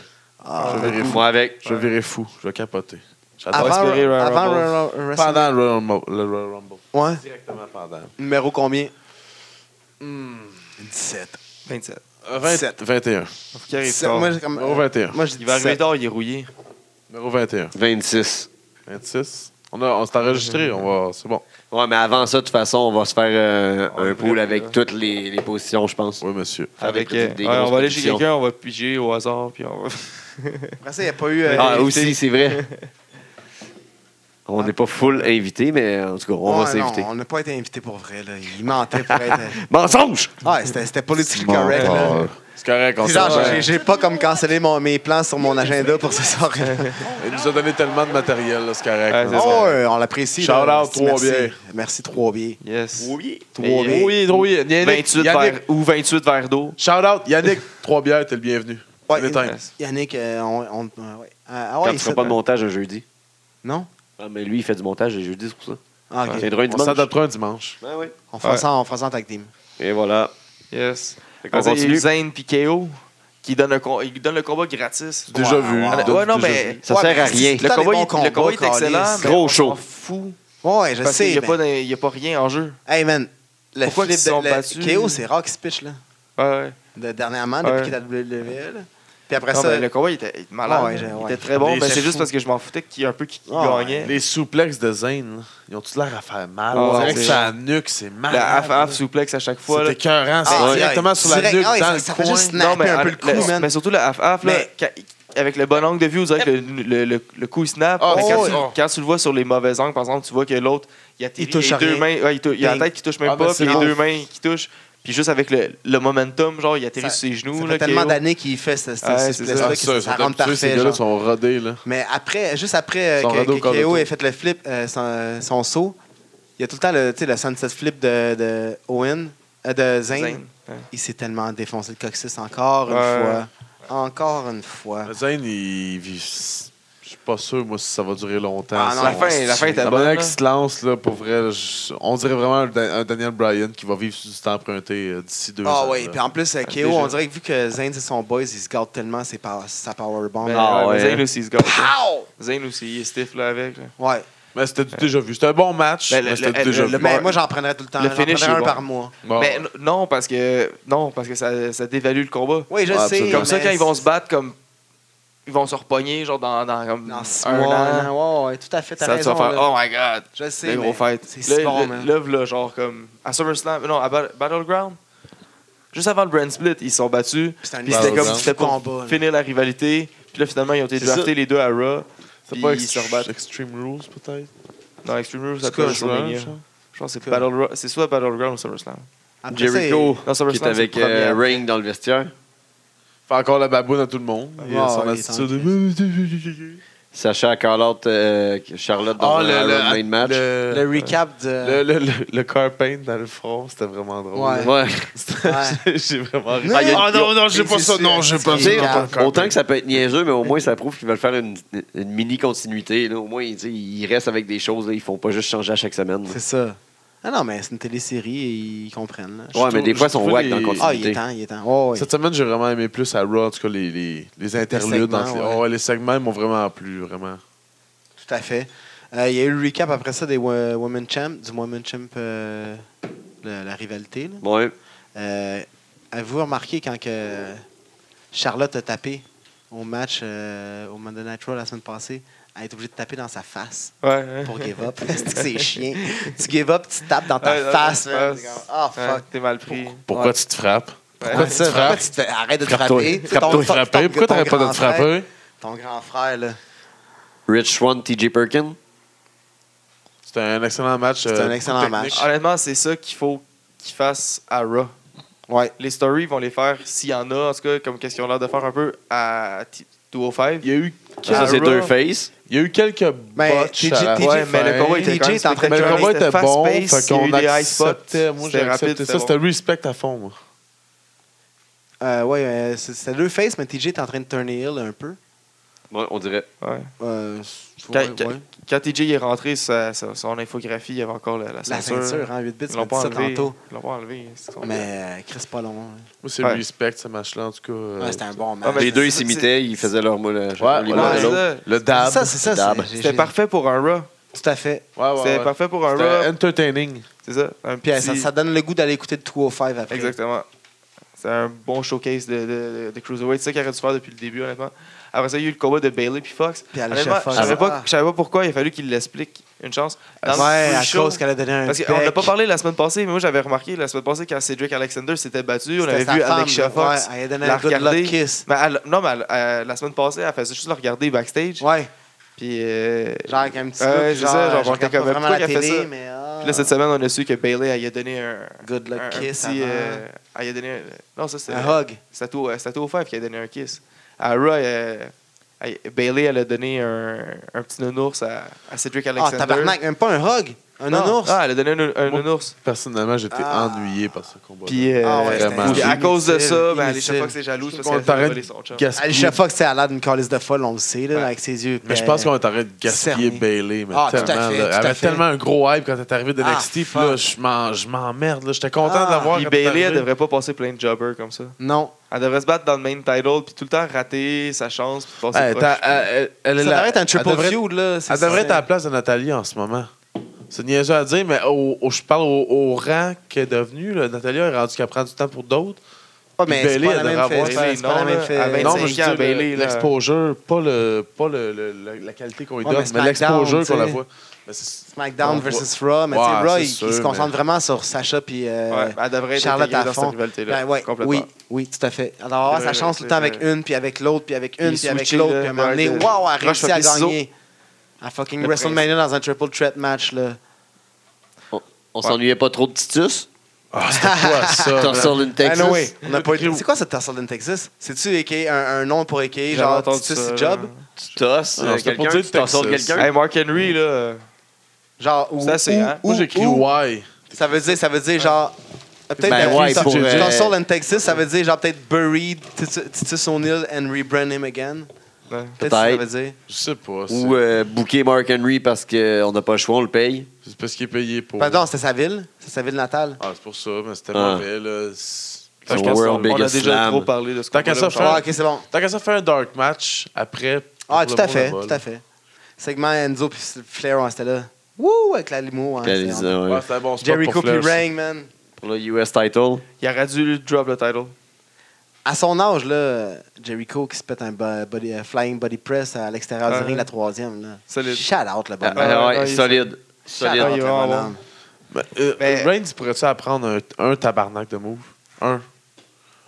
Speaker 3: Ah.
Speaker 6: je vais,
Speaker 2: Moi avec.
Speaker 6: je virais fou. Je vais capoter. J'adore.
Speaker 3: Avant,
Speaker 4: espérer Royal
Speaker 3: avant
Speaker 4: Rumble.
Speaker 3: Royal- Royal-
Speaker 6: Pendant le Royal Rumble- le Royal Rumble.
Speaker 3: Ouais.
Speaker 6: Directement pendant.
Speaker 3: Numéro combien? 17.
Speaker 4: 27.
Speaker 3: 17.
Speaker 6: 21.
Speaker 4: Faut qu'il arrive
Speaker 3: 17,
Speaker 4: tard.
Speaker 3: Moi, j'ai comme-
Speaker 6: Numéro 21.
Speaker 3: moi, j'ai
Speaker 4: Il va arriver
Speaker 3: 17.
Speaker 4: tard, il est rouillé.
Speaker 6: Numéro 21.
Speaker 2: 26.
Speaker 6: 26. On, a, on s'est enregistré. On va, c'est bon.
Speaker 2: Ouais, mais avant ça, de toute façon, on va se faire euh,
Speaker 4: On
Speaker 2: un
Speaker 4: va
Speaker 2: pool
Speaker 4: faire,
Speaker 2: avec
Speaker 4: euh,
Speaker 2: toutes les, les positions, je pense.
Speaker 6: Oui, monsieur.
Speaker 2: Faire des
Speaker 4: Avec,
Speaker 2: petits-
Speaker 4: euh,
Speaker 2: des
Speaker 4: ouais, on
Speaker 2: grosses
Speaker 4: va aller chez
Speaker 2: pétitions.
Speaker 4: quelqu'un, on va piger au hasard, puis on va.
Speaker 3: Après ça, il n'y a pas eu. euh,
Speaker 2: Ah,
Speaker 4: invité.
Speaker 2: aussi, c'est vrai. On n'est pas full invité, mais en tout cas, on va
Speaker 3: Ouais, non,
Speaker 2: s'inviter.
Speaker 3: On n'a pas été invité pour vrai. Là. Il mentait pour être.
Speaker 2: Mensonge!
Speaker 3: Ah, c'était c'était politiquement correct. là.
Speaker 6: Euh, C'est correct. On
Speaker 3: C'est genre,
Speaker 6: s'en va.
Speaker 3: j'ai- j'ai pas comme cancellé mon- mes plans sur mon agenda pour ce soir.
Speaker 6: Il nous a donné tellement de matériel. là, C'est correct.
Speaker 4: Ouais,
Speaker 6: hein.
Speaker 4: c'est
Speaker 3: Oh, ouais, on l'apprécie.
Speaker 6: Shout
Speaker 3: là.
Speaker 6: out, trois
Speaker 3: Merci.
Speaker 6: bières.
Speaker 3: Merci, trois bières.
Speaker 4: Yes.
Speaker 3: Trois
Speaker 4: Mais,
Speaker 3: bières.
Speaker 6: Oui, oui.
Speaker 4: 28 verres ou 28 verres d'eau.
Speaker 6: Shout out, Yannick, trois bières, t'es le bienvenu.
Speaker 3: Ouais,
Speaker 6: On est time.
Speaker 4: yes.
Speaker 3: Yannick, euh, on. on- euh, ouais. Ah, ah ouais,
Speaker 2: Quand tu
Speaker 3: il
Speaker 2: feras
Speaker 3: sait-
Speaker 2: pas de montage un jeudi.
Speaker 3: Non?
Speaker 2: Ah, mais lui, il fait du montage les jeudis, c'est pour ça.
Speaker 3: Ah, ok.
Speaker 2: Il viendra un
Speaker 6: On
Speaker 2: dimanche.
Speaker 6: s'adaptera un dimanche.
Speaker 2: Ben oui.
Speaker 3: On fera
Speaker 4: Ouais.
Speaker 3: ça en faisant tag team.
Speaker 2: Et voilà.
Speaker 4: Yes.
Speaker 2: Fait qu'on
Speaker 4: On
Speaker 2: continue.
Speaker 4: Zane puis KO qui donne, un com- il donne le combat gratis.
Speaker 6: Déjà
Speaker 3: Ouais,
Speaker 6: vu.
Speaker 3: ouais.
Speaker 6: Déjà-
Speaker 4: ouais, non,
Speaker 6: déjà
Speaker 4: mais.
Speaker 6: vu.
Speaker 2: Ça
Speaker 3: Ouais,
Speaker 2: sert à
Speaker 3: mais c'est
Speaker 2: rien.
Speaker 3: tout
Speaker 4: Le
Speaker 3: temps
Speaker 4: combat,
Speaker 3: des
Speaker 4: est-
Speaker 3: bons
Speaker 4: le combat
Speaker 3: combats,
Speaker 4: est excellent.
Speaker 3: Carlis.
Speaker 4: mais
Speaker 2: Gros
Speaker 4: on
Speaker 2: show.
Speaker 4: s'en fout.
Speaker 3: Ouais, je
Speaker 4: Parce qu'il
Speaker 3: sais.
Speaker 4: n'y a,
Speaker 3: mais-
Speaker 4: pas d'in- il y a pas rien en jeu.
Speaker 3: Hey man, le
Speaker 4: Pourquoi
Speaker 3: flip
Speaker 4: qu'ils se sont
Speaker 3: de
Speaker 4: battus?
Speaker 3: le- KO, c'est rare qu'il se pitch là.
Speaker 4: Ouais, ouais.
Speaker 3: De, dernièrement, depuis
Speaker 4: Ouais.
Speaker 3: qu'il est à WWE. là. Puis après
Speaker 4: Non,
Speaker 3: Ben, ça, Ah
Speaker 4: mais le combat, il était il était malade.
Speaker 3: Ouais, j'ai-
Speaker 4: il
Speaker 3: ouais.
Speaker 4: était très bon.
Speaker 6: Les
Speaker 4: mais c'est
Speaker 6: chefs
Speaker 4: juste
Speaker 6: fous.
Speaker 4: parce que je m'en foutais qui, un peu qui qui
Speaker 3: Ah, ouais.
Speaker 4: gagnait.
Speaker 6: Les souplexes de Zane, là, ils ont tout l'air à faire mal.
Speaker 4: Ah,
Speaker 6: On dirait
Speaker 4: ouais,
Speaker 6: que
Speaker 4: c'est
Speaker 6: sa nuque, c'est mal.
Speaker 4: La half-half souplex à chaque fois.
Speaker 6: C'est
Speaker 4: là.
Speaker 6: écœurant.
Speaker 3: Ah,
Speaker 6: C'est
Speaker 3: ouais.
Speaker 6: directement sur la
Speaker 3: Direct-
Speaker 6: nuque,
Speaker 3: ah ouais,
Speaker 6: dans
Speaker 3: ça-
Speaker 6: le
Speaker 3: ça fait
Speaker 6: coin.
Speaker 3: juste Ah, snapper un
Speaker 4: en-
Speaker 3: peu le cou, man.
Speaker 4: mais surtout le half-half, là,
Speaker 3: Mais-
Speaker 4: quand- avec le bon angle de vue, vous que le, le, le- le coup il snap.
Speaker 6: Ah,
Speaker 4: mais quand,
Speaker 6: ouais.
Speaker 4: tu, quand tu le vois sur les mauvais angles, par exemple, tu vois que l'autre, il atterrit,
Speaker 3: Il touche
Speaker 4: les
Speaker 3: à
Speaker 4: deux
Speaker 3: rien.
Speaker 4: mains, ouais, il, tou- il a la
Speaker 3: Ding. ben,
Speaker 4: tête qui touche même
Speaker 6: Ah, mais
Speaker 4: pas,
Speaker 6: c'est
Speaker 4: puis les
Speaker 6: bon.
Speaker 4: deux mains qui touchent. Puis juste avec le, le momentum, genre, il atterrit
Speaker 3: Ça-
Speaker 4: sur ses genoux.
Speaker 3: Ça
Speaker 4: là,
Speaker 3: fait tellement
Speaker 4: KO.
Speaker 3: d'années qu'il fait ce, ce,
Speaker 4: Ouais, c'est
Speaker 3: ce suplex-là
Speaker 6: Ah,
Speaker 3: que
Speaker 6: ça,
Speaker 3: ça,
Speaker 6: ils sont
Speaker 3: rentre
Speaker 6: habitués, ces
Speaker 3: parfait.
Speaker 6: gars-là
Speaker 3: genre.
Speaker 6: sont rodés. Là.
Speaker 3: Mais après, juste après euh,
Speaker 6: Son
Speaker 3: que,
Speaker 6: radeau
Speaker 3: que
Speaker 6: corps de
Speaker 3: KO
Speaker 6: tour.
Speaker 3: ait fait le flip, euh, son, euh, son saut, il y a tout le temps le, tu sais, le sunset flip de, de Owen, euh, de Zane.
Speaker 4: Zane, ouais.
Speaker 3: Il s'est tellement défoncé le coccyx encore une
Speaker 4: Ouais.
Speaker 3: fois. Encore une fois.
Speaker 6: Le Zane, il vit- Je suis pas sûr, moi, si ça va durer longtemps.
Speaker 3: Ah, non,
Speaker 6: ça.
Speaker 4: la fin, la fin était
Speaker 6: La
Speaker 4: bonne. là.
Speaker 6: manière qu'il se lance, là, pour vrai, je- on dirait vraiment un, Dan- un Daniel Bryan qui va vivre sur du temps emprunté euh, d'ici deux
Speaker 3: Ah
Speaker 6: ans.
Speaker 3: oui,
Speaker 6: là.
Speaker 3: puis en plus, euh, KO,
Speaker 4: déjà.
Speaker 3: on dirait que vu que Zane, c'est son boys, il se garde tellement ses power- sa powerbomb.
Speaker 4: Mais,
Speaker 2: Ah,
Speaker 4: Ben, ouais, mais
Speaker 2: ouais.
Speaker 4: euh, Zane aussi, il se gâte. Zane aussi, il est stiff là, avec. là.
Speaker 3: Ouais.
Speaker 6: Mais c'était du déjà vu. C'était un bon match,
Speaker 4: Ben, le-
Speaker 6: mais c'était
Speaker 4: le-
Speaker 6: du déjà
Speaker 4: le-
Speaker 6: vu.
Speaker 4: le-
Speaker 3: Mais
Speaker 4: bar-
Speaker 3: moi, j'en prendrais tout le temps.
Speaker 4: le
Speaker 3: J'en
Speaker 4: finish
Speaker 3: prendrais
Speaker 4: est
Speaker 3: un
Speaker 4: bon.
Speaker 3: par mois.
Speaker 6: Bon.
Speaker 4: Mais Ben, n- non, parce que, non, parce que ça, ça dévalue le combat.
Speaker 3: Oui, je
Speaker 6: Ouais,
Speaker 3: sais.
Speaker 6: absolument.
Speaker 4: Comme ça,
Speaker 3: mais
Speaker 4: quand ils vont se battre, comme ils vont se repogner, genre dans, dans, comme,
Speaker 3: Dans six
Speaker 4: un
Speaker 3: mois,
Speaker 4: an,
Speaker 3: un an, ouais, ouais, tout à fait. T'as
Speaker 4: ça,
Speaker 3: raison.
Speaker 4: tu vas faire
Speaker 3: là.
Speaker 4: Oh my god!
Speaker 3: Je sais.
Speaker 4: Le gros
Speaker 3: mais
Speaker 4: fight.
Speaker 3: C'est si
Speaker 4: Là,
Speaker 3: bon,
Speaker 4: le-
Speaker 3: man.
Speaker 4: L'œuvre, là, genre comme à SummerSlam, non, à Bat- Battleground, juste avant le brand split, ils se sont battus.
Speaker 3: C'était Bah, un
Speaker 4: Puis c'était comme
Speaker 6: Battleground.
Speaker 4: c'était pour
Speaker 3: Combat, là.
Speaker 4: finir la rivalité. Puis là, finalement, ils ont été
Speaker 6: C'est ça.
Speaker 4: draftés les deux à Raw.
Speaker 6: C'est
Speaker 4: Puis
Speaker 6: pas
Speaker 4: ils se rebattent.
Speaker 6: Extreme, Extreme Rules, peut-être?
Speaker 4: Non, Extreme Rules, ça
Speaker 6: C'est
Speaker 4: peut
Speaker 6: quoi,
Speaker 4: être WrestleMania.
Speaker 6: genre?
Speaker 4: Je pense que c'est
Speaker 3: Que-
Speaker 4: Battle Ro- c'est soit Battleground ou SummerSlam.
Speaker 3: Après ça,
Speaker 2: Jericho,
Speaker 4: Non, SummerSlam,
Speaker 2: qui est
Speaker 4: c'est
Speaker 2: avec
Speaker 4: le premier
Speaker 2: euh,
Speaker 4: après.
Speaker 2: Ring dans le vestiaire.
Speaker 6: Fait encore la baboune à tout le monde.
Speaker 3: Ah,
Speaker 6: Il y a son
Speaker 3: ouais,
Speaker 6: attitude
Speaker 3: il est
Speaker 6: de...
Speaker 2: Sacha Carlotte, euh, Charlotte dans
Speaker 6: Ah,
Speaker 2: le, Iron Man match.
Speaker 3: il-
Speaker 6: Le,
Speaker 3: Le recap de.
Speaker 6: le, le, le, le car paint dans le front, c'était vraiment drôle.
Speaker 3: Ouais.
Speaker 2: Ouais.
Speaker 6: C'était-
Speaker 4: Ah,
Speaker 3: Ouais.
Speaker 6: J'ai vraiment ri.
Speaker 3: Non,
Speaker 6: Ah non, non, j'ai
Speaker 3: Mais
Speaker 6: pas
Speaker 3: c'est
Speaker 6: ça.
Speaker 3: sûr,
Speaker 6: Non, j'ai
Speaker 3: c'est
Speaker 6: pas
Speaker 2: Tu sais,
Speaker 3: grave. Autant-
Speaker 6: ça. dans le car
Speaker 2: autant
Speaker 6: paint.
Speaker 2: que ça peut être niaiseux, mais au moins ça prouve qu'ils veulent faire une, une mini continuité. Là. Au moins, tu sais, ils restent avec des choses. Là. Ils font pas juste changer à chaque semaine. là.
Speaker 3: C'est ça. Ah non, mais c'est une télésérie et ils comprennent. Là.
Speaker 2: Ouais, mais des
Speaker 6: trouve-
Speaker 2: fois, ils
Speaker 6: je
Speaker 2: sont
Speaker 6: trouve
Speaker 2: wack
Speaker 6: les-
Speaker 2: dans la
Speaker 3: Ah, il
Speaker 2: continuité.
Speaker 3: est temps, il est temps. Oh, oui.
Speaker 6: Cette semaine, j'ai vraiment aimé plus à Raw, en tout cas, les, les, les interludes.
Speaker 3: segments,
Speaker 6: entre Les,
Speaker 3: ouais.
Speaker 6: oh, ouais, les segments ils m'ont vraiment plu, vraiment.
Speaker 3: Tout à fait. Euh, il y a eu le recap après ça des wo- Women Champ, du Women Champ, euh, le- la rivalité. là.
Speaker 2: Ouais.
Speaker 3: Euh, Avez-vous remarqué quand que Charlotte a tapé au match euh, au Monday Night Raw la semaine passée, elle est obligée de taper dans sa face
Speaker 4: Ouais.
Speaker 3: pour give up? C'est que c'est chien. Tu give up, tu tapes dans ta
Speaker 4: Ouais, dans ta
Speaker 3: face. man.
Speaker 4: face.
Speaker 3: C'est comme, Ah,
Speaker 4: Ouais,
Speaker 3: fuck.
Speaker 4: T'es mal pris.
Speaker 6: Pourquoi tu te frappes? Pourquoi
Speaker 4: Ouais.
Speaker 6: tu te
Speaker 3: ça, pourquoi
Speaker 6: frappes?
Speaker 3: tu te fais- arrête de te
Speaker 6: Frappe-toi.
Speaker 3: frapper? Tu sais,
Speaker 6: Frappe-toi,
Speaker 3: ton- ton-
Speaker 6: frapper.
Speaker 3: ton-
Speaker 6: Pourquoi
Speaker 3: ton
Speaker 6: t'arrêtes pas de
Speaker 3: grand
Speaker 6: te
Speaker 3: frère-
Speaker 6: frapper?
Speaker 3: Ton grand frère, là.
Speaker 2: Rich Swan, TJ Perkin.
Speaker 6: C'était un excellent match. euh,
Speaker 3: C'était un excellent match.
Speaker 4: Honnêtement, c'est ça qu'il faut qu'ils fassent à Raw.
Speaker 3: Ouais.
Speaker 4: Les stories, ils vont les faire s'il y en a, en tout cas, comme qu'est-ce qu'ils ont l'air de faire un peu à T- 205.
Speaker 6: Il y a eu,
Speaker 2: Ça, c'est
Speaker 4: Raw.
Speaker 2: deux faces.
Speaker 6: il y a eu quelques
Speaker 3: Ben,
Speaker 6: botches
Speaker 3: TJ
Speaker 6: à la
Speaker 3: TJ
Speaker 6: fin.
Speaker 4: Ouais, mais le combat était
Speaker 3: TJ
Speaker 4: quand même
Speaker 3: est en train de
Speaker 6: Mais le
Speaker 4: spectaculaire.
Speaker 6: combat
Speaker 4: C'était
Speaker 6: était bon, fait
Speaker 4: fast-paced, il y a eu
Speaker 6: qu'on
Speaker 4: des high spots.
Speaker 6: acceptait. Moi, j'ai
Speaker 4: C'était rapide,
Speaker 6: accepté ça.
Speaker 4: c'était
Speaker 6: C'était
Speaker 4: bon.
Speaker 6: respect à fond, moi.
Speaker 3: Euh, ouais, euh, c'est- c'était deux faces, mais TJ est en train de turner heel un peu.
Speaker 2: Ouais, on dirait.
Speaker 4: Ouais.
Speaker 3: Euh,
Speaker 4: Quand,
Speaker 3: ouais,
Speaker 4: quand-
Speaker 3: ouais.
Speaker 4: quand TJ est rentré, sa- sa- son infographie, il y avait encore la, la
Speaker 3: La
Speaker 4: ceinture.
Speaker 3: ceinture, hein, 8 bits,
Speaker 4: Ils
Speaker 3: on
Speaker 4: l'ont pas
Speaker 3: dit ça
Speaker 4: enlevé.
Speaker 3: tantôt.
Speaker 4: Ils l'ont pas enlevé. c'est son-
Speaker 3: Mais euh, Chris, pas long. hein.
Speaker 6: Moi, c'est
Speaker 4: Ouais.
Speaker 6: respect, ce match-là, en tout cas. euh,
Speaker 3: Ouais, c'était un bon
Speaker 4: Ah,
Speaker 3: match.
Speaker 4: mais
Speaker 2: les
Speaker 4: c'est-
Speaker 2: deux, ils
Speaker 4: c'est-
Speaker 2: s'imitaient. Ils faisaient leur mot. le-
Speaker 6: Ouais,
Speaker 2: les
Speaker 6: ouais,
Speaker 2: mains de
Speaker 4: c'est
Speaker 2: l'autre.
Speaker 4: ça.
Speaker 6: Le
Speaker 3: C'est
Speaker 6: dab.
Speaker 3: ça, c'est ça.
Speaker 2: Dab.
Speaker 3: c'est- j'ai-
Speaker 4: C'était
Speaker 3: j'ai-
Speaker 4: parfait pour un Raw.
Speaker 3: Tout à fait.
Speaker 6: Ouais, ouais,
Speaker 4: C'était
Speaker 6: ouais.
Speaker 4: parfait pour un
Speaker 6: C'était
Speaker 4: Raw.
Speaker 6: entertaining.
Speaker 4: C'est ça. Un
Speaker 3: Puis euh,
Speaker 4: petit...
Speaker 3: ça, ça donne le goût d'aller écouter de 205 après.
Speaker 4: Exactement. C'est un bon showcase de, de, de Cruiserweight. C'est ça qu'il aurait dû faire depuis le début, honnêtement. Après ça, il y a eu le combat de Bailey puis Fox.
Speaker 3: Puis elle
Speaker 4: Honnêtement,
Speaker 3: lâchait Fox.
Speaker 4: Je savais
Speaker 3: Ah.
Speaker 4: pas, je savais pas pourquoi il a fallu qu'il l'explique une chance. Dans le
Speaker 3: Ouais, à
Speaker 4: pre-show,
Speaker 3: cause qu'elle a donné un.
Speaker 4: Parce qu'on n'a
Speaker 3: bec.
Speaker 4: pas parlé la semaine passée, mais moi j'avais remarqué la semaine passée quand Cedric Alexander s'était battu, on
Speaker 3: C'était
Speaker 4: avait
Speaker 3: sa
Speaker 4: vu
Speaker 3: femme,
Speaker 4: Alexia
Speaker 3: là.
Speaker 4: Fox.
Speaker 3: Ouais, elle a donné
Speaker 4: la
Speaker 3: un good
Speaker 4: regarder.
Speaker 3: luck kiss.
Speaker 4: Mais elle- non, mais elle- euh, la semaine passée, elle faisait juste le regarder backstage.
Speaker 3: Ouais,
Speaker 4: Puis, euh,
Speaker 3: genre avec un petit
Speaker 4: Ouais,
Speaker 3: look,
Speaker 4: c'est ça, genre,
Speaker 3: je
Speaker 4: on
Speaker 3: regarde
Speaker 4: était
Speaker 3: pas
Speaker 4: comme,
Speaker 3: vraiment
Speaker 4: pourquoi
Speaker 3: la
Speaker 4: qu'elle fait
Speaker 3: télé,
Speaker 4: ça?
Speaker 3: mais.
Speaker 4: puis
Speaker 3: ah.
Speaker 4: là, cette semaine, on a su que Bailey elle y a donné un.
Speaker 3: Good luck
Speaker 4: un- un
Speaker 3: kiss
Speaker 4: petit,
Speaker 3: avant.
Speaker 4: euh, elle y a donné un- Non, ça c'est.
Speaker 3: Un hug.
Speaker 4: Sato, euh, Sato Five qui a donné un kiss. À Raw, euh, elle- Bailey, elle a donné un, un petit nounours à, à Cedric
Speaker 3: Ah,
Speaker 4: Alexander.
Speaker 3: tabarnak, même pas un hug. Un
Speaker 4: Non.
Speaker 3: nounours?
Speaker 4: Ah, elle a donné un, un
Speaker 6: Moi-
Speaker 4: nounours.
Speaker 6: Personnellement, j'étais
Speaker 3: Ah.
Speaker 6: ennuyé par ce combat.
Speaker 4: Puis, euh,
Speaker 3: Ah ouais,
Speaker 6: c'était
Speaker 4: puis
Speaker 6: inutile,
Speaker 4: à cause de ça, ben,
Speaker 3: inutile.
Speaker 4: Alicia Fox est jalouse parce
Speaker 6: On
Speaker 4: qu'elle a
Speaker 6: t'arrête
Speaker 4: volé son chum.
Speaker 3: Elle, chaque fois que c'est à l'air d'une calice de folle, on le sait,
Speaker 4: Ouais.
Speaker 3: là,
Speaker 4: Ben,
Speaker 3: avec ses yeux. euh,
Speaker 6: Mais je pense qu'on est en train de
Speaker 3: Cerné.
Speaker 6: gaspiller Bailey. Mais
Speaker 3: Ah, tout à
Speaker 6: tellement,
Speaker 3: fait,
Speaker 6: là.
Speaker 3: tout
Speaker 6: Elle
Speaker 3: à
Speaker 6: avait
Speaker 3: fait.
Speaker 6: tellement un gros hype quand elle est arrivée de
Speaker 3: Ah,
Speaker 6: NXT. puis là, je m'en- je m'emmerde. là. J'étais content
Speaker 3: Ah.
Speaker 6: de l'avoir.
Speaker 4: Puis
Speaker 6: quand elle est
Speaker 4: Bailey, elle
Speaker 6: arrivée.
Speaker 4: devrait pas passer plein de jobbers comme ça.
Speaker 3: Non.
Speaker 4: Elle devrait se battre dans le main title, puis tout le temps rater sa chance, puis passer
Speaker 6: Ouais,
Speaker 4: proche.
Speaker 6: t'as-
Speaker 3: euh,
Speaker 6: elle- elle- elle est
Speaker 3: Ça
Speaker 6: la-
Speaker 3: devrait être un
Speaker 6: elle
Speaker 3: triple
Speaker 6: devrait-
Speaker 3: feud, là. c'est
Speaker 6: Elle devrait être à
Speaker 3: ça.
Speaker 6: la place de Nathalie en ce moment. C'est niaiseux à dire, mais au- au- je parle au, au rang qu'elle est devenue. là. Nathalie est rendue qu'elle prend du temps pour d'autres.
Speaker 3: Ouais, mais
Speaker 6: Puis
Speaker 3: c'est
Speaker 6: Bayley,
Speaker 3: pas la
Speaker 6: elle
Speaker 3: même
Speaker 6: devrait
Speaker 4: avoir-
Speaker 3: fête, c'est pas la
Speaker 4: Bayley,
Speaker 3: même
Speaker 4: non,
Speaker 3: fête.
Speaker 4: là, à 25
Speaker 6: euh, Non, mais je
Speaker 4: ans,
Speaker 6: veux dire,
Speaker 4: Bayley, là.
Speaker 6: l'exposure, pas, le, pas le, le- la, la qualité qu'on lui
Speaker 3: Ouais,
Speaker 6: donne,
Speaker 3: mais
Speaker 6: mais
Speaker 3: SmackDown,
Speaker 6: l'exposure
Speaker 3: tu sais.
Speaker 6: qu'on la voit. Mais c'est-
Speaker 3: SmackDown
Speaker 6: on voit-
Speaker 3: versus Raw, mais
Speaker 6: Ouais,
Speaker 3: tu sais, Raw,
Speaker 6: c'est
Speaker 3: il, il
Speaker 6: sûr,
Speaker 3: se concentre
Speaker 6: mais-
Speaker 3: vraiment sur Sacha puis euh,
Speaker 4: Ouais, elle devrait être
Speaker 3: Charlotte
Speaker 4: intégrée
Speaker 3: à
Speaker 4: dans
Speaker 3: fond.
Speaker 4: cette rivalité-là.
Speaker 3: Ben ouais,
Speaker 4: complètement.
Speaker 3: oui, oui, tout à fait. Alors, avoir
Speaker 4: Ouais,
Speaker 3: sa
Speaker 4: ouais,
Speaker 3: chance tout le temps avec
Speaker 4: c'est-
Speaker 3: une, puis avec l'autre, puis avec une,
Speaker 4: Puis
Speaker 3: puis avec
Speaker 4: switcher,
Speaker 3: l'autre,
Speaker 4: là,
Speaker 3: puis à un moment donné,
Speaker 4: de-
Speaker 3: waouh, elle a
Speaker 4: Rush
Speaker 3: réussi à
Speaker 4: Hockey Ciseaux.
Speaker 3: gagner. À fucking
Speaker 4: Le
Speaker 3: WrestleMania dans un triple threat match, là.
Speaker 2: On s'ennuyait pas trop de Titus?
Speaker 6: Ah, c'était quoi ça?
Speaker 2: T'en
Speaker 6: là?
Speaker 2: sors une Texas?
Speaker 3: Ah, non, oui. On n'a pas
Speaker 6: Écris-
Speaker 3: C'est quoi cette Tassel in Texas? C'est-tu aka un, un nom pour aka,
Speaker 4: J'avais
Speaker 3: genre
Speaker 4: entendu
Speaker 3: Titus
Speaker 4: ça, là.
Speaker 3: Job?
Speaker 2: Tu tosses
Speaker 6: Non,
Speaker 2: euh,
Speaker 6: c'était pour
Speaker 2: quelqu'un?
Speaker 6: dire
Speaker 2: Tu t'en sors de
Speaker 6: Texas.
Speaker 2: quelqu'un?
Speaker 4: Hey, Mark Henry, là. euh,
Speaker 3: Genre, ou,
Speaker 4: C'est assez,
Speaker 3: ou-
Speaker 4: hein?
Speaker 6: Moi,
Speaker 3: ou-
Speaker 6: j'écris
Speaker 3: ou-
Speaker 6: why.
Speaker 3: Ça veut dire, ça veut dire genre. Peut-être
Speaker 2: Ben ouais,
Speaker 3: Tassel
Speaker 2: pour, euh,
Speaker 3: in Texas, ça veut dire genre peut-être buried Titus Titus O'Neill and rebrand him again.
Speaker 4: ouais.
Speaker 3: Peut-être ça
Speaker 2: Peut-être.
Speaker 3: veut dire.
Speaker 6: Je sais pas.
Speaker 2: Ou
Speaker 6: c'est-
Speaker 2: euh, booker Mark Henry parce qu'on n'a pas le choix, on le paye?
Speaker 6: C'est parce qu'il est payé pour.
Speaker 3: Ben non, c'était sa ville. C'est sa ville natale.
Speaker 6: Ah, c'est pour ça, mais c'était
Speaker 2: Ah.
Speaker 6: mauvais. Là. C'est-
Speaker 2: Son
Speaker 4: Je pense
Speaker 2: World
Speaker 4: qu'on- on a
Speaker 2: Biggest
Speaker 4: déjà
Speaker 2: Slam.
Speaker 4: trop parlé de ce
Speaker 6: Tant qu'à
Speaker 4: combat-là,
Speaker 6: ça,
Speaker 4: on
Speaker 6: frère.
Speaker 3: Ah,
Speaker 4: parle-
Speaker 3: ok, c'est bon.
Speaker 6: Tant qu'à ça, faire un dark match après.
Speaker 3: Ah,
Speaker 6: pour
Speaker 3: tout à
Speaker 6: le monde
Speaker 3: fait,
Speaker 6: là-bas,
Speaker 3: tout
Speaker 6: là.
Speaker 3: à fait. Segment Enzo puis Flair, on était là. Wouh, avec la limo. hein,
Speaker 2: Puis elle
Speaker 3: c'est-
Speaker 2: disait, ouais,
Speaker 6: Ouais, c'était un bon spot
Speaker 3: Jericho
Speaker 6: pour
Speaker 3: puis
Speaker 6: Flair, ça.
Speaker 3: Rang, man.
Speaker 2: euh, Pour le US title.
Speaker 4: Il aurait dû drop le title.
Speaker 3: À son âge, là, Jericho qui se pète un bo- body- euh, flying body press à l'extérieur du
Speaker 4: Ouais.
Speaker 3: ring, la troisième. Là.
Speaker 4: Solide.
Speaker 3: Shout out, le
Speaker 2: Ah,
Speaker 3: bonhomme.
Speaker 4: Ah,
Speaker 2: ouais,
Speaker 4: ouais,
Speaker 2: solide.
Speaker 3: Shout out,
Speaker 4: Ah,
Speaker 2: Solide.
Speaker 4: il
Speaker 3: le
Speaker 4: va en
Speaker 3: bonhomme.
Speaker 6: Mais, euh,
Speaker 4: Mais-
Speaker 3: Ben,
Speaker 6: Reigns, pourrais-tu apprendre un, un tabarnak de move? Un.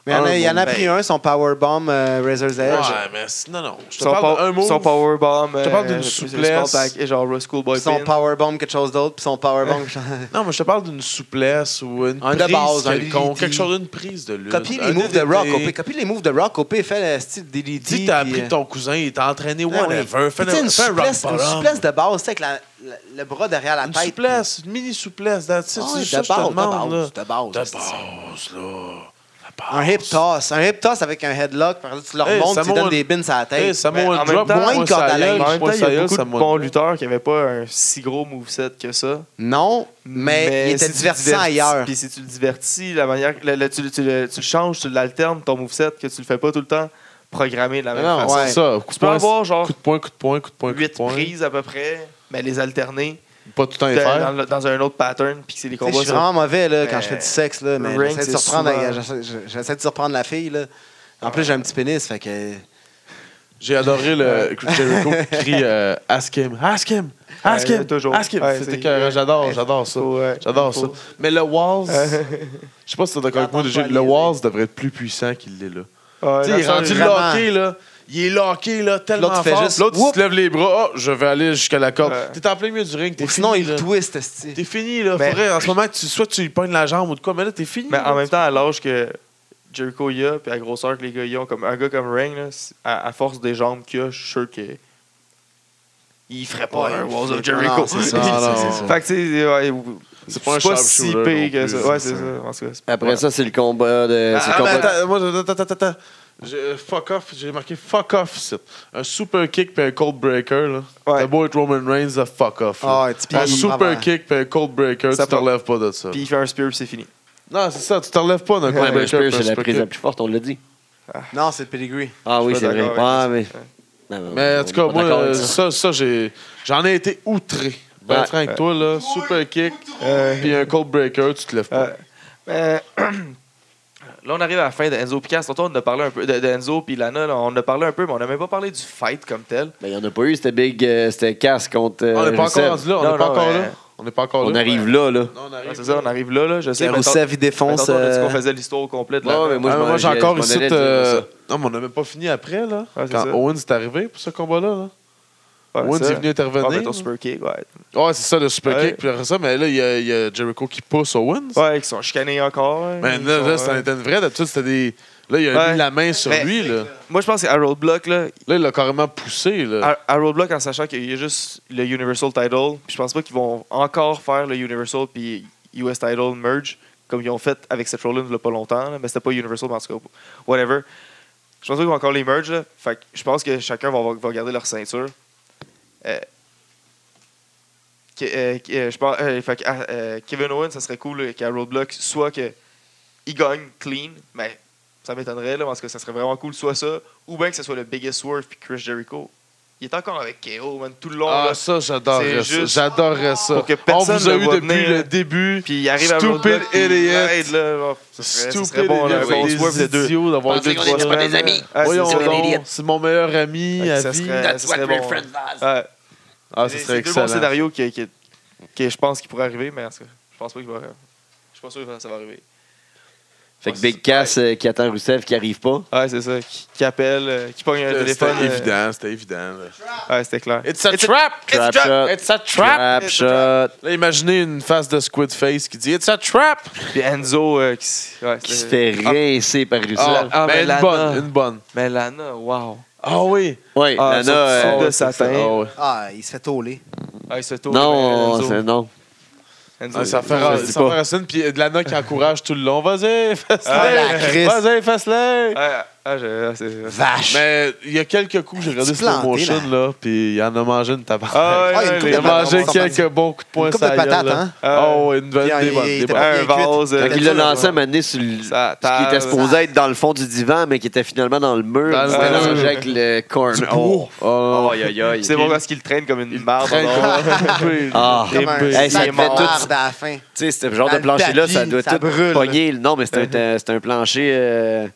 Speaker 3: Mais il y en a, il y en a
Speaker 6: Ben-
Speaker 3: pris un, son powerbomb euh, Razor's Edge.
Speaker 6: mais c'est- non, non. Je te
Speaker 4: Son,
Speaker 6: parle
Speaker 4: pow-
Speaker 6: d'un move.
Speaker 4: son powerbomb.
Speaker 6: te parle d'une
Speaker 4: euh,
Speaker 6: souplesse.
Speaker 4: Spartak Et genre Schoolboy
Speaker 3: son
Speaker 4: Pin.
Speaker 3: powerbomb quelque chose d'autre, puis son powerbomb...
Speaker 6: Non, mais je te parle d'une souplesse ou une
Speaker 3: Un de
Speaker 6: prise
Speaker 3: base, un
Speaker 6: quelconque.
Speaker 3: DDT.
Speaker 6: quelque chose d'une prise de lutte.
Speaker 3: Copie
Speaker 6: un
Speaker 3: les moves de
Speaker 6: DDT.
Speaker 3: Rock, OP. Copie les moves de Rock, OP. Fais le style DDT.
Speaker 6: Dis que t'as
Speaker 3: puis,
Speaker 6: appris
Speaker 3: euh,
Speaker 6: de ton cousin, il t'a entraîné,
Speaker 3: Ah oui.
Speaker 6: whatever.
Speaker 3: Puis
Speaker 6: Fais
Speaker 3: tu sais,
Speaker 6: le-
Speaker 3: une
Speaker 6: fais un rock
Speaker 3: souplesse, une
Speaker 6: bottom.
Speaker 3: souplesse de base, tu sais, avec la- la- le bras derrière la
Speaker 6: Une
Speaker 3: tête.
Speaker 6: souplesse, une mini souplesse. that's it,
Speaker 3: Ah
Speaker 6: C'est
Speaker 3: oui,
Speaker 6: juste ça
Speaker 3: de
Speaker 6: que je te
Speaker 3: base, de
Speaker 6: demande.
Speaker 3: base,
Speaker 6: là.
Speaker 3: de base,
Speaker 6: De
Speaker 3: c'est-
Speaker 6: base, là. De base.
Speaker 3: Un hip toss. Un hip toss avec un headlock. Par exemple, tu leur
Speaker 6: Hey,
Speaker 3: montes, tu
Speaker 6: Samoa-
Speaker 3: donnes des bins à la
Speaker 6: Hey,
Speaker 3: tête.
Speaker 4: Mais
Speaker 6: Samoa
Speaker 4: en même
Speaker 6: Drop,
Speaker 4: temps,
Speaker 6: moins
Speaker 3: moins
Speaker 6: une
Speaker 3: de corde à
Speaker 4: En
Speaker 3: linge.
Speaker 4: même temps, il y a beaucoup de
Speaker 6: Samoa
Speaker 4: bons
Speaker 6: Drop.
Speaker 4: lutteurs qui n'avaient pas un si gros moveset que ça.
Speaker 3: non, mais, il était
Speaker 4: si tu
Speaker 3: divertissant
Speaker 4: divertis-
Speaker 3: ailleurs.
Speaker 4: Puis si tu le divertis, la manière, le- le- tu, le- tu le, tu le changes, tu l'alternes, ton moveset, que tu le fais pas tout le temps, programmé de la même
Speaker 6: Non,
Speaker 4: façon.
Speaker 3: ouais.
Speaker 6: c'est ça. Coup
Speaker 4: Tu
Speaker 6: de
Speaker 4: peux
Speaker 6: poing,
Speaker 4: avoir genre
Speaker 6: coup de poing, coup de poing, coup de poing, coup de
Speaker 4: 8
Speaker 6: poing.
Speaker 4: prises à peu près, mais les alterner
Speaker 6: Pas tout le temps les faire.
Speaker 4: dans, le- dans un autre pattern, puis que c'est les
Speaker 3: Tu sais, Je
Speaker 4: combats.
Speaker 3: suis vraiment mauvais là, quand je fais
Speaker 4: Euh,
Speaker 3: du sexe, là, mais
Speaker 4: le ring,
Speaker 3: j'essaie de,
Speaker 4: c'est
Speaker 3: surprendre-
Speaker 4: souvent-
Speaker 3: j'essaie- j'essaie de surprendre la fille. Là. En plus, j'ai un petit pénis, fait que...
Speaker 6: J'ai adoré le que Jericho qui crie euh, Ask him, ask him, ask
Speaker 4: Ouais,
Speaker 6: him,
Speaker 4: toujours.
Speaker 6: ask him.
Speaker 4: Ouais,
Speaker 6: C'était
Speaker 4: c'est-
Speaker 6: écœurant. j'adore,
Speaker 4: ouais.
Speaker 6: j'adore ça.
Speaker 4: Faut, ouais,
Speaker 6: J'adore ça.
Speaker 4: faut.
Speaker 6: Mais le Walls, je sais pas si t'es d'accord avec moi,
Speaker 3: J'entends
Speaker 6: Jay,
Speaker 3: pas
Speaker 6: le
Speaker 3: les-
Speaker 6: Walls devrait être plus puissant qu'il l'est là.
Speaker 4: Ouais,
Speaker 6: Tu sais, il est
Speaker 4: dans le
Speaker 6: rendu
Speaker 4: sens-
Speaker 3: vraiment-
Speaker 6: locké là. Il est locké là, tellement
Speaker 3: L'autre,
Speaker 6: fort.
Speaker 3: il fait juste
Speaker 6: L'autre, il
Speaker 3: whoop.
Speaker 6: se lève les bras. Oh, je vais aller jusqu'à la corde.
Speaker 4: Ouais.
Speaker 6: T'es en plein milieu du ring. T'es
Speaker 3: Ou sinon,
Speaker 6: fini,
Speaker 3: il
Speaker 6: là.
Speaker 3: twist, esti.
Speaker 6: T'es fini là.
Speaker 4: Mais-
Speaker 6: Pour vrai, en ce moment, tu, soit tu lui pognes la jambe ou de quoi, mais là, t'es fini.
Speaker 4: Mais
Speaker 6: là.
Speaker 4: en même temps, à l'âge que Jericho y a, puis à la grosseur que les gars y ont, comme un gars comme Ring, là, c- à, à force des jambes qu'il a, je suis sûr que. Il ferait pas
Speaker 3: Ouais,
Speaker 4: un
Speaker 3: il
Speaker 4: Walls
Speaker 3: ferait
Speaker 4: of Jericho.
Speaker 3: pas, non, c'est ça,
Speaker 6: non, c'est ça.
Speaker 4: Fait que, tu sais, ouais, ou-
Speaker 6: C'est pas un
Speaker 4: c'est si
Speaker 6: sharpshooter non
Speaker 4: pire que
Speaker 6: plus,
Speaker 4: ça. Ouais,
Speaker 6: c'est
Speaker 4: c'est
Speaker 6: ça.
Speaker 4: ça. En tout cas, c'est-
Speaker 2: Après
Speaker 4: ouais.
Speaker 2: ça, c'est le combat de. c'est le
Speaker 6: Ah, mais
Speaker 2: combat de-
Speaker 6: attends, moi, attends, attends, attends, attends. J'ai- euh, Fuck off, j'ai marqué fuck off. c'est- Un super kick puis un cold breaker. là.
Speaker 4: Ouais.
Speaker 6: T'as beau être Roman Reigns, là, fuck off. là.
Speaker 3: Ah, ouais, tu
Speaker 6: un
Speaker 3: passes au
Speaker 6: super
Speaker 3: travers.
Speaker 6: kick puis un cold breaker,
Speaker 4: Ça
Speaker 6: tu te
Speaker 4: prend-
Speaker 6: relèves pas de ça.
Speaker 4: Puis il fait un spear, puis c'est fini.
Speaker 6: Non, c'est ça, tu te relèves pas d'un
Speaker 2: Ouais, ben,
Speaker 6: cold
Speaker 2: mais
Speaker 6: breaker.
Speaker 2: Spears,
Speaker 6: puis un
Speaker 2: c'est la
Speaker 6: super
Speaker 2: prise la
Speaker 6: kick.
Speaker 2: plus forte, on l'a dit.
Speaker 3: Non, c'est le pedigree.
Speaker 2: Ah oui,
Speaker 4: suis
Speaker 2: c'est
Speaker 4: pas
Speaker 2: vrai.
Speaker 4: d'accord
Speaker 2: Ouais, mais.
Speaker 4: avec ça.
Speaker 2: Non,
Speaker 6: Mais
Speaker 2: on
Speaker 6: en
Speaker 2: est
Speaker 6: tout
Speaker 2: pas
Speaker 6: cas, moi,
Speaker 2: d'accord avec
Speaker 6: euh,
Speaker 2: ça.
Speaker 6: ça, ça, j'ai, j'en ai été outré. Ben
Speaker 2: Ouais.
Speaker 6: franc avec toi, là, super kick
Speaker 4: Euh,
Speaker 6: puis un cold breaker, tu te lèves pas.
Speaker 4: euh, euh, là, on arrive à la fin de Enzo Picasso. Tantôt, on en a parlé un peu de, de Enzo puis Lana. là, on en a parlé un peu, mais on n'a même pas parlé du fight comme tel.
Speaker 2: Ben, il n'y en a pas eu, c'était Big. euh, c'était Cass contre. euh,
Speaker 6: on n'est pas
Speaker 2: Rusev.
Speaker 6: encore rendu là, on
Speaker 4: Non,
Speaker 6: n'est pas
Speaker 4: non,
Speaker 6: encore
Speaker 4: mais-
Speaker 6: là. On n'est pas encore
Speaker 2: On
Speaker 6: là.
Speaker 2: arrive là, là.
Speaker 6: Non, on arrive
Speaker 4: Ouais, c'est ça, on arrive là, là. Je sais.
Speaker 3: Pierre
Speaker 4: mais
Speaker 3: Rousseff, il
Speaker 4: tant- mais
Speaker 3: défonce...
Speaker 4: tantôt, on a dit qu'on
Speaker 3: euh,
Speaker 4: faisait l'histoire au complet. de
Speaker 2: Ouais,
Speaker 4: Lana.
Speaker 2: mais moi,
Speaker 6: Ah,
Speaker 2: je
Speaker 6: mais
Speaker 2: m'en-
Speaker 6: moi, j'ai encore
Speaker 2: je m'en
Speaker 6: ici.
Speaker 2: allais dire
Speaker 6: euh,
Speaker 2: ça.
Speaker 6: Non, mais on n'a même pas fini après, là.
Speaker 4: Ouais, c'est
Speaker 6: quand
Speaker 4: ça.
Speaker 6: Owens est arrivé pour ce combat-là. Là.
Speaker 4: Ouais,
Speaker 6: Owens
Speaker 4: ça.
Speaker 6: est venu intervenir.
Speaker 4: Ouais, mettons super ben, kick, ouais.
Speaker 6: Ouais, c'est ça, le super
Speaker 4: Ouais.
Speaker 6: kick. Puis après ça, mais là, il y, a- il y a Jericho qui pousse Owens.
Speaker 4: Ouais, ils sont chicanés encore. hein.
Speaker 6: Mais
Speaker 4: Ils
Speaker 6: Ben, là,
Speaker 4: sont,
Speaker 6: là
Speaker 4: euh,
Speaker 6: ça en était une vraie. D'habitude, c'était des. Là, il a
Speaker 4: Ouais.
Speaker 6: mis la main sur
Speaker 4: Mais-
Speaker 6: lui. Là.
Speaker 4: Moi, je pense que Harold Block, là,
Speaker 6: là, il l'a carrément poussé. Là.
Speaker 4: Har- Harold Block, en sachant qu'il y a juste le Universal Title, puis je pense pas qu'ils vont encore faire le Universal puis US Title merge, comme ils ont fait avec Seth Rollins il y a pas longtemps, là, mais c'était pas Universal, mais en tout cas, whatever. Je pense pas qu'ils vont encore les merge, là. Fait que je pense que chacun va, va garder leur ceinture. Euh, que- euh, que- euh, je pense, euh, fait que, ah, euh, Kevin Owens, ça serait cool là, qu'Harold Block, soit que il gagne clean, mais ça m'étonnerait, là, parce que ça serait vraiment cool, soit ça, ou bien que ce soit le Biggest Swerve puis Chris Jericho. Il est encore avec KO, man, tout le long,
Speaker 6: Ah,
Speaker 4: là.
Speaker 6: ça, j'adorerais
Speaker 4: c'est
Speaker 6: ça.
Speaker 4: juste-
Speaker 6: J'adorerais ça.
Speaker 4: Pour que
Speaker 6: On
Speaker 4: personne
Speaker 6: vous a
Speaker 4: le
Speaker 6: eu
Speaker 4: voit
Speaker 6: depuis
Speaker 4: venir.
Speaker 6: le début.
Speaker 4: Puis il arrive à
Speaker 6: Stupid
Speaker 4: Road Block, puis il
Speaker 6: idiot.
Speaker 4: arrête, là, genre, ça serait- ça serait
Speaker 6: Stupid
Speaker 4: bon, là,
Speaker 6: idiot,
Speaker 4: qu'on se voit, puis les
Speaker 6: des
Speaker 4: deux.
Speaker 6: idiots d'avoir
Speaker 5: Pensez
Speaker 6: deux,
Speaker 5: qu'on
Speaker 6: trois
Speaker 5: est pas des
Speaker 6: semaines.
Speaker 5: amis.
Speaker 4: Ah,
Speaker 6: Voyons
Speaker 4: c'est-
Speaker 5: c'est un
Speaker 6: donc,
Speaker 5: idiot.
Speaker 6: c'est mon meilleur ami
Speaker 4: Fait que
Speaker 6: à
Speaker 4: ça
Speaker 6: vie.
Speaker 4: serait-
Speaker 5: That's
Speaker 4: ça
Speaker 5: what
Speaker 4: serait
Speaker 5: real
Speaker 4: bon.
Speaker 5: friends does.
Speaker 4: Ouais.
Speaker 6: Ah,
Speaker 4: C'est
Speaker 6: ça serait
Speaker 4: c'est deux bons
Speaker 6: excellent.
Speaker 4: scénarios qui, qui, qui- je pense qu'il pourrait arriver, mais en tout cas, je pense pas qu'il va arriver. Je suis pas sûr que ça va arriver.
Speaker 2: Fait que Big Cass euh, qui attend Rousseff qui arrive pas.
Speaker 4: Ouais, c'est ça. Qui, qui appelle, euh, qui pogne un téléphone.
Speaker 6: C'était
Speaker 4: euh,
Speaker 6: évident, c'était évident. là.
Speaker 4: Ouais, c'était clair.
Speaker 6: It's a trap!
Speaker 2: Trap shot.
Speaker 6: It's a trap!
Speaker 2: Trap
Speaker 4: It's a
Speaker 2: shot.
Speaker 6: Là, imaginez une face de Squid Face qui dit It's a trap!
Speaker 4: Puis Enzo euh, qui, s- ouais,
Speaker 2: Qui se
Speaker 4: c'était-
Speaker 2: fait
Speaker 6: Ah.
Speaker 2: rincer par Rousseff.
Speaker 4: ah, mais
Speaker 6: mais une
Speaker 4: Lana.
Speaker 6: bonne, une bonne.
Speaker 4: Ah, Mais Lana, wow.
Speaker 6: ben, Ah oui!
Speaker 2: Oui,
Speaker 4: Ah,
Speaker 2: Lana.
Speaker 4: sur-
Speaker 2: euh,
Speaker 4: sur-
Speaker 6: Ah ouais,
Speaker 4: de
Speaker 6: c'est
Speaker 4: satin.
Speaker 6: ça. Ah ouais.
Speaker 3: Ah, il se fait tauler.
Speaker 4: Ah, il se fait tourner,
Speaker 2: Non,
Speaker 4: mais Enzo.
Speaker 2: c'est non.
Speaker 4: Enzo.
Speaker 6: Ah, ça fait
Speaker 2: Ça
Speaker 6: ra-
Speaker 2: se dit
Speaker 6: ça
Speaker 2: pas.
Speaker 6: fait racine, puis euh, de Lana qui encourage tout le long. Vas-y,
Speaker 4: Ah,
Speaker 3: la
Speaker 6: fais-le!
Speaker 3: Christ.
Speaker 6: Vas-y, fais-le!
Speaker 4: Ah, ah, je- ah, c'est-
Speaker 3: Vache!
Speaker 6: Mais il y a quelques coups que j'ai regardé
Speaker 3: Ah, Tu
Speaker 6: slow
Speaker 3: plantais,
Speaker 6: motion, là, puis il en a mangé une tabarnak.
Speaker 4: Ah, ouais,
Speaker 3: Ah, il y a
Speaker 4: ouais,
Speaker 3: une coupe
Speaker 6: il
Speaker 4: les-
Speaker 3: de
Speaker 6: a mangé
Speaker 3: patates,
Speaker 6: quelques bons coups de poing,
Speaker 3: Une coupe
Speaker 6: ça
Speaker 3: de patates, hein?
Speaker 6: Oh, une bonne,
Speaker 3: Il-
Speaker 6: des
Speaker 3: il-
Speaker 6: bonnes,
Speaker 3: il
Speaker 6: des
Speaker 3: était
Speaker 6: bonnes.
Speaker 3: pas
Speaker 4: Un
Speaker 3: bien cuite.
Speaker 4: vase. euh,
Speaker 2: Fait qu'il l'a
Speaker 3: Peut-être,
Speaker 2: lancé
Speaker 3: ouais.
Speaker 2: à un moment donné sur le-
Speaker 4: Ça
Speaker 2: ce qui
Speaker 4: table.
Speaker 2: était supposé être dans le fond du divan, mais qui était finalement dans le mur.
Speaker 6: Dans
Speaker 2: Dans
Speaker 6: le
Speaker 4: mur.
Speaker 2: avec le corn. Oh,
Speaker 6: Oh,
Speaker 2: oh, aïe, aïe, aïe.
Speaker 4: C'est bon parce qu'il traîne comme une marde.
Speaker 6: traîne
Speaker 4: alors.
Speaker 2: Ah.
Speaker 6: comme
Speaker 3: Comme
Speaker 6: un-
Speaker 3: un sac
Speaker 6: Hey,
Speaker 2: ça
Speaker 3: de
Speaker 2: te fait tout-
Speaker 3: marde à la fin.
Speaker 2: Tu sais, ce genre
Speaker 3: Dans
Speaker 2: de
Speaker 3: le
Speaker 2: plancher-là, ça
Speaker 3: tapis,
Speaker 2: doit
Speaker 3: ça
Speaker 2: tout
Speaker 3: brûle.
Speaker 2: pogner. Non, mais c'est un, c'est un plancher. euh,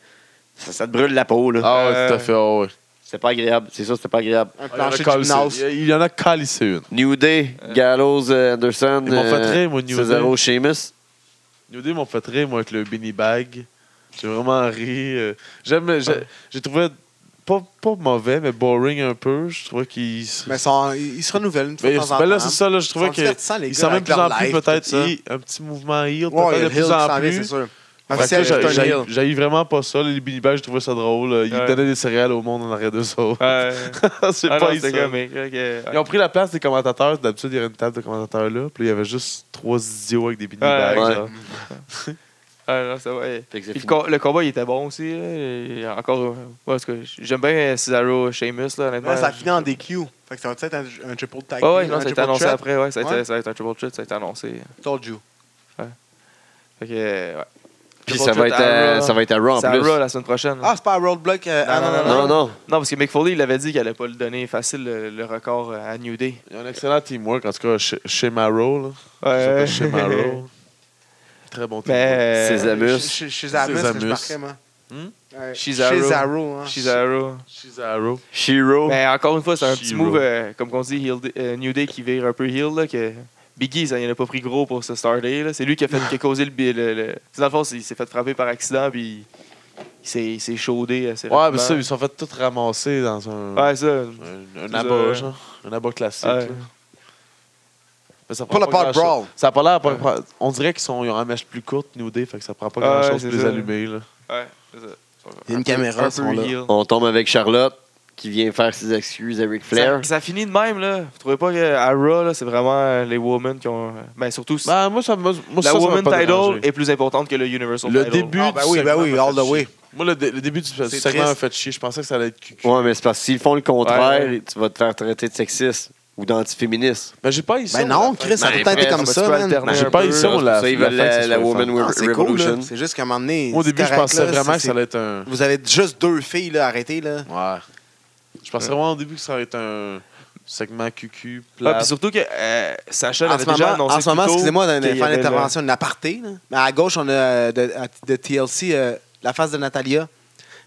Speaker 2: ça, ça te brûle la peau, là.
Speaker 6: Ah, ouais, tout à fait, ah, ouais.
Speaker 2: C'était pas agréable. C'est ça, c'était pas agréable.
Speaker 3: Un
Speaker 6: Il y en a
Speaker 3: plancher de
Speaker 6: calissé-
Speaker 3: gymnase.
Speaker 6: Il y en a calissé une.
Speaker 2: New Day, Gallows, euh, Anderson.
Speaker 6: Ils m'ont fait rire, moi, New
Speaker 2: Cesaro, Sheamus.
Speaker 6: New Day m'ont fait rire, moi, avec le beanie bag. J'ai vraiment ri. euh, J'aime, j'ai,
Speaker 3: Ah.
Speaker 6: j'ai trouvé pas, pas mauvais, mais boring un peu. Je trouvais qu'il se.
Speaker 3: Mais son- il il se renouvelle une fois
Speaker 6: Mais
Speaker 3: de temps en
Speaker 6: ben là,
Speaker 3: temps.
Speaker 6: c'est ça, là, je trouvais
Speaker 3: sont
Speaker 6: que.
Speaker 3: divertissants, les
Speaker 6: Il
Speaker 3: gars,
Speaker 6: s'en même
Speaker 3: avec
Speaker 6: plus en
Speaker 3: leur
Speaker 6: plus,
Speaker 3: live,
Speaker 6: peut-être.
Speaker 3: tout ça.
Speaker 6: et Un petit mouvement heel,
Speaker 3: Ouais, il y
Speaker 6: peut-être
Speaker 3: a
Speaker 6: de
Speaker 3: le heel
Speaker 6: plus
Speaker 3: qui s'en
Speaker 6: en
Speaker 3: vient, c'est
Speaker 6: plus.
Speaker 3: sûr.
Speaker 6: Fait
Speaker 3: Officiel,
Speaker 6: que
Speaker 3: c'est un
Speaker 6: j'ai-
Speaker 3: heel.
Speaker 6: j'ai- J'haïs vraiment pas ça. Les beanie bags, je trouvais ça drôle. Ils
Speaker 4: Ouais.
Speaker 6: donnaient des céréales au monde en arrêt de ça.
Speaker 4: Ouais.
Speaker 6: c'est
Speaker 4: Ah non,
Speaker 6: pas
Speaker 4: c'était
Speaker 6: ça.
Speaker 4: comique, ok, ouais.
Speaker 6: Ils ont pris la place des commentateurs. D'habitude, il y avait une table de commentateurs là. Puis là, il y avait juste trois idiots avec des beanie
Speaker 4: Ouais.
Speaker 6: bags.
Speaker 2: Ouais.
Speaker 6: genre.
Speaker 4: Ah, non, c'est vrai.
Speaker 2: Fait que c'est
Speaker 4: Puis le,
Speaker 2: fini.
Speaker 4: co- le combat, il était bon aussi. là. Et Encore, euh, ouais, en tout cas, j'aime bien Cesaro Sheamus, là, honnêtement.
Speaker 3: Ouais, ça finit en DQ. Fait que ça va peut-être un, un triple tag.
Speaker 4: Ouais, ouais,
Speaker 3: team,
Speaker 4: non,
Speaker 3: un
Speaker 4: ça a été
Speaker 3: triple
Speaker 4: annoncé
Speaker 3: threat.
Speaker 4: après, ouais, ça a été,
Speaker 3: Ouais.
Speaker 4: ça a été un triple threat, ça a été annoncé.
Speaker 3: Told you.
Speaker 4: Fait que, euh, ouais.
Speaker 2: Puis ça
Speaker 4: Triple
Speaker 2: va,
Speaker 4: threat
Speaker 2: être
Speaker 4: à
Speaker 2: à,
Speaker 4: Raw.
Speaker 2: ça va être à Raw en
Speaker 4: C'est à
Speaker 2: plus.
Speaker 4: Raw la semaine prochaine.
Speaker 3: Ah, c'est pas un roadblock. euh, ah, non, non, non.
Speaker 2: Non, non.
Speaker 4: Non, parce que Mick Foley, il avait dit qu'il allait pas le donner facile, le, le record euh, à New Day.
Speaker 6: Il y a un excellent teamwork, en tout cas, chez, chez Marrow. Là.
Speaker 4: Ouais.
Speaker 6: Il s'appelle Chez Marrow. Très bon teamwork.
Speaker 4: Mais.
Speaker 2: Ces
Speaker 4: euh,
Speaker 2: amis. Amus.
Speaker 3: Chez- Chez chez Amus, que
Speaker 6: Chez
Speaker 3: je
Speaker 6: Amus.
Speaker 3: marquais, moi. Ouais, Chez
Speaker 4: Chez Arrow.
Speaker 3: Arrow, hein.
Speaker 4: Cesaro.
Speaker 6: Cesaro.
Speaker 2: Shiro.
Speaker 4: Mais encore une fois, c'est un petit
Speaker 6: Shiro.
Speaker 4: move, euh, comme on dit, heel- euh, New Day qui vire un peu heel. Là, que Biggie, ça, il en a pas pris gros pour se starter. là. C'est lui qui a, fait, qui a causé le, bi- le, le- Tu sais, Dans le fond, c'est- il s'est fait frapper par accident, puis il s'est- il s'est chaudé assez
Speaker 6: Ouais, mais
Speaker 4: rapidement.
Speaker 6: ça, ils se sont fait tous ramasser dans un,
Speaker 4: Ben. Ouais, ça.
Speaker 6: un, un
Speaker 4: C'est
Speaker 6: abat,
Speaker 4: ça.
Speaker 6: genre. Un abat classique.
Speaker 4: Ouais.
Speaker 6: là. Mais ça
Speaker 3: Pas le pod
Speaker 6: grand-chose.
Speaker 3: brawl.
Speaker 6: Ça a pas l'air. pas- pas- On dirait qu'ils sont- ils ont un mèche plus courte, New Day, fait que ça prend pas grand
Speaker 4: Ouais,
Speaker 6: chose
Speaker 4: c'est
Speaker 6: de les
Speaker 4: ça.
Speaker 6: allumer. Là.
Speaker 4: Ouais, c'est ça.
Speaker 3: Il y a une caméra,
Speaker 4: Un
Speaker 3: ils sont
Speaker 4: peu
Speaker 3: là.
Speaker 4: heel.
Speaker 2: On tombe avec Charlotte qui vient faire ses excuses à Ric Flair.
Speaker 4: Ça, ça finit de même, là. Vous trouvez pas qu'à Raw, là, c'est vraiment euh, les women qui ont. Ben, surtout, si-
Speaker 6: Bah, moi, ça, me- moi,
Speaker 4: la
Speaker 6: ça, ça m'a
Speaker 4: Woman
Speaker 6: pas
Speaker 4: Title
Speaker 6: dérangé.
Speaker 4: est plus importante que le Universal
Speaker 6: Le
Speaker 4: Title.
Speaker 6: début
Speaker 3: Ah, ben
Speaker 6: du
Speaker 3: oui, ben
Speaker 6: segment
Speaker 3: oui,
Speaker 6: m'a
Speaker 3: all
Speaker 6: fait
Speaker 3: the way.
Speaker 6: chier. Moi, le, dé- le début du segment m'a
Speaker 3: triste.
Speaker 6: fait chier. Je pensais que ça allait être cul
Speaker 2: Ouais, mais c'est parce que s'ils font le contraire,
Speaker 4: Ouais.
Speaker 2: tu vas te faire traiter de sexiste ou d'antiféministe.
Speaker 6: Mais j'ai pas eu ça.
Speaker 3: Ben non, Chris, ça a
Speaker 2: Ben,
Speaker 3: tout le temps été
Speaker 2: frère,
Speaker 3: comme
Speaker 4: ça
Speaker 3: ça,
Speaker 4: va-tu
Speaker 3: man.
Speaker 4: alterner?
Speaker 3: Non,
Speaker 4: Mais
Speaker 6: j'ai
Speaker 4: un
Speaker 6: pas
Speaker 4: peu,
Speaker 6: eu ça, on
Speaker 2: C'est pour
Speaker 6: l'a
Speaker 2: ça, ils
Speaker 6: la
Speaker 2: veulent
Speaker 6: fin,
Speaker 2: la,
Speaker 6: c'est
Speaker 2: la
Speaker 6: sur le
Speaker 2: Woman
Speaker 6: fan.
Speaker 2: Re-
Speaker 3: C'est cool,
Speaker 2: Revolution.
Speaker 3: là. C'est juste qu'à un moment donné.
Speaker 6: Au
Speaker 3: c'est
Speaker 6: début, je
Speaker 3: correct,
Speaker 6: pensais
Speaker 3: là,
Speaker 6: vraiment
Speaker 3: c'est-
Speaker 6: que ça allait être un.
Speaker 3: c'est- Vous avez juste deux filles, là, arrêtez, là.
Speaker 6: Ouais. Je pensais vraiment au début que ça allait être un segment QQ
Speaker 4: Ouais,
Speaker 6: plat.
Speaker 4: puis surtout que euh, Sacha
Speaker 3: En
Speaker 4: l'avait
Speaker 3: ce
Speaker 4: déjà
Speaker 3: moment,
Speaker 4: annoncé.
Speaker 3: en ce moment,
Speaker 4: plus tôt
Speaker 3: excusez-moi de
Speaker 4: qu'il y
Speaker 3: faire
Speaker 4: avait le-
Speaker 3: l'intervention, une aparté. là. Mais à gauche, on a euh, de, à- de TLC euh, la face de Natalia.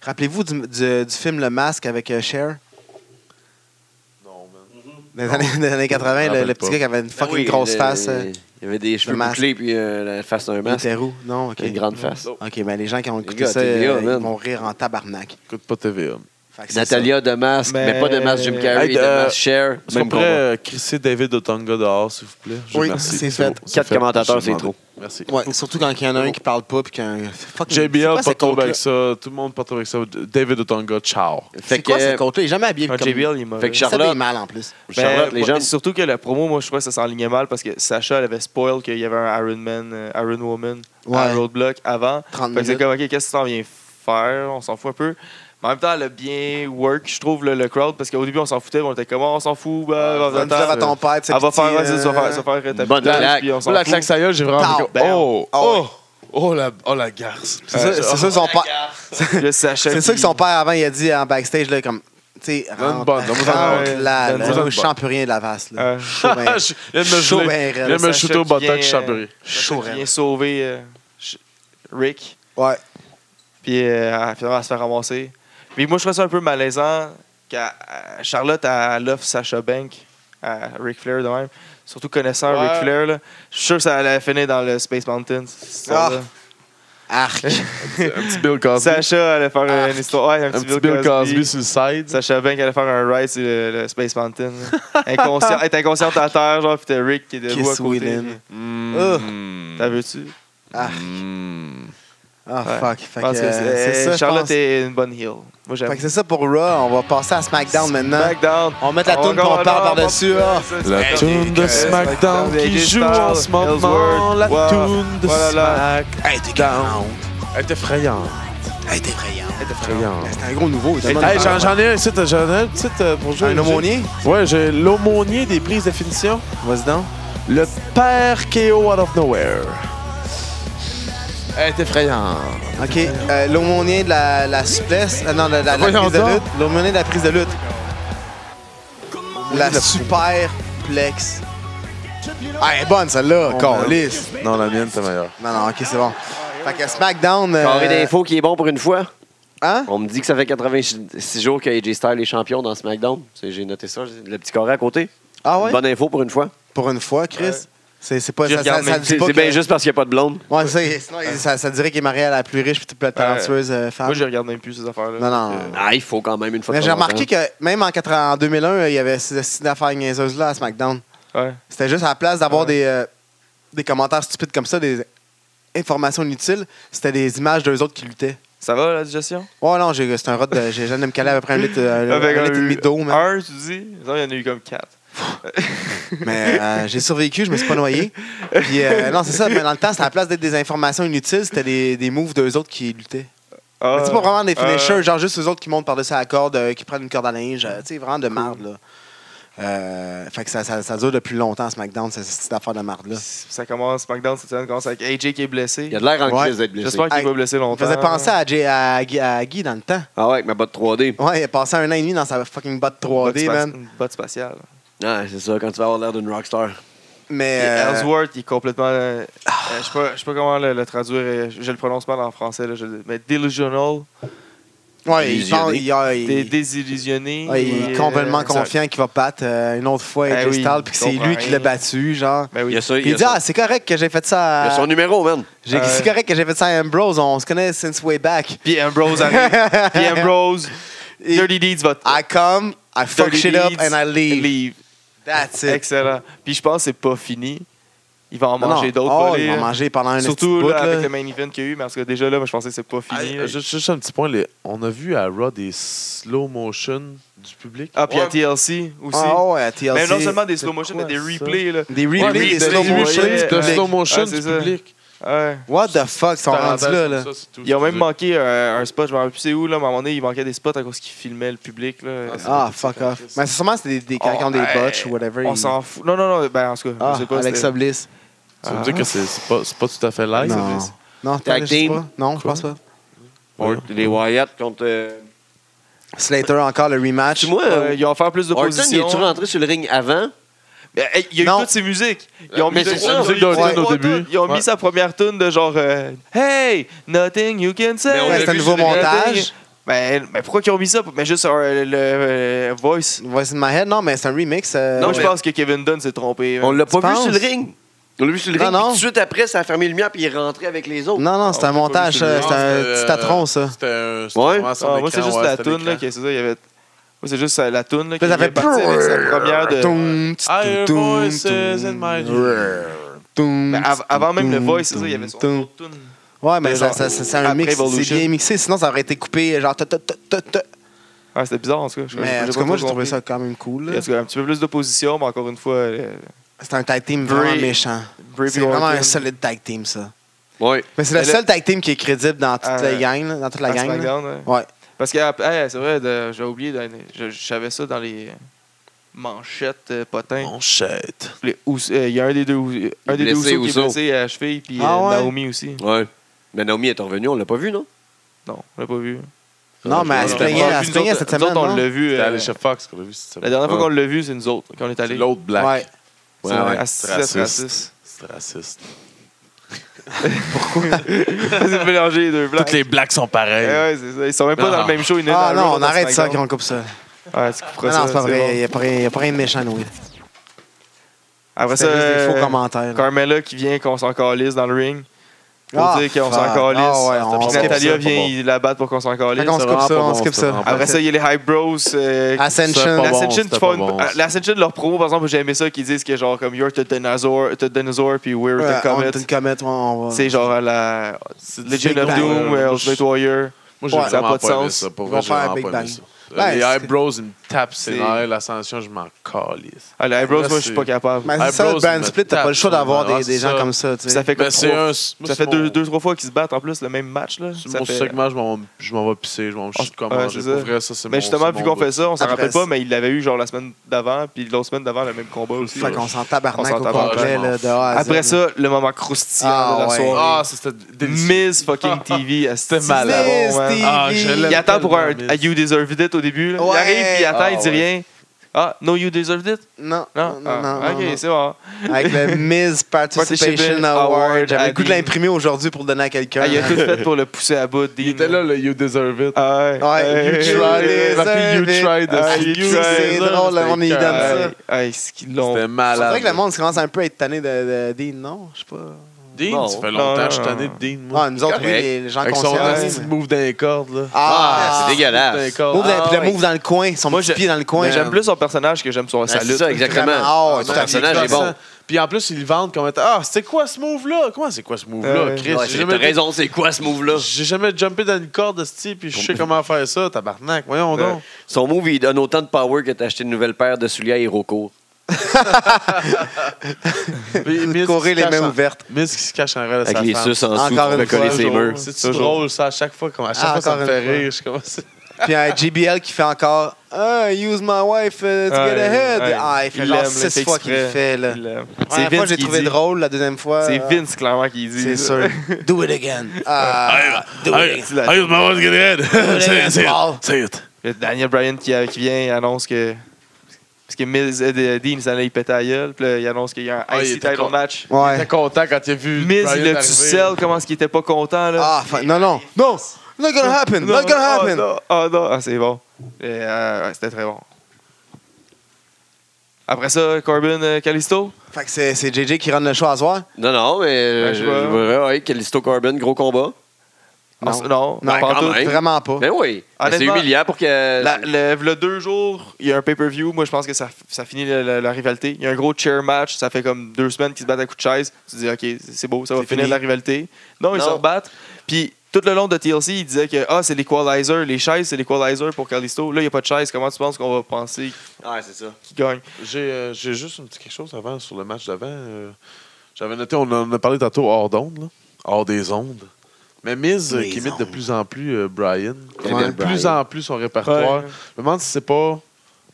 Speaker 3: Rappelez-vous du, du- du film Le Masque avec euh, Cher
Speaker 6: Non, man.
Speaker 3: dans les années, des années 80, le,
Speaker 6: rappelle
Speaker 3: le petit
Speaker 6: pas.
Speaker 3: gars qui avait une
Speaker 2: Ah
Speaker 3: Ben fucking
Speaker 2: oui,
Speaker 3: grosse
Speaker 2: le-
Speaker 3: face. euh,
Speaker 2: Il y avait des cheveux
Speaker 3: masque.
Speaker 2: bouclés puis euh, la face d'un
Speaker 3: il
Speaker 2: masque.
Speaker 3: était roux. Non, ok.
Speaker 2: Une grande face.
Speaker 3: Ok, ben les gens qui ont écouté
Speaker 2: gars,
Speaker 3: ça,
Speaker 2: TVA,
Speaker 3: euh,
Speaker 2: man.
Speaker 3: ils vont rire en tabarnak.
Speaker 6: Écoute pas TVA.
Speaker 3: Fait que c'est
Speaker 2: Natalia de masque, mais...
Speaker 4: Mais-
Speaker 2: pas de masque Jim Carrey,
Speaker 6: Hey,
Speaker 2: de
Speaker 6: euh,
Speaker 2: masque Cher.
Speaker 6: Est-ce qu'on
Speaker 2: Même
Speaker 6: pourrait
Speaker 2: combat.
Speaker 6: euh, crisser David Otonga dehors, s'il vous plaît?
Speaker 3: Oui,
Speaker 6: remercie.
Speaker 3: c'est fait.
Speaker 6: beau, c'est
Speaker 2: Quatre
Speaker 6: fait.
Speaker 2: commentateurs,
Speaker 6: Je
Speaker 2: c'est
Speaker 6: demande.
Speaker 2: trop.
Speaker 6: Merci.
Speaker 3: ça. Ouais, surtout quand il y en a un qui parle pas puis qu'un. fuck, c'est
Speaker 6: JBL,
Speaker 3: quoi ce
Speaker 6: pas trop
Speaker 3: coach-là?
Speaker 6: avec ça. Tout le monde, pas trop avec ça. David Otonga, ciao.
Speaker 2: Fait
Speaker 3: C'est quoi ce
Speaker 2: que,
Speaker 3: compte-là? Il est jamais habillé
Speaker 4: Ah,
Speaker 3: comme
Speaker 4: JBL, il m'a.
Speaker 2: fait que
Speaker 3: Ça
Speaker 2: Charlotte-
Speaker 3: il est mal en plus.
Speaker 2: Charlotte, les jeunes.
Speaker 4: Ben, Surtout que la promo, moi, je crois que ça s'enlignait mal parce que Sacha, elle avait spoil qu'il y avait un Iron Man, euh, Iron Woman
Speaker 3: Ouais.
Speaker 4: à Roadblock avant.
Speaker 3: 30
Speaker 4: Fait que c'est
Speaker 3: minutes.
Speaker 4: comme, OK, qu'est-ce que t'en viens faire? On s'en fout un peu. Mais en même temps, elle a bien work, je trouve, le, le crowd, parce qu'au début, on s'en foutait, on était comme, Ah, on s'en fout, bah,
Speaker 3: Va
Speaker 4: va
Speaker 3: le dire à ton père, euh, tu sais,
Speaker 4: Elle va
Speaker 3: pis tu-
Speaker 4: faire, ouais, c'est ça, ça va faire, ça va faire ta
Speaker 2: Bonne
Speaker 4: place,
Speaker 2: claque.
Speaker 4: puis on s'en
Speaker 6: Pour la
Speaker 4: fout.
Speaker 6: claque ça y est, j'ai vraiment.
Speaker 3: Pow,
Speaker 6: fait comme, Oh!
Speaker 3: Ah ouais.
Speaker 6: Oh! Oh la, oh, la garce.
Speaker 3: C'est ça- c'est ça son père.
Speaker 4: Le Sacha
Speaker 3: C'est ça que
Speaker 4: qui-
Speaker 3: son père avant il a dit en backstage là comme tu sais
Speaker 6: Donne
Speaker 3: rentre,
Speaker 6: bonne, donne-moi
Speaker 3: rentre
Speaker 4: ça, ouais.
Speaker 3: là, là,
Speaker 4: Donne-moi ça,
Speaker 3: là,
Speaker 6: bonne.
Speaker 3: je sens plus rien de la vaste là.
Speaker 4: Euh,
Speaker 3: Chaud, ben-
Speaker 6: ah, Je viens de me
Speaker 3: chaud, ben
Speaker 6: geler.
Speaker 3: raide.
Speaker 6: Je viens de me
Speaker 4: Sacha
Speaker 6: shooter au
Speaker 4: qui
Speaker 6: bottox,
Speaker 4: vient,
Speaker 6: je suis chambré.
Speaker 4: Sacha qui
Speaker 3: Chaud,
Speaker 4: vient sauver euh, Ch- Rick.
Speaker 3: Ouais.
Speaker 4: Puis euh, finalement, elle se fait ramasser. Mais moi, je trouve ça un peu malaisant qu'à à Charlotte, elle offre Sacha Bank à Ric Flair de même. Surtout connaissant
Speaker 6: Ouais.
Speaker 4: Ric Flair, là. je suis sûr que ça allait finir dans le Space Mountain. cette histoire-là.
Speaker 3: Arc.
Speaker 6: Un petit Bill Cosby.
Speaker 4: Sacha allait faire
Speaker 3: Ah.
Speaker 4: une histoire. ouais, un,
Speaker 6: Un petit Bill Cosby sur le side.
Speaker 4: Sacha Bank allait faire un ride sur le, le Space Mountain. là. Inconscient, être inconsciente à terre, genre, puis t'as Rick qui est debout à
Speaker 3: Kiss
Speaker 4: côté.
Speaker 3: Whelan.
Speaker 6: Mm.
Speaker 4: T'as vu-tu?
Speaker 3: Arc.
Speaker 6: Mm.
Speaker 3: Ah
Speaker 4: Ouais.
Speaker 3: fuck. Fait que,
Speaker 4: Parce que,
Speaker 3: euh,
Speaker 4: c'est-
Speaker 3: c'est ça,
Speaker 4: Charlotte
Speaker 3: je pense.
Speaker 4: est une bonne heel. Moi, j'aime.
Speaker 3: Fait que c'est ça pour Raw, on va passer à SmackDown maintenant.
Speaker 4: SmackDown.
Speaker 3: On met la
Speaker 4: On
Speaker 3: toune
Speaker 4: va-
Speaker 3: qu'on
Speaker 4: on
Speaker 3: parle
Speaker 4: va-
Speaker 3: par-dessus. ah.
Speaker 6: La
Speaker 3: Hey,
Speaker 6: toune de
Speaker 3: euh,
Speaker 6: SmackDown
Speaker 4: SmackDown,
Speaker 6: qui
Speaker 4: AJ
Speaker 6: joue
Speaker 4: Styles,
Speaker 6: en ce moment.
Speaker 4: Ellsworth.
Speaker 6: La
Speaker 4: Wow.
Speaker 6: toune de
Speaker 4: Voilà, là.
Speaker 6: SmackDown.
Speaker 3: Hey, t'es ah. down.
Speaker 6: Elle est effrayante.
Speaker 3: Hey, t'es effrayant.
Speaker 6: effrayante.
Speaker 3: C'est un gros nouveau. il
Speaker 4: Hey,
Speaker 3: demande-
Speaker 6: Hey, j'en j'en ai un ici, t'as- j'en ai un petit euh, pour jouer.
Speaker 3: Un aumônier?
Speaker 6: Ouais, j'ai l'aumônier des prises de finition.
Speaker 3: Vas-y donc.
Speaker 6: Le père KO out of nowhere. Elle est effrayante.
Speaker 3: OK. euh, l'aumônier de la, la souplesse. euh, non, de la, la
Speaker 6: Voyons
Speaker 3: prise de
Speaker 6: donc.
Speaker 3: lutte. L'aumônier de la prise de lutte. La superplex. Ah, elle est bonne celle-là, câlisse.
Speaker 6: Non, la mienne, c'est meilleure.
Speaker 3: Non, non, ok, c'est bon. Fait que SmackDown. euh,
Speaker 2: carré d'infos qui est bon pour une fois.
Speaker 3: Hein?
Speaker 2: On me dit que ça fait 86 jours que AJ Styles est champion dans SmackDown. C'est- J'ai noté ça, j'ai le petit carré à côté.
Speaker 3: Ah ouais?
Speaker 2: Bonne info pour une fois.
Speaker 3: Pour une fois, Chris.
Speaker 4: Ouais.
Speaker 3: C'est c'est pas
Speaker 4: J'ai
Speaker 3: ça. ça,
Speaker 4: regardé,
Speaker 3: ça dit
Speaker 2: C'est
Speaker 3: pas
Speaker 2: c'est
Speaker 3: que-
Speaker 2: bien juste parce qu'il n'y a pas de blonde.
Speaker 3: Ouais, c'est ça, sinon, il- ça, ça dirait qu'il est marié à la plus riche et plus talentueuse euh, femme.
Speaker 4: Moi, je regarde même plus ces affaires-là.
Speaker 3: Non, non.
Speaker 4: Euh,
Speaker 2: Ah, il faut quand même une fois
Speaker 3: Mais
Speaker 2: de
Speaker 3: j'ai
Speaker 2: temps en
Speaker 3: remarqué
Speaker 2: temps.
Speaker 3: que même en, 80 en 2001, euh, il y avait ces ces affaires niaiseuses-là à SmackDown.
Speaker 4: euh, Ouais.
Speaker 3: C'était juste à la place d'avoir
Speaker 4: Ouais.
Speaker 3: des, euh, des commentaires stupides comme ça, des informations inutiles, c'était des images d'eux autres qui luttaient.
Speaker 4: Ça va, la digestion?
Speaker 3: Oh non, j'ai- c'est un rod de. J'ai jamais de me caler à peu près un litre, euh, un
Speaker 4: Avec
Speaker 3: litre et demi d'eau, man.
Speaker 4: Un, tu dis? Non, il y en a eu comme quatre.
Speaker 3: Mais euh, j'ai survécu, je me suis pas noyé. Puis, euh, non, c'est ça, mais dans le temps, c'était à la place d'être des informations inutiles, c'était des, des moves d'eux autres qui luttaient.
Speaker 4: Ah,
Speaker 3: Mais C'est pas vraiment des finishers,
Speaker 4: ah,
Speaker 3: genre juste eux autres qui montent par-dessus la corde, euh, qui prennent une corde à linge, euh, tu sais, vraiment de marde, là. Euh, fait que ça, ça, ça dure depuis longtemps, SmackDown, cette, cette affaire de marde-là.
Speaker 4: Ça commence, SmackDown cette semaine commence avec AJ qui est blessé.
Speaker 2: Il y a de l'air en
Speaker 3: Ouais.
Speaker 2: crise d'être blessé.
Speaker 4: J'espère qu'il
Speaker 3: Hey,
Speaker 4: va blesser
Speaker 3: On
Speaker 4: longtemps.
Speaker 3: faisait penser à, Jay- à Guy, à Guy dans le temps.
Speaker 2: Ah ouais, avec ma botte 3D.
Speaker 3: Ouais, il a passé un an et demi dans sa fucking botte 3D, man.
Speaker 4: Une botte spatiale.
Speaker 2: Ah, c'est ça, quand tu vas avoir l'air d'une rockstar.
Speaker 3: Mais.
Speaker 4: Et
Speaker 3: euh, Ah.
Speaker 4: Ellsworth, il est complètement. euh, euh, je sais pas, je sais pas comment le, le traduire. euh, Je, je le prononce mal en français. Là, je le- mais delusional.
Speaker 3: euh, ouais, il, pense- il, a- il-
Speaker 4: Dé- désillusionné.
Speaker 3: ouais, Ah, il est complètement
Speaker 4: euh, ça-
Speaker 3: confiant qu'il va battre euh, une autre fois
Speaker 4: Ben
Speaker 3: avec
Speaker 4: oui,
Speaker 3: Crystal, puis que c'est
Speaker 4: comprends
Speaker 3: lui qui l'a
Speaker 4: rien.
Speaker 3: battu, genre.
Speaker 4: Ben oui.
Speaker 2: Il y a ça,
Speaker 3: Puis
Speaker 2: il y
Speaker 3: il
Speaker 2: a
Speaker 3: dit
Speaker 2: ça.
Speaker 3: Ah, c'est correct que j'ai fait ça
Speaker 2: Il y a
Speaker 3: à.
Speaker 2: son numéro, man.
Speaker 3: J'ai-
Speaker 4: Ouais.
Speaker 3: C'est correct que j'ai fait ça à Ambrose, on se connaît since way back.
Speaker 4: Puis Ambrose arrive. Puis Ambrose,
Speaker 3: Et-
Speaker 4: Dirty Deeds va.
Speaker 3: I come, I fuck
Speaker 4: Dirty
Speaker 3: shit up
Speaker 4: Deeds
Speaker 3: and I leave. That's it.
Speaker 4: Excellent. Puis je pense que c'est pas fini. Il va en
Speaker 3: Non,
Speaker 4: manger
Speaker 3: non.
Speaker 4: d'autres.
Speaker 3: Oh,
Speaker 4: là,
Speaker 3: il
Speaker 4: les-
Speaker 3: va en manger pendant un
Speaker 4: Surtout
Speaker 3: petit bout,
Speaker 4: là, avec
Speaker 3: là.
Speaker 4: le main event qu'il y a eu. Mais en tout cas, déjà là, moi, je pensais que c'est pas
Speaker 6: Ah,
Speaker 4: fini. là.
Speaker 6: juste, juste un petit point, les- on a vu à Raw des slow motion du public.
Speaker 4: Ah, puis à
Speaker 6: Ouais.
Speaker 4: TLC aussi.
Speaker 3: Ah ouais, à TLC.
Speaker 4: mais non seulement des slow motion,
Speaker 6: quoi,
Speaker 4: mais des
Speaker 6: ça?
Speaker 4: replays. Là.
Speaker 3: Des
Speaker 6: Ouais,
Speaker 3: replays,
Speaker 6: mais
Speaker 3: des
Speaker 6: des
Speaker 3: slow motion
Speaker 4: replays,
Speaker 3: du
Speaker 6: de
Speaker 3: public.
Speaker 6: slow motion
Speaker 4: Ah,
Speaker 6: du
Speaker 4: c'est ça.
Speaker 6: public.
Speaker 4: Ouais.
Speaker 3: What the fuck, ils sont rendus
Speaker 6: Parenthèse
Speaker 3: là,
Speaker 6: comme
Speaker 3: là.
Speaker 6: ça, c'est tout ce
Speaker 4: Ils ont
Speaker 6: que
Speaker 4: même
Speaker 6: je
Speaker 4: manqué euh, un spot, je me rappelle plus c'est où, là, à un moment donné, il manquait des spots à cause qu'ils filmaient le public. Là.
Speaker 6: Ah, c'est-
Speaker 3: Ah, fuck off. Mais sûrement, c'est des, des, quand
Speaker 4: Oh,
Speaker 3: ils ont des
Speaker 4: hey,
Speaker 3: botches ou whatever.
Speaker 4: on
Speaker 3: ils-
Speaker 4: s'en fout. Non, non, non, ben en tout cas,
Speaker 3: Ah,
Speaker 4: je sais pas.
Speaker 3: Alexa
Speaker 4: c'était-
Speaker 3: Bliss.
Speaker 6: Tu veux me dire que c'est c'est pas, c'est pas tout à fait
Speaker 4: Ah,
Speaker 6: live?
Speaker 3: non.
Speaker 6: ça,
Speaker 3: Non,
Speaker 2: Tag
Speaker 3: je sais
Speaker 2: team.
Speaker 3: pas. Non, je pense pas.
Speaker 6: Ouais.
Speaker 2: Les Wyatt contre. euh,
Speaker 3: Slater, encore le rematch.
Speaker 2: Tu vois,
Speaker 4: Euh,
Speaker 2: euh,
Speaker 4: ils ont fait plus de
Speaker 2: Orton, il
Speaker 4: positions.
Speaker 2: est-tu rentré sur le ring avant?
Speaker 4: Ben, hey, Il y a eu
Speaker 3: Non.
Speaker 4: toutes ces musiques. Ils ont
Speaker 2: Mais
Speaker 4: mis de-
Speaker 2: c'est ça, la
Speaker 4: ils ont
Speaker 6: musique
Speaker 4: mis
Speaker 6: d'Orton
Speaker 4: trois
Speaker 6: au
Speaker 4: tunes.
Speaker 6: début.
Speaker 4: Ils ont
Speaker 6: Ouais.
Speaker 4: mis sa première tune de genre euh, Hey, nothing you can say.
Speaker 2: Mais on
Speaker 3: Ouais,
Speaker 2: l'a
Speaker 3: C'est un
Speaker 2: vu sur
Speaker 3: nouveau
Speaker 2: les
Speaker 3: montage.
Speaker 4: Mais, mais pourquoi ils ont mis ça Mais juste euh, le euh, voice.
Speaker 3: Voice in my head. Non, mais c'est un remix. euh,
Speaker 4: non,
Speaker 3: ouais.
Speaker 4: je pense que Kevin Dunn s'est trompé. hein.
Speaker 2: On l'a
Speaker 3: Tu
Speaker 2: pas vu
Speaker 3: penses?
Speaker 2: sur le ring. On l'a vu sur le
Speaker 3: Non,
Speaker 2: ring,
Speaker 3: non.
Speaker 2: puis tout de suite après, ça a fermé le mien, puis il est rentré avec les autres.
Speaker 3: Non, non, c'est
Speaker 4: Ah,
Speaker 3: un
Speaker 4: j'ai pas
Speaker 3: montage,
Speaker 4: vu celui-là.
Speaker 3: euh, c'est un
Speaker 6: Non,
Speaker 3: petit
Speaker 6: c'était, euh,
Speaker 3: atron, ça.
Speaker 6: C'était un. c'était
Speaker 2: Ouais.
Speaker 6: vraiment sur
Speaker 4: Ah, moi, c'est
Speaker 6: l'écran,
Speaker 4: juste
Speaker 6: ouais,
Speaker 4: la
Speaker 6: c'était
Speaker 4: toune, là,
Speaker 6: l'écran.
Speaker 4: que c'est ça, il y avait. Moi, c'est juste euh, la toune, là, qui
Speaker 3: Puis ça fait
Speaker 4: est partie avec sa première de.
Speaker 3: Toum, toum,
Speaker 6: Higher
Speaker 3: toum,
Speaker 6: voices in
Speaker 3: toum,
Speaker 6: my-
Speaker 3: rrrr, toum,
Speaker 4: Mais Ben, av- avant même le
Speaker 3: toum,
Speaker 4: voice, c'est ça, il y avait son
Speaker 3: toum.
Speaker 4: autre toune.
Speaker 3: Ouais, mais
Speaker 4: Mais
Speaker 3: ça-
Speaker 4: genre,
Speaker 3: ça- ça- c'est un
Speaker 4: après
Speaker 3: mix, c'est
Speaker 4: Evolution.
Speaker 3: bien mixé, sinon ça aurait été coupé genre. ta, ta, ta, ta, ta.
Speaker 4: Ah, c'était bizarre, en tout cas. Je-
Speaker 3: Mais en
Speaker 4: j'ai
Speaker 3: tout
Speaker 4: pas
Speaker 3: cas, moi
Speaker 4: trop
Speaker 3: j'ai trouvé
Speaker 4: compris.
Speaker 3: ça quand même cool.
Speaker 4: Il y a
Speaker 3: là.
Speaker 4: en tout cas un petit peu plus d'opposition, mais encore une fois, euh,
Speaker 3: C'est un tag team
Speaker 4: Bray-
Speaker 3: vraiment méchant.
Speaker 4: Bray
Speaker 3: C'est
Speaker 4: Orton.
Speaker 3: vraiment un solide tag team, ça.
Speaker 2: Ouais.
Speaker 3: Mais c'est le
Speaker 4: Mais là-
Speaker 3: seul tag team qui est crédible dans toute
Speaker 4: Ah,
Speaker 3: la gang, là, dans toute la
Speaker 4: à
Speaker 3: gang. là.
Speaker 4: SmackDown, ouais.
Speaker 3: Ouais.
Speaker 4: Parce que, hey, c'est vrai, de- j'ai oublié, de- je, je savais ça dans les manchettes euh, potins.
Speaker 6: Mon shit.
Speaker 4: Les Ous- euh, Il y a un des deux, Ous- un des
Speaker 2: Blessé,
Speaker 4: deux Usos qui est
Speaker 2: Uso.
Speaker 4: blessé à la cheville, puis
Speaker 3: Ah
Speaker 4: euh,
Speaker 3: ouais?
Speaker 4: Naomi aussi.
Speaker 2: Ouais. Mais Naomi est revenue, on l'a pas vu, non?
Speaker 4: Non, on l'a pas vu.
Speaker 3: Non, mais elle
Speaker 4: On
Speaker 3: se
Speaker 4: l'a
Speaker 3: plaignait
Speaker 4: pas vu.
Speaker 3: elle se
Speaker 4: Nous
Speaker 3: plaignait
Speaker 4: autres,
Speaker 3: cette
Speaker 4: nous
Speaker 3: semaine.
Speaker 4: autres, on
Speaker 3: non?
Speaker 4: l'a vu.
Speaker 6: C'était
Speaker 4: euh,
Speaker 6: allé chez Fox qu'on l'a vu cette
Speaker 4: La
Speaker 6: semaine.
Speaker 4: dernière fois
Speaker 2: Ouais.
Speaker 4: qu'on l'a vu, c'est nous autres, quand on est
Speaker 6: C'est
Speaker 4: allés.
Speaker 6: L'autre black.
Speaker 3: Ouais.
Speaker 6: C'est
Speaker 2: Ouais,
Speaker 6: vrai.
Speaker 4: Ah,
Speaker 2: ouais.
Speaker 6: C'est
Speaker 4: Assiste,
Speaker 6: raciste.
Speaker 4: raciste.
Speaker 6: C'est raciste.
Speaker 4: C'est mélangé les deux blagues.
Speaker 6: Toutes les blacks sont
Speaker 4: Eh
Speaker 6: pareilles.
Speaker 4: ouais, c'est ça. Ils sont même pas
Speaker 6: Ah.
Speaker 4: dans le même show. Ils
Speaker 3: Ah non, on arrête ça qu'on coupe ça.
Speaker 4: Ouais, tu couperas
Speaker 3: Non,
Speaker 4: ça.
Speaker 3: non, c'est pas
Speaker 4: bon.
Speaker 3: vrai. Il n'y a, pas rien- y a pas rien de méchant, Louis.
Speaker 4: Après ça,
Speaker 3: C'est juste des faux
Speaker 4: euh,
Speaker 3: commentaires. là.
Speaker 4: Carmella qui vient qu'on s'en calisse dans le ring. Pour
Speaker 3: Ah,
Speaker 4: dire qu'on s'en
Speaker 3: fuck.
Speaker 4: calisse.
Speaker 3: Ah ouais, on
Speaker 4: Puis
Speaker 3: skip
Speaker 4: Natalia
Speaker 3: ça.
Speaker 4: vient il la battre pour qu'on s'en calisse.
Speaker 3: Fait qu'on Ah,
Speaker 6: c'est
Speaker 3: skip ça,
Speaker 6: vraiment
Speaker 3: on
Speaker 6: pas
Speaker 3: skip
Speaker 6: bon,
Speaker 3: ça.
Speaker 6: ça.
Speaker 4: Après ça, il y a les high bros. euh,
Speaker 6: C'est pas
Speaker 3: Ascension.
Speaker 6: bon,
Speaker 4: L'Ascension
Speaker 6: c'était
Speaker 4: qui font
Speaker 6: pas
Speaker 4: une-
Speaker 6: bon.
Speaker 4: euh, L'Ascension de leur promo, par exemple, j'ai aimé ça, qui disent que genre comme You're the Dinosaur, the dinosaur puis We're
Speaker 3: Ouais,
Speaker 4: the
Speaker 3: On
Speaker 4: Comet.
Speaker 3: est une comète, ouais, on va.
Speaker 4: C'est genre à la
Speaker 6: C'est du
Speaker 4: Legend of
Speaker 6: Big Bang.
Speaker 4: Doom, euh,
Speaker 6: Moi,
Speaker 4: Ultimate
Speaker 6: je-
Speaker 4: Warrior.
Speaker 6: Moi, j'ai
Speaker 3: Ouais.
Speaker 4: Ça a
Speaker 6: vraiment
Speaker 4: pas de
Speaker 6: pas aimé
Speaker 4: sens.
Speaker 6: ça. Pour
Speaker 3: Ils
Speaker 6: vrai,
Speaker 3: vont
Speaker 6: j'ai
Speaker 3: faire un
Speaker 6: vraiment
Speaker 3: Big
Speaker 6: pas aimé ça.
Speaker 3: Bang.
Speaker 6: Euh,
Speaker 3: Ouais,
Speaker 6: Les
Speaker 3: c'est-
Speaker 6: high bros, ils me tapent
Speaker 4: C'est-
Speaker 6: ses nerfs. L'ascension, je m'en calisse.
Speaker 4: Ah, les high bros,
Speaker 6: Là,
Speaker 4: moi, je suis
Speaker 6: c'est-
Speaker 4: pas capable.
Speaker 3: Mais
Speaker 6: Eyebrows,
Speaker 3: c'est ça, le
Speaker 6: ils
Speaker 3: band
Speaker 6: me
Speaker 3: split, t'as pas le choix
Speaker 6: tapent,
Speaker 3: d'avoir
Speaker 6: ouais,
Speaker 3: des, des
Speaker 6: c'est
Speaker 3: gens
Speaker 6: ça.
Speaker 3: comme ça. tu
Speaker 4: Puis ça
Speaker 3: sais.
Speaker 4: fait comme
Speaker 6: Mais c'est
Speaker 4: trois-
Speaker 6: un.
Speaker 4: Ça fait deux, deux, trois fois qu'ils se battent en plus le même match là.
Speaker 6: Sur
Speaker 4: Ça
Speaker 6: mon
Speaker 4: fait-
Speaker 6: segment, je m'en- je m'en vais pisser, je m'en vais me
Speaker 4: Ah,
Speaker 6: chute comment.
Speaker 4: ouais,
Speaker 6: j'ai
Speaker 4: c'est
Speaker 6: Pour
Speaker 4: ça.
Speaker 6: vrai, ça, c'est
Speaker 4: Mais
Speaker 6: mon-
Speaker 4: justement,
Speaker 6: c'est
Speaker 4: vu
Speaker 6: mon
Speaker 4: qu'on
Speaker 6: but.
Speaker 4: fait ça, on s'en
Speaker 3: Après
Speaker 4: rappelle
Speaker 3: ça.
Speaker 4: pas, mais il l'avait eu genre la semaine d'avant, puis l'autre semaine d'avant, le même combat aussi.
Speaker 3: Fait qu'on s'en tabarnak
Speaker 4: On
Speaker 3: au
Speaker 4: s'en tabarnak.
Speaker 3: complet, là, de A à Z.
Speaker 4: Après ça, le moment croustillant
Speaker 3: Ah,
Speaker 4: de la
Speaker 3: ouais.
Speaker 4: soirée.
Speaker 6: Ah, ça, c'était délicieux.
Speaker 4: Miss fucking TV, c'était
Speaker 6: Miss
Speaker 4: malade.
Speaker 3: Miss
Speaker 4: Ouais.
Speaker 3: TV.
Speaker 6: Ah, je l'aime
Speaker 4: Il attend pour un
Speaker 6: tellement,
Speaker 4: Ah,
Speaker 6: Miss.
Speaker 4: You Deserve It au début. là.
Speaker 3: Ouais.
Speaker 4: Il arrive, puis il attend,
Speaker 6: Ah,
Speaker 4: il dit
Speaker 6: ouais.
Speaker 4: rien. Ah, No You Deserved It?
Speaker 3: Non,
Speaker 4: Non?
Speaker 3: non,
Speaker 4: Ah,
Speaker 3: non, non.
Speaker 4: ok,
Speaker 3: non.
Speaker 4: c'est bon.
Speaker 3: Avec le Miss Participation
Speaker 4: Participation
Speaker 3: Award.
Speaker 4: Award
Speaker 3: J'avais le goût de
Speaker 4: à
Speaker 3: l'imprimer aujourd'hui pour le donner à quelqu'un.
Speaker 4: Ah, il a tout fait pour le pousser à bout.
Speaker 6: Il était là, le You Deserve It.
Speaker 4: Ah, ouais.
Speaker 3: Ouais,
Speaker 4: Hey,
Speaker 3: You
Speaker 4: hey,
Speaker 3: Tried
Speaker 4: hey,
Speaker 3: It.
Speaker 4: hey.
Speaker 6: Rappelez, You Tried It.
Speaker 4: Ah, You
Speaker 6: You
Speaker 4: Tried
Speaker 6: Tried
Speaker 3: It.
Speaker 6: It.
Speaker 3: drôle, on y donne ça.
Speaker 4: Hey, hey, ce qu'ils l'ont.
Speaker 6: C'était
Speaker 3: C'est
Speaker 6: malade.
Speaker 3: vrai que le monde commence un peu à être tanné de, de Dean, non? Je sais pas.
Speaker 6: Dean,
Speaker 2: Non.
Speaker 6: ça
Speaker 4: Non,
Speaker 6: fait longtemps
Speaker 4: non,
Speaker 6: que je suis
Speaker 4: non.
Speaker 6: tanné de Dean, moi.
Speaker 3: Ah, nous autres, oui,
Speaker 2: correct.
Speaker 3: les gens
Speaker 6: Avec son
Speaker 3: conscients.
Speaker 6: petit
Speaker 3: mais-
Speaker 6: move dans les cordes, là.
Speaker 2: Ah,
Speaker 3: Ah,
Speaker 2: c'est dégueulasse.
Speaker 6: Move dans les cordes.
Speaker 3: Move dans-
Speaker 4: Ah,
Speaker 3: puis le
Speaker 4: ouais.
Speaker 3: move dans le coin, son
Speaker 4: Moi,
Speaker 3: petit
Speaker 4: je-
Speaker 3: pied dans le coin.
Speaker 4: Mais J'aime plus son personnage que j'aime
Speaker 3: Ben,
Speaker 4: son
Speaker 2: Ah,
Speaker 4: sa
Speaker 2: c'est
Speaker 4: lutte.
Speaker 2: ça, exactement.
Speaker 3: Ah, ouais,
Speaker 2: Son
Speaker 3: tout à fait.
Speaker 2: personnage est bon.
Speaker 6: Puis en plus, ils le vendent comme étant Ah, c'est quoi ce move-là Comment c'est quoi ce move-là,
Speaker 4: Ouais.
Speaker 6: Chris
Speaker 2: Ouais,
Speaker 6: J'ai
Speaker 2: c'est- T'as
Speaker 6: jamais,
Speaker 2: raison, c'est quoi ce move-là?
Speaker 6: j'ai jamais jumpé dans une corde de ce type, puis je sais comment faire ça, tabarnak. Voyons
Speaker 4: Ouais.
Speaker 6: donc.
Speaker 2: Son move, il donne autant de power que t'as acheté une nouvelle paire de souliers à Hiroko.
Speaker 6: Puis Miz
Speaker 3: Courir
Speaker 6: qui se
Speaker 3: les
Speaker 6: cache
Speaker 3: mains
Speaker 4: hein.
Speaker 6: en-
Speaker 3: ouvertes.
Speaker 6: Miz qui se cache en arrière de
Speaker 2: Avec
Speaker 6: sa
Speaker 2: les
Speaker 6: femme.
Speaker 2: suces en dessous
Speaker 3: Encore
Speaker 2: pour
Speaker 3: une
Speaker 2: coller
Speaker 3: fois,
Speaker 2: ses murs.
Speaker 6: C'est
Speaker 4: Toujours.
Speaker 6: drôle, ça, à chaque fois, comme à chaque
Speaker 3: Ah,
Speaker 6: fois, ça
Speaker 3: encore
Speaker 6: me fait
Speaker 3: une fois.
Speaker 6: rire. Je commence
Speaker 3: Puis un JBL qui fait encore Ah, use my wife uh, to
Speaker 4: Ouais,
Speaker 3: get ahead.
Speaker 4: ouais.
Speaker 3: Ah, il fait
Speaker 4: Il
Speaker 3: genre
Speaker 4: l'aime, il
Speaker 3: six
Speaker 4: fait
Speaker 3: fois qu'il le
Speaker 4: exprès.
Speaker 3: fait. Là.
Speaker 4: Il l'aime.
Speaker 3: La première fois, j'ai
Speaker 4: qui
Speaker 3: trouvé
Speaker 4: dit-
Speaker 3: drôle. La deuxième fois.
Speaker 4: C'est
Speaker 3: euh,
Speaker 4: Vince, clairement, qui dit.
Speaker 3: C'est
Speaker 4: ça.
Speaker 3: sûr. Do it again. Ah, do it again.
Speaker 4: la-
Speaker 6: Hey, maman, get it.
Speaker 3: Say it, say it,
Speaker 6: Say it.
Speaker 4: Le Daniel Bryan qui, qui vient il annonce que. Parce que Miz, euh, de- Dean, ça allait y péter la gueule. Puis là, il annonce qu'il y a un
Speaker 6: Ah, il
Speaker 4: IC
Speaker 6: était
Speaker 4: title
Speaker 6: con-
Speaker 4: match.
Speaker 6: Il était
Speaker 3: Ouais.
Speaker 6: content quand il a vu.
Speaker 4: Miz,
Speaker 6: Bryan
Speaker 4: il a
Speaker 6: arriver.
Speaker 4: tu sell comment est-ce qu'il était pas content. là.
Speaker 3: Ah, fin- non, non. Non, not gonna happen.
Speaker 4: Non,
Speaker 3: Not gonna
Speaker 4: ah,
Speaker 3: happen.
Speaker 4: non, Ah non, ah, c'est bon. Et, euh, ouais, C'était très bon. Après ça, Corbin euh, Callisto.
Speaker 3: Fait que c'est c'est JJ qui rend le choix à soir.
Speaker 2: Non, non, mais euh,
Speaker 4: je
Speaker 2: je
Speaker 4: vois.
Speaker 2: vois, ouais, Calisto Carbon, gros combat.
Speaker 4: Ah,
Speaker 3: Non.
Speaker 4: Non,
Speaker 6: Ben,
Speaker 3: Non,
Speaker 4: pas
Speaker 2: quand
Speaker 4: tout.
Speaker 2: même.
Speaker 3: Vraiment pas.
Speaker 2: Ben oui. Mais C'est
Speaker 4: Honnêtement,
Speaker 2: humiliant pour que.
Speaker 3: Euh,
Speaker 4: La- le, le deux jours, il y a un pay-per-view. Moi, je pense que ça, ça finit la, la- la rivalité. Il y a un gros chair match. Ça fait comme deux semaines qu'ils se battent à coups de chaise. Tu dis, OK, c'est- c'est beau, ça va
Speaker 3: C'est
Speaker 4: finir
Speaker 3: fini.
Speaker 4: la rivalité. Non, ils
Speaker 2: Non.
Speaker 4: se rebattent. Puis tout le long de TLC, ils disaient que ah, c'est l'equalizer. Les chaises, c'est l'equalizer pour Callisto. Là, il n'y a pas de chaise. Comment tu penses qu'on va penser
Speaker 2: Ouais, c'est ça.
Speaker 4: qu'il gagne?
Speaker 6: J'ai euh, j'ai juste un petit quelque chose avant sur le match d'avant. euh, J'avais noté, on en a parlé tantôt hors d'onde, là, hors des ondes. Mais Miz euh,
Speaker 3: Des
Speaker 6: qui imite
Speaker 3: ondes.
Speaker 6: de plus en plus euh, Brian, qui
Speaker 2: Ouais.
Speaker 6: imite de plus
Speaker 2: Bryan.
Speaker 6: en plus son répertoire.
Speaker 4: Ouais.
Speaker 6: Je me demande si c'est pas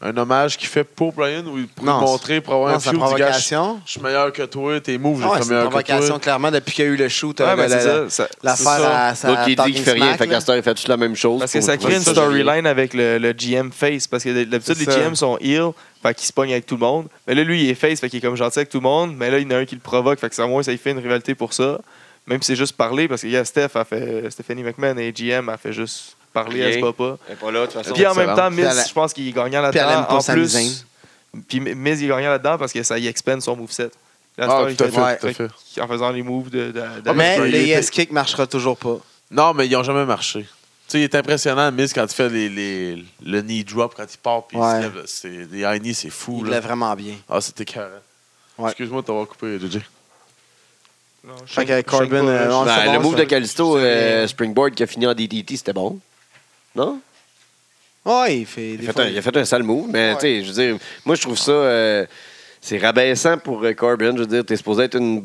Speaker 6: un hommage qu'il fait pour Brian ou pour
Speaker 3: Non,
Speaker 6: lui montrer, pour avoir
Speaker 3: Non,
Speaker 6: un
Speaker 3: c'est
Speaker 6: feud
Speaker 3: une
Speaker 6: du gars. Je
Speaker 3: provocation. Ah
Speaker 6: je suis meilleur que toi, tes moves, je
Speaker 3: Ouais,
Speaker 6: suis
Speaker 3: c'est une
Speaker 6: meilleur que
Speaker 3: provocation,
Speaker 6: toi.
Speaker 3: clairement, depuis qu'il y a eu le shoot. euh,
Speaker 4: Ouais, mais
Speaker 3: le-
Speaker 4: c'est
Speaker 3: le-
Speaker 4: ça, ça-
Speaker 3: L'affaire à,
Speaker 6: ça.
Speaker 2: L'autre, il dit
Speaker 3: Talking
Speaker 2: qu'il fait rien,
Speaker 3: Smack,
Speaker 2: fait
Speaker 3: là.
Speaker 2: qu'Astor, il fait toute la même chose.
Speaker 4: Parce que
Speaker 2: Faut-
Speaker 4: ça
Speaker 2: faut-
Speaker 4: crée une
Speaker 2: ça,
Speaker 4: storyline avec le, le GM face. Parce que d'habitude,
Speaker 3: C'est
Speaker 4: les
Speaker 3: ça.
Speaker 4: GM sont heel, fait qu'ils se pognent avec tout le monde. Mais là, lui, il est face, fait qu'il est comme gentil avec tout le monde. Mais là, il y en a un qui le provoque, fait que ça, au moins, ça lui fait une rivalité pour ça. Même si c'est juste parler, parce que yeah, Steph a fait. Stephanie McMahon et GM a fait juste parler, elle se bat pas.
Speaker 2: Elle est pas là, de toute façon.
Speaker 4: Puis en même
Speaker 6: excellente.
Speaker 4: temps,
Speaker 3: Puis elle a-
Speaker 4: Miz, je pense qu'il est gagnant
Speaker 3: Puis elle aime
Speaker 4: là-dedans.
Speaker 3: pas
Speaker 4: En
Speaker 3: s'amuser.
Speaker 4: plus, puis Miz, il est gagnant là-dedans parce que ça y expande son moveset. La
Speaker 6: Ah,
Speaker 4: star, il
Speaker 6: tout à
Speaker 4: fait-
Speaker 6: fait,
Speaker 4: fait-
Speaker 6: tout à fait.
Speaker 4: En faisant les moves de. de- de-
Speaker 3: Ah, mais
Speaker 6: parce
Speaker 3: le
Speaker 6: qu'il était-
Speaker 3: yes kick marchera toujours pas.
Speaker 6: Non, mais ils n'ont jamais marché. Tu sais, il est impressionnant, Miz, quand il fait les, les- le knee drop, quand il part, puis il
Speaker 3: Ouais.
Speaker 6: se lève. là. C'est- Les high knees, c'est fou.
Speaker 3: Il
Speaker 6: Là.
Speaker 3: l'a vraiment bien.
Speaker 6: Ah, c'était carré.
Speaker 3: Ouais.
Speaker 6: Excuse-moi de t'avoir coupé, JJ.
Speaker 4: Non, je
Speaker 3: Fait
Speaker 4: sais-
Speaker 3: que
Speaker 4: je sais
Speaker 3: Corbin,
Speaker 4: pas,
Speaker 3: euh,
Speaker 4: je-
Speaker 3: on-
Speaker 2: Ben,
Speaker 3: c'est
Speaker 2: le
Speaker 3: bon,
Speaker 2: move
Speaker 3: ça.
Speaker 2: de Callisto, euh,
Speaker 4: C'est-
Speaker 2: Springboard qui a fini en DDT, c'était bon. Non?
Speaker 3: Ouais, il fait
Speaker 2: Il
Speaker 3: des
Speaker 2: a, fait
Speaker 3: fois-
Speaker 2: un, il a fait un sale move, mais
Speaker 3: Ouais.
Speaker 2: tu sais, je veux dire, moi, je trouve ça. euh, c'est rabaissant pour euh, Corbin. Je veux dire, t'es supposé être une,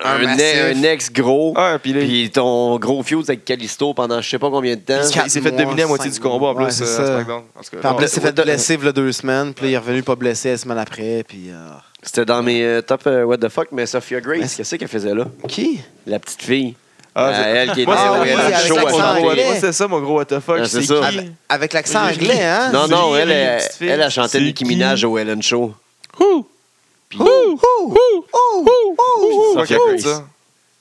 Speaker 3: Un
Speaker 2: un, ne-
Speaker 3: massif.
Speaker 2: un ex gros.
Speaker 4: Ah, puis là, il-
Speaker 2: Puis ton gros feud avec Callisto pendant je sais pas combien de temps.
Speaker 3: Il se calme.
Speaker 4: il s'est fait
Speaker 3: Quatre
Speaker 4: dominer à
Speaker 3: mois,
Speaker 4: moitié du
Speaker 3: cinq
Speaker 4: combat en
Speaker 3: mois.
Speaker 4: plus
Speaker 3: Ouais,
Speaker 4: euh,
Speaker 3: c'est
Speaker 4: à
Speaker 3: ça.
Speaker 4: SmackDown. En tout cas,
Speaker 3: Puis en
Speaker 4: non,
Speaker 3: plus, il s'est
Speaker 2: Ouais,
Speaker 3: fait
Speaker 2: ouais.
Speaker 3: blesser v'là deux semaines, puis là, il est revenu pas blessé la semaine après, puis... euh,
Speaker 2: C'était dans mes euh, top euh, What the fuck, mais Sophia Grace,
Speaker 3: Mais-
Speaker 2: qu'est-ce qu'elle faisait là?
Speaker 3: Qui?
Speaker 2: La petite fille.
Speaker 4: Ah,
Speaker 2: Euh,
Speaker 4: c'est-
Speaker 2: elle qui était
Speaker 4: Moi,
Speaker 3: Ah
Speaker 2: au
Speaker 3: oui,
Speaker 2: reality
Speaker 3: avec
Speaker 2: show à son
Speaker 3: l'accent
Speaker 2: rôle.
Speaker 3: anglais.
Speaker 4: Moi, c'est ça mon gros what the fuck.
Speaker 2: Ah, c'est
Speaker 4: c'est qui?
Speaker 2: ça.
Speaker 3: Avec, avec l'accent anglais, hein?
Speaker 2: Non, non,
Speaker 4: Julie,
Speaker 2: elle,
Speaker 4: la
Speaker 2: elle,
Speaker 4: petite fille.
Speaker 2: elle a chanté
Speaker 4: C'est
Speaker 2: Nicki
Speaker 4: qui?
Speaker 2: Minaj au Ellen Show.
Speaker 6: Ouh!
Speaker 2: Puis-
Speaker 3: Ouh! Ouh! Ouh! Ouh!
Speaker 4: Pourquoi
Speaker 2: Sophia
Speaker 4: qu'elle a fait
Speaker 2: Grace.
Speaker 4: ça?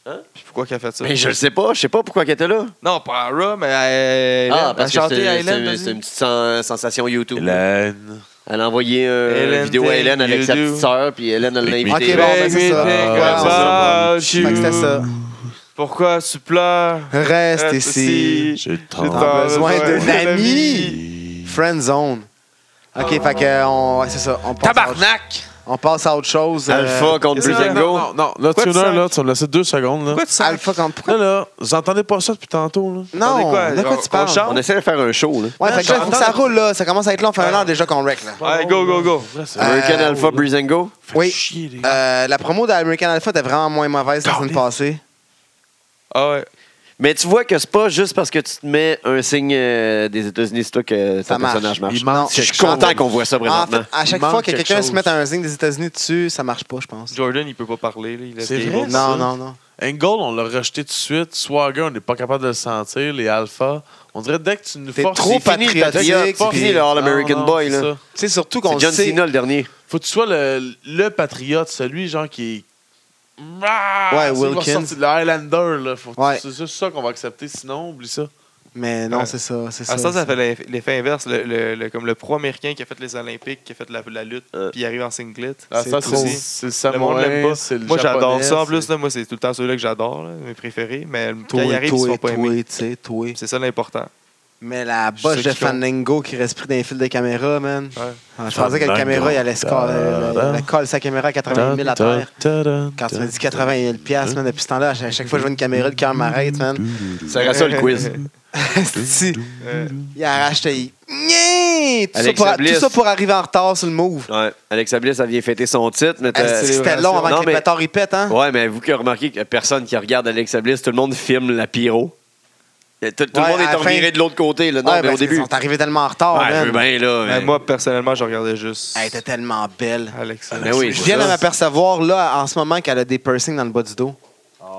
Speaker 2: Hein?
Speaker 4: Puis pourquoi qu'elle a fait ça?
Speaker 2: Mais je le sais pas, je sais pas pourquoi qu'elle était là.
Speaker 4: Non, pas à Raw, mais elle
Speaker 2: ah, parce que
Speaker 4: elle chantait
Speaker 2: c'est-
Speaker 4: à
Speaker 2: c'est
Speaker 4: Hélène,
Speaker 2: c'est
Speaker 4: vas-y.
Speaker 2: une petite sen- sensation YouTube.
Speaker 6: Hélène.
Speaker 2: Elle a envoyé euh,
Speaker 4: Hélène,
Speaker 2: une vidéo à
Speaker 4: thank
Speaker 2: Hélène avec
Speaker 4: you
Speaker 2: sa
Speaker 4: do.
Speaker 2: petite sœur, puis Hélène elle l'a
Speaker 6: Big
Speaker 2: invitée.
Speaker 3: Ok, bon, ben, c'est ça.
Speaker 4: Everything
Speaker 3: Ouais, c'est
Speaker 6: ça,
Speaker 4: about
Speaker 3: Fait
Speaker 4: you.
Speaker 3: que c'était ça.
Speaker 4: Pourquoi tu pleures?
Speaker 3: Reste
Speaker 4: Reste
Speaker 3: ici.
Speaker 4: ici.
Speaker 6: J'ai
Speaker 4: J'ai
Speaker 6: tant
Speaker 3: besoin d'un ami.
Speaker 6: d'amis.
Speaker 3: Friend zone. OK, fait que... on- ouais, c'est ça. On passe à autre-
Speaker 4: Tabarnak!
Speaker 3: On passe à autre chose. euh,
Speaker 2: Alpha contre
Speaker 4: qu'est-ce
Speaker 2: Breeze
Speaker 4: que-
Speaker 2: and
Speaker 6: Non,
Speaker 2: Go.
Speaker 6: non, non. Là,
Speaker 4: Quoi de
Speaker 6: Tuner,
Speaker 4: sac?
Speaker 6: là, tu me laissais deux secondes. Là,
Speaker 4: Pourquoi tu sens?
Speaker 3: Alpha contre...
Speaker 6: là, là vous entendez pas ça depuis tantôt. Là.
Speaker 3: Non,
Speaker 4: Attendez quoi?
Speaker 3: de
Speaker 4: On-
Speaker 3: quoi tu
Speaker 4: on chante?
Speaker 3: parles?
Speaker 2: On essaie de faire un show. Là.
Speaker 3: Ouais, fait que là, il faut que ça
Speaker 4: J'entends-
Speaker 3: roule, là. Ça commence à être long. Ça fait un an déjà qu'on wreck, là.
Speaker 4: Allez, go, go, go.
Speaker 6: Là, c'est
Speaker 3: Euh,
Speaker 2: American Alpha Breeze and Go.
Speaker 6: fait
Speaker 3: oui.
Speaker 6: chier, les gars.
Speaker 3: Euh, la promo d'American Alpha était vraiment moins mauvaise la semaine
Speaker 6: Caliste.
Speaker 3: passée.
Speaker 4: Ah ouais.
Speaker 2: Mais tu vois que c'est pas juste parce que tu te mets un signe euh, des États-Unis, c'est toi que ton
Speaker 3: Ça marche.
Speaker 2: personnage marche.
Speaker 6: Il manque
Speaker 3: Non,
Speaker 2: Je suis
Speaker 3: quelque
Speaker 2: content
Speaker 3: chose.
Speaker 2: qu'on voit ça
Speaker 3: En fait,
Speaker 2: présentement.
Speaker 3: à
Speaker 6: Il
Speaker 3: chaque
Speaker 6: manque
Speaker 3: fois que
Speaker 6: quelque
Speaker 3: quelqu'un se
Speaker 6: chose.
Speaker 3: met un signe des États-Unis dessus, ça marche pas, je pense.
Speaker 4: Jordan, il peut pas parler. Là. Il laisse
Speaker 6: C'est
Speaker 4: les
Speaker 6: vrai,
Speaker 4: autres.
Speaker 3: Non,
Speaker 6: ça.
Speaker 3: non, non.
Speaker 6: Angle, on l'a rejeté tout de suite. Swagger, on n'est pas capable de le sentir. Les Alpha, on dirait dès que tu nous
Speaker 3: T'es
Speaker 6: forces.
Speaker 3: trop
Speaker 6: c'est fini,
Speaker 3: patriotique,
Speaker 6: t'as dit,
Speaker 2: c'est
Speaker 6: pas-
Speaker 2: fini, le All-American
Speaker 6: Non, non,
Speaker 2: Boy, là.
Speaker 6: c'est ça.
Speaker 3: C'est surtout qu'on
Speaker 2: C'est
Speaker 3: le
Speaker 2: John
Speaker 3: sait.
Speaker 2: Cena le dernier.
Speaker 6: Faut que tu sois le, le patriote, celui genre qui est. Ah, Ouais,
Speaker 3: Wilkins.
Speaker 6: Le Highlander, là. Faut que-
Speaker 3: Ouais.
Speaker 6: C'est juste ça qu'on va accepter, sinon, oublie ça.
Speaker 3: Mais non,
Speaker 4: Ouais.
Speaker 3: c'est ça, c'est ça.
Speaker 4: Ah, ça, ça fait l'eff- l'effet inverse. Le, le- le- comme le pro-américain qui a fait les Olympiques, qui a fait la, la lutte,
Speaker 2: Euh.
Speaker 4: puis il arrive en singlet.
Speaker 6: Ah,
Speaker 3: C'est
Speaker 6: ça,
Speaker 3: trop.
Speaker 6: c'est c'est le
Speaker 4: Le monde l'aime
Speaker 6: Samouraï,
Speaker 4: pas.
Speaker 6: c'est le
Speaker 4: Moi, j'adore
Speaker 6: Japonais,
Speaker 4: ça en
Speaker 6: c'est-
Speaker 4: plus. Là, moi, c'est tout le temps ceux-là que j'adore, là, mes préférés. Mais quand
Speaker 3: Toi,
Speaker 4: ils arrivent, ils se
Speaker 3: toi,
Speaker 4: font pas aimer.
Speaker 3: toi, tu sais, toi.
Speaker 4: C'est ça l'important.
Speaker 3: Mais la
Speaker 4: Je
Speaker 3: boche
Speaker 4: sais
Speaker 3: de
Speaker 4: qui compte.
Speaker 3: Fandango qui reste pris dans les fils de caméra, man.
Speaker 4: Ouais.
Speaker 3: Ah, Je pensais que la
Speaker 6: Fandango.
Speaker 3: caméra, il allait se coller-
Speaker 6: Ta-da.
Speaker 3: elle- elle- elle colle sa caméra à 80 000 à terre. Quand tu m'as dit 80 000 piastres, man, depuis ce temps-là, à chaque à chaque fois que je vois une caméra, le cœur m'arrête, man.
Speaker 2: Ça sera ça le quiz.
Speaker 3: Si,
Speaker 4: Euh,
Speaker 3: il arrache, il... Nyeh! Tout ça
Speaker 2: Alexa
Speaker 3: pour a-
Speaker 2: Bliss.
Speaker 3: tout ça pour arriver en retard sur le move.
Speaker 2: Ouais. Alexa Bliss, elle vient fêter son titre. mais t'as-
Speaker 3: Asti que C'était long avant
Speaker 2: Non,
Speaker 3: que les
Speaker 2: mais-
Speaker 3: bâtards y pètent, hein?
Speaker 2: Ouais, mais vous qui remarquez qu'il n'y a personne qui regarde Alexa Bliss, tout le monde filme la pyro. Tout, tout
Speaker 3: Ouais,
Speaker 2: le monde
Speaker 3: à
Speaker 2: est
Speaker 3: la
Speaker 2: reviré
Speaker 3: fin-
Speaker 2: de l'autre côté, là. Non,
Speaker 3: Ouais,
Speaker 2: mais au
Speaker 3: parce qu'ils
Speaker 2: début.
Speaker 3: sont arrivés tellement en retard,
Speaker 2: Ouais, je
Speaker 3: man.
Speaker 2: veux bien, là.
Speaker 4: mais
Speaker 2: mais-
Speaker 4: moi, personnellement, je regardais juste.
Speaker 3: Elle était tellement belle.
Speaker 4: Alexa.
Speaker 2: Mais oui,
Speaker 3: Je viens de
Speaker 2: ça.
Speaker 3: m'apercevoir, là, en ce moment, qu'elle a des piercings dans le bas du dos.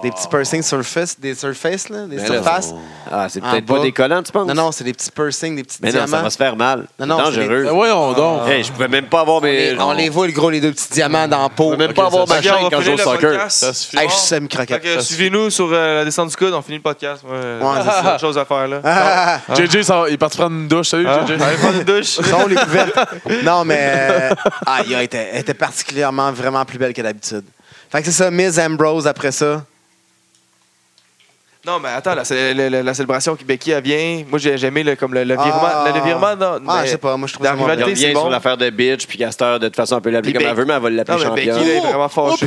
Speaker 3: Des petits piercings surface, des surfaces, là, des
Speaker 2: Ah. Mais là,
Speaker 3: surfaces.
Speaker 2: Ah, c'est
Speaker 3: En
Speaker 2: peut-être pas
Speaker 3: bas.
Speaker 2: décollant, tu penses?
Speaker 3: Non, non, c'est des petits piercings, des petits
Speaker 2: Mais non,
Speaker 3: diamants.
Speaker 2: ça va se faire mal.
Speaker 3: Non, non,
Speaker 2: c'est
Speaker 3: c'est
Speaker 2: dangereux.
Speaker 6: Ben
Speaker 3: Ah.
Speaker 6: voyons donc.
Speaker 2: Hey, je pouvais même pas avoir mes.
Speaker 3: Et on les voit, le gros, les deux petits diamants dans la
Speaker 2: Je
Speaker 3: peau.
Speaker 2: pouvais même pas avoir ma
Speaker 4: Ok, on
Speaker 2: chaîne
Speaker 4: va
Speaker 2: quand je joue
Speaker 4: finir
Speaker 2: au
Speaker 4: le
Speaker 2: soccer.
Speaker 4: podcast.
Speaker 6: Ça suffit.
Speaker 3: Hey, je sème
Speaker 4: Fait
Speaker 3: croquette.
Speaker 4: que suivez-nous sur euh, la descente du coude, on finit le podcast. Ouais,
Speaker 3: c'est ça.
Speaker 4: c'est autre chose à faire là.
Speaker 3: Ah, ah, ah.
Speaker 6: JJ, ça va- il est parti prendre une douche. Salut,
Speaker 4: Ah,
Speaker 6: JJ.
Speaker 4: allez prendre une douche.
Speaker 3: Sont les couvertes. Non, mais. euh, ah, il a été- elle était particulièrement vraiment plus belle que d'habitude. Fait que c'est ça, Miss Ambrose après ça.
Speaker 4: Non, mais attends, la, cé- la- la- la célébration qui Becky elle vient. Moi, j'ai j'ai aimé le, comme le, le virement.
Speaker 3: Ah.
Speaker 4: le, le virement, non.
Speaker 3: Ah,
Speaker 4: mais-
Speaker 3: je sais pas, moi je trouve
Speaker 4: la
Speaker 3: ça moins
Speaker 2: Elle
Speaker 4: rivalité,
Speaker 3: belle.
Speaker 4: c'est
Speaker 2: revient sur
Speaker 4: bon.
Speaker 2: l'affaire de bitch, puis Castor, de toute façon, elle peut l'appeler comme
Speaker 4: Puis Becky-
Speaker 2: elle veut, mais elle va l'appeler
Speaker 4: Non, mais
Speaker 2: championne.
Speaker 4: Becky, là, est vraiment fâché.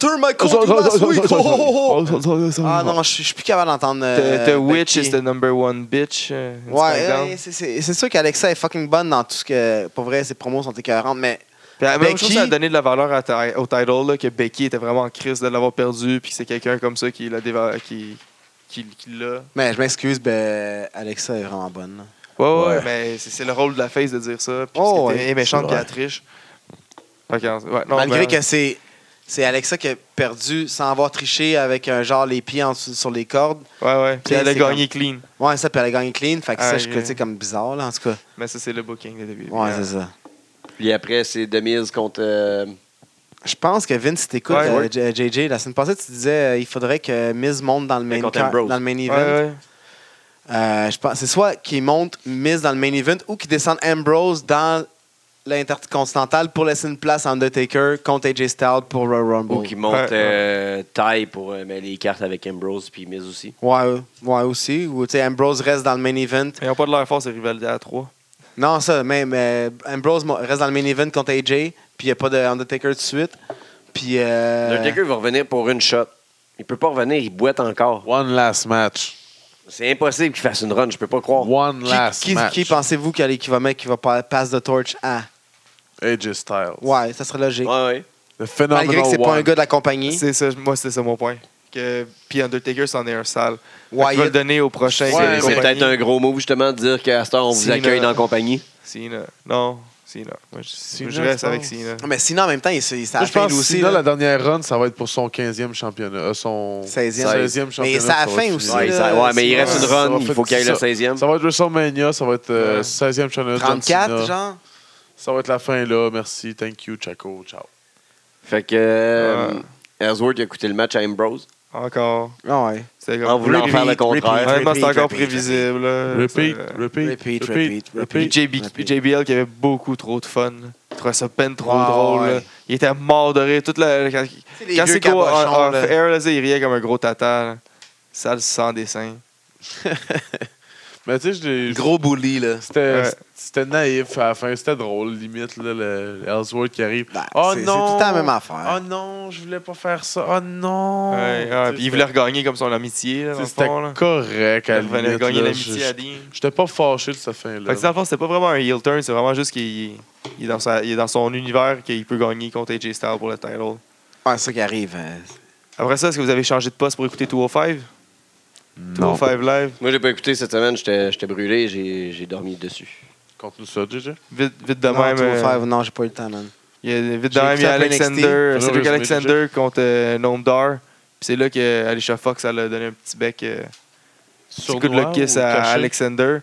Speaker 3: term I
Speaker 4: Oh,
Speaker 3: Ah non, je je suis plus capable d'entendre. euh,
Speaker 4: The, the
Speaker 3: Becky.
Speaker 4: witch is the number one bitch. euh, in
Speaker 3: Ouais,
Speaker 4: SmackDown.
Speaker 3: euh, c'est- c'est c'est sûr qu'Alexa est fucking bonne dans tout ce que. Pour vrai, ses promos sont écœurantes, mais.
Speaker 4: Puis, la même chose,
Speaker 3: Becky-
Speaker 4: ça a donné de la valeur à ti- au title, là, que Becky était vraiment en crise de l'avoir perdu, puis que c'est quelqu'un comme ça qui l'a. déva- Qui, qui, qui l'a.
Speaker 3: Mais je m'excuse, ben, Alexa est vraiment bonne. là.
Speaker 4: Ouais, ouais,
Speaker 6: Ouais.
Speaker 4: mais c'est c'est le rôle de la face de dire ça. Puis
Speaker 3: Oh,
Speaker 4: oh,
Speaker 3: ouais.
Speaker 4: est méchante,
Speaker 6: C'est
Speaker 4: puis
Speaker 6: vrai.
Speaker 4: elle triche. Fait que, ouais, non,
Speaker 3: Malgré
Speaker 4: ben,
Speaker 3: que c'est. C'est Alexa qui a perdu sans avoir triché avec un genre les pieds en dessous- sur les cordes.
Speaker 4: Ouais, ouais. Puis
Speaker 3: Tu sais,
Speaker 4: elle a
Speaker 3: c'est
Speaker 4: gagné clean.
Speaker 3: Ouais, ça, puis elle a gagné clean. Fait que ça,
Speaker 4: Ah,
Speaker 3: je
Speaker 4: yeah.
Speaker 3: critique comme bizarre, là, en tout cas.
Speaker 4: Mais ça, c'est le booking de début.
Speaker 3: Ouais, c'est ça.
Speaker 2: Puis après, c'est Demise contre. euh,
Speaker 3: Je pense que Vince, si t'écoutes,
Speaker 4: Ouais,
Speaker 3: euh,
Speaker 4: ouais.
Speaker 3: J- JJ, la semaine passée, tu disais euh, il faudrait que Miz monte dans le main,
Speaker 2: Contre
Speaker 3: car-
Speaker 2: Ambrose.
Speaker 3: dans le main event.
Speaker 4: Ouais, ouais.
Speaker 3: Euh, je pense c'est soit qu'il monte Miz dans le main event ou qu'il descende Ambrose dans l'Intercontinental pour laisser une place à Undertaker contre AJ Styles pour Royal Rumble.
Speaker 2: Ou qui monte
Speaker 4: Ouais, ouais.
Speaker 2: euh, taille pour euh, mais les cartes avec Ambrose puis Miz aussi.
Speaker 3: Ouais, ouais aussi. Ou tu sais, Ambrose reste dans le main event.
Speaker 4: Ils n'ont pas de l'air fort, ces rivalités à 3.
Speaker 3: Non, ça, même euh, Ambrose mo- reste dans le main event contre AJ, puis il n'y a pas de Undertaker tout de suite. Puis. euh,
Speaker 2: Undertaker va revenir pour une shot. Il peut pas revenir, il boite encore.
Speaker 6: One last match.
Speaker 2: C'est impossible qu'il fasse une run, je peux pas croire.
Speaker 6: One
Speaker 3: qui-
Speaker 6: last
Speaker 3: qui,
Speaker 6: match.
Speaker 3: qui pensez-vous qui, qui va mettre qui va pa- pass the torch à
Speaker 6: AJ Styles.
Speaker 3: Ouais, ça serait logique.
Speaker 2: Ouais, ouais.
Speaker 3: Malgré
Speaker 6: Le phénoménal
Speaker 3: que c'est pas un
Speaker 6: one.
Speaker 3: gars de la compagnie.
Speaker 4: C'est ça, moi, c'était ça mon point. Que, puis Undertaker, c'en est un sale.
Speaker 3: Wyatt-
Speaker 4: Fait qu'il va le donner au prochain.
Speaker 6: Ouais,
Speaker 2: C'est-
Speaker 4: euh,
Speaker 2: c'est
Speaker 4: compagnie.
Speaker 2: peut-être un gros move justement de dire qu'à cette heure, on vous
Speaker 4: Cena.
Speaker 2: accueille dans la compagnie.
Speaker 4: Cena. Non, Cena. Moi, je, moi, je
Speaker 6: Cena,
Speaker 4: reste
Speaker 6: je
Speaker 4: avec
Speaker 6: pense.
Speaker 4: Cena.
Speaker 3: Mais sinon, en même temps, il s'est
Speaker 6: Moi, je pense que
Speaker 3: aussi.
Speaker 6: Cena,
Speaker 3: là.
Speaker 6: la dernière run, ça va être pour son 15e championnat. euh, son
Speaker 3: 16e.
Speaker 6: 16e championnat.
Speaker 3: Mais ça a
Speaker 6: ça va
Speaker 3: fin
Speaker 6: être
Speaker 3: aussi,
Speaker 6: fini.
Speaker 2: Ouais,
Speaker 3: là,
Speaker 2: ça- ouais, mais il
Speaker 3: Cena,
Speaker 2: reste une
Speaker 3: ça
Speaker 6: va
Speaker 2: run, il
Speaker 6: faire-
Speaker 2: faut qu'il aille le
Speaker 6: ça-
Speaker 2: 16e.
Speaker 6: Ça va être WrestleMania, ça va être euh,
Speaker 4: Ouais.
Speaker 6: 16e championnat. de John
Speaker 3: 34,
Speaker 6: Cena.
Speaker 3: genre.
Speaker 6: Ça va être la fin là. Merci, thank you, Chaco, ciao.
Speaker 2: Fait que. euh,
Speaker 4: Ouais.
Speaker 2: Ellsworth a coûté le match à Ambrose.
Speaker 4: Encore.
Speaker 3: Ah ouais.
Speaker 4: C'était
Speaker 2: En voulant
Speaker 4: Repeat,
Speaker 2: faire le
Speaker 4: repeat,
Speaker 2: contraire.
Speaker 4: Ouais, moi, c'est
Speaker 3: repeat,
Speaker 4: encore
Speaker 3: repeat,
Speaker 4: prévisible. là.
Speaker 6: Repeat,
Speaker 4: Ça, euh,
Speaker 3: repeat,
Speaker 6: repeat, repeat,
Speaker 3: repeat,
Speaker 6: repeat.
Speaker 4: Puis
Speaker 3: repeat.
Speaker 4: JB
Speaker 3: Repeat.
Speaker 4: JBL qui avait beaucoup trop de fun. Il trouvait ça peine trop
Speaker 3: Ah,
Speaker 4: drôle.
Speaker 3: ouais.
Speaker 4: là. Il était mort de rire. Toute la, quand
Speaker 3: C'est les
Speaker 4: quand
Speaker 3: vieux
Speaker 4: c'est go
Speaker 3: cabochons,
Speaker 4: off
Speaker 3: là.
Speaker 4: air, là, tu sais, il riait comme un gros tata. là. Sale sans dessin.
Speaker 6: Mais tu sais, je l'ai-
Speaker 3: Gros bully, là.
Speaker 6: C'était
Speaker 4: Ouais.
Speaker 6: c'était naïf à la fin, c'était drôle, limite, là, le Ellsworth qui arrive.
Speaker 3: Ben,
Speaker 6: oh
Speaker 3: c'est- c'est
Speaker 6: non!
Speaker 3: tout le temps la même affaire.
Speaker 6: Oh non, je voulais pas faire ça. Oh non!
Speaker 4: Ouais, ouais,
Speaker 6: Tu sais,
Speaker 4: puis il voulait regagner comme son amitié. Là, dans
Speaker 6: c'était-
Speaker 4: le
Speaker 6: C'était
Speaker 4: fond, là.
Speaker 6: correct
Speaker 4: Il
Speaker 6: à la
Speaker 4: revenait
Speaker 6: limite,
Speaker 4: gagner
Speaker 6: là.
Speaker 4: l'amitié à
Speaker 6: Je-
Speaker 4: Dean.
Speaker 6: je- J'étais pas fâché de cette
Speaker 4: Fait
Speaker 6: fin-là.
Speaker 4: que dans le fond, c'était pas vraiment un heel turn, c'est vraiment juste qu'il il est, dans sa- il est dans son univers qu'il peut gagner contre AJ Styles pour le title.
Speaker 3: Ouais, c'est ça qui arrive. hein.
Speaker 4: Après ça, est-ce que vous avez changé de poste pour écouter 205? 205 Live.
Speaker 2: Moi, j'ai pas écouté cette semaine, j'étais j'étais brûlé, j'ai j'ai dormi dessus.
Speaker 6: Compte-nous ça, JJ.
Speaker 4: Vite, vite de
Speaker 3: Non,
Speaker 4: même.
Speaker 3: tu vas
Speaker 4: euh,
Speaker 3: faire- non, j'ai pas eu le temps, man.
Speaker 4: Il y a, vite
Speaker 3: J'ai
Speaker 4: dans même, il y a
Speaker 3: écouté un peu NXT.
Speaker 4: Alexander, Cedric
Speaker 6: Malheureusement,
Speaker 4: Alexander contre euh, Noam Dar. Puis c'est là que euh, Alicia Fox elle a donné un petit bec, euh, petit coup de le
Speaker 6: Sournois
Speaker 4: kiss
Speaker 6: ou
Speaker 4: à
Speaker 6: caché?
Speaker 4: Alexander.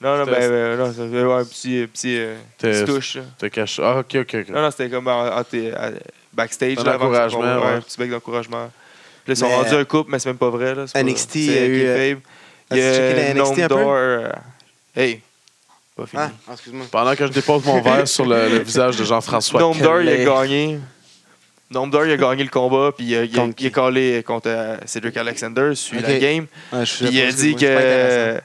Speaker 4: Non, non, ben,
Speaker 6: C'était-
Speaker 4: euh, non, ça fait ouais, un petit, euh, petit, euh,
Speaker 6: C'était-
Speaker 4: petit touche. là.
Speaker 6: T'es caché. Ah, ok, ok, ok.
Speaker 4: Non, non, c'était comme en- en- t'es- à- backstage.
Speaker 6: Un
Speaker 4: là, avant que ça
Speaker 6: encouragement,
Speaker 4: tombe,
Speaker 6: ouais.
Speaker 4: Un petit bec d'encouragement. Puis là, ils sont
Speaker 3: Mais-
Speaker 4: rendus un couple, mais c'est même pas vrai. Là, c'est pas-
Speaker 3: NXT,
Speaker 4: c'est
Speaker 3: il y a eu, euh,
Speaker 4: kayfabe.
Speaker 3: As-tu checké la
Speaker 4: Il y a
Speaker 3: NXT
Speaker 4: Noam
Speaker 3: un peu?
Speaker 4: Dar. euh, Hey, pas fini.
Speaker 3: Ah, excuse-moi.
Speaker 6: Pendant que je dépose mon verre sur le, le visage de Jean-François.
Speaker 4: Noam Dar, il a
Speaker 6: Kelly.
Speaker 4: gagné. Noam Dar, il a gagné le combat, puis euh, il a, il a-
Speaker 3: Contre qui?
Speaker 4: il a collé contre euh, Cedric Alexander, suit
Speaker 3: Ok.
Speaker 4: la game.
Speaker 3: Ah, je suis
Speaker 4: Puis il a
Speaker 3: là pour-
Speaker 4: dit
Speaker 3: excuse-moi, c'est pas intéressant.
Speaker 4: que.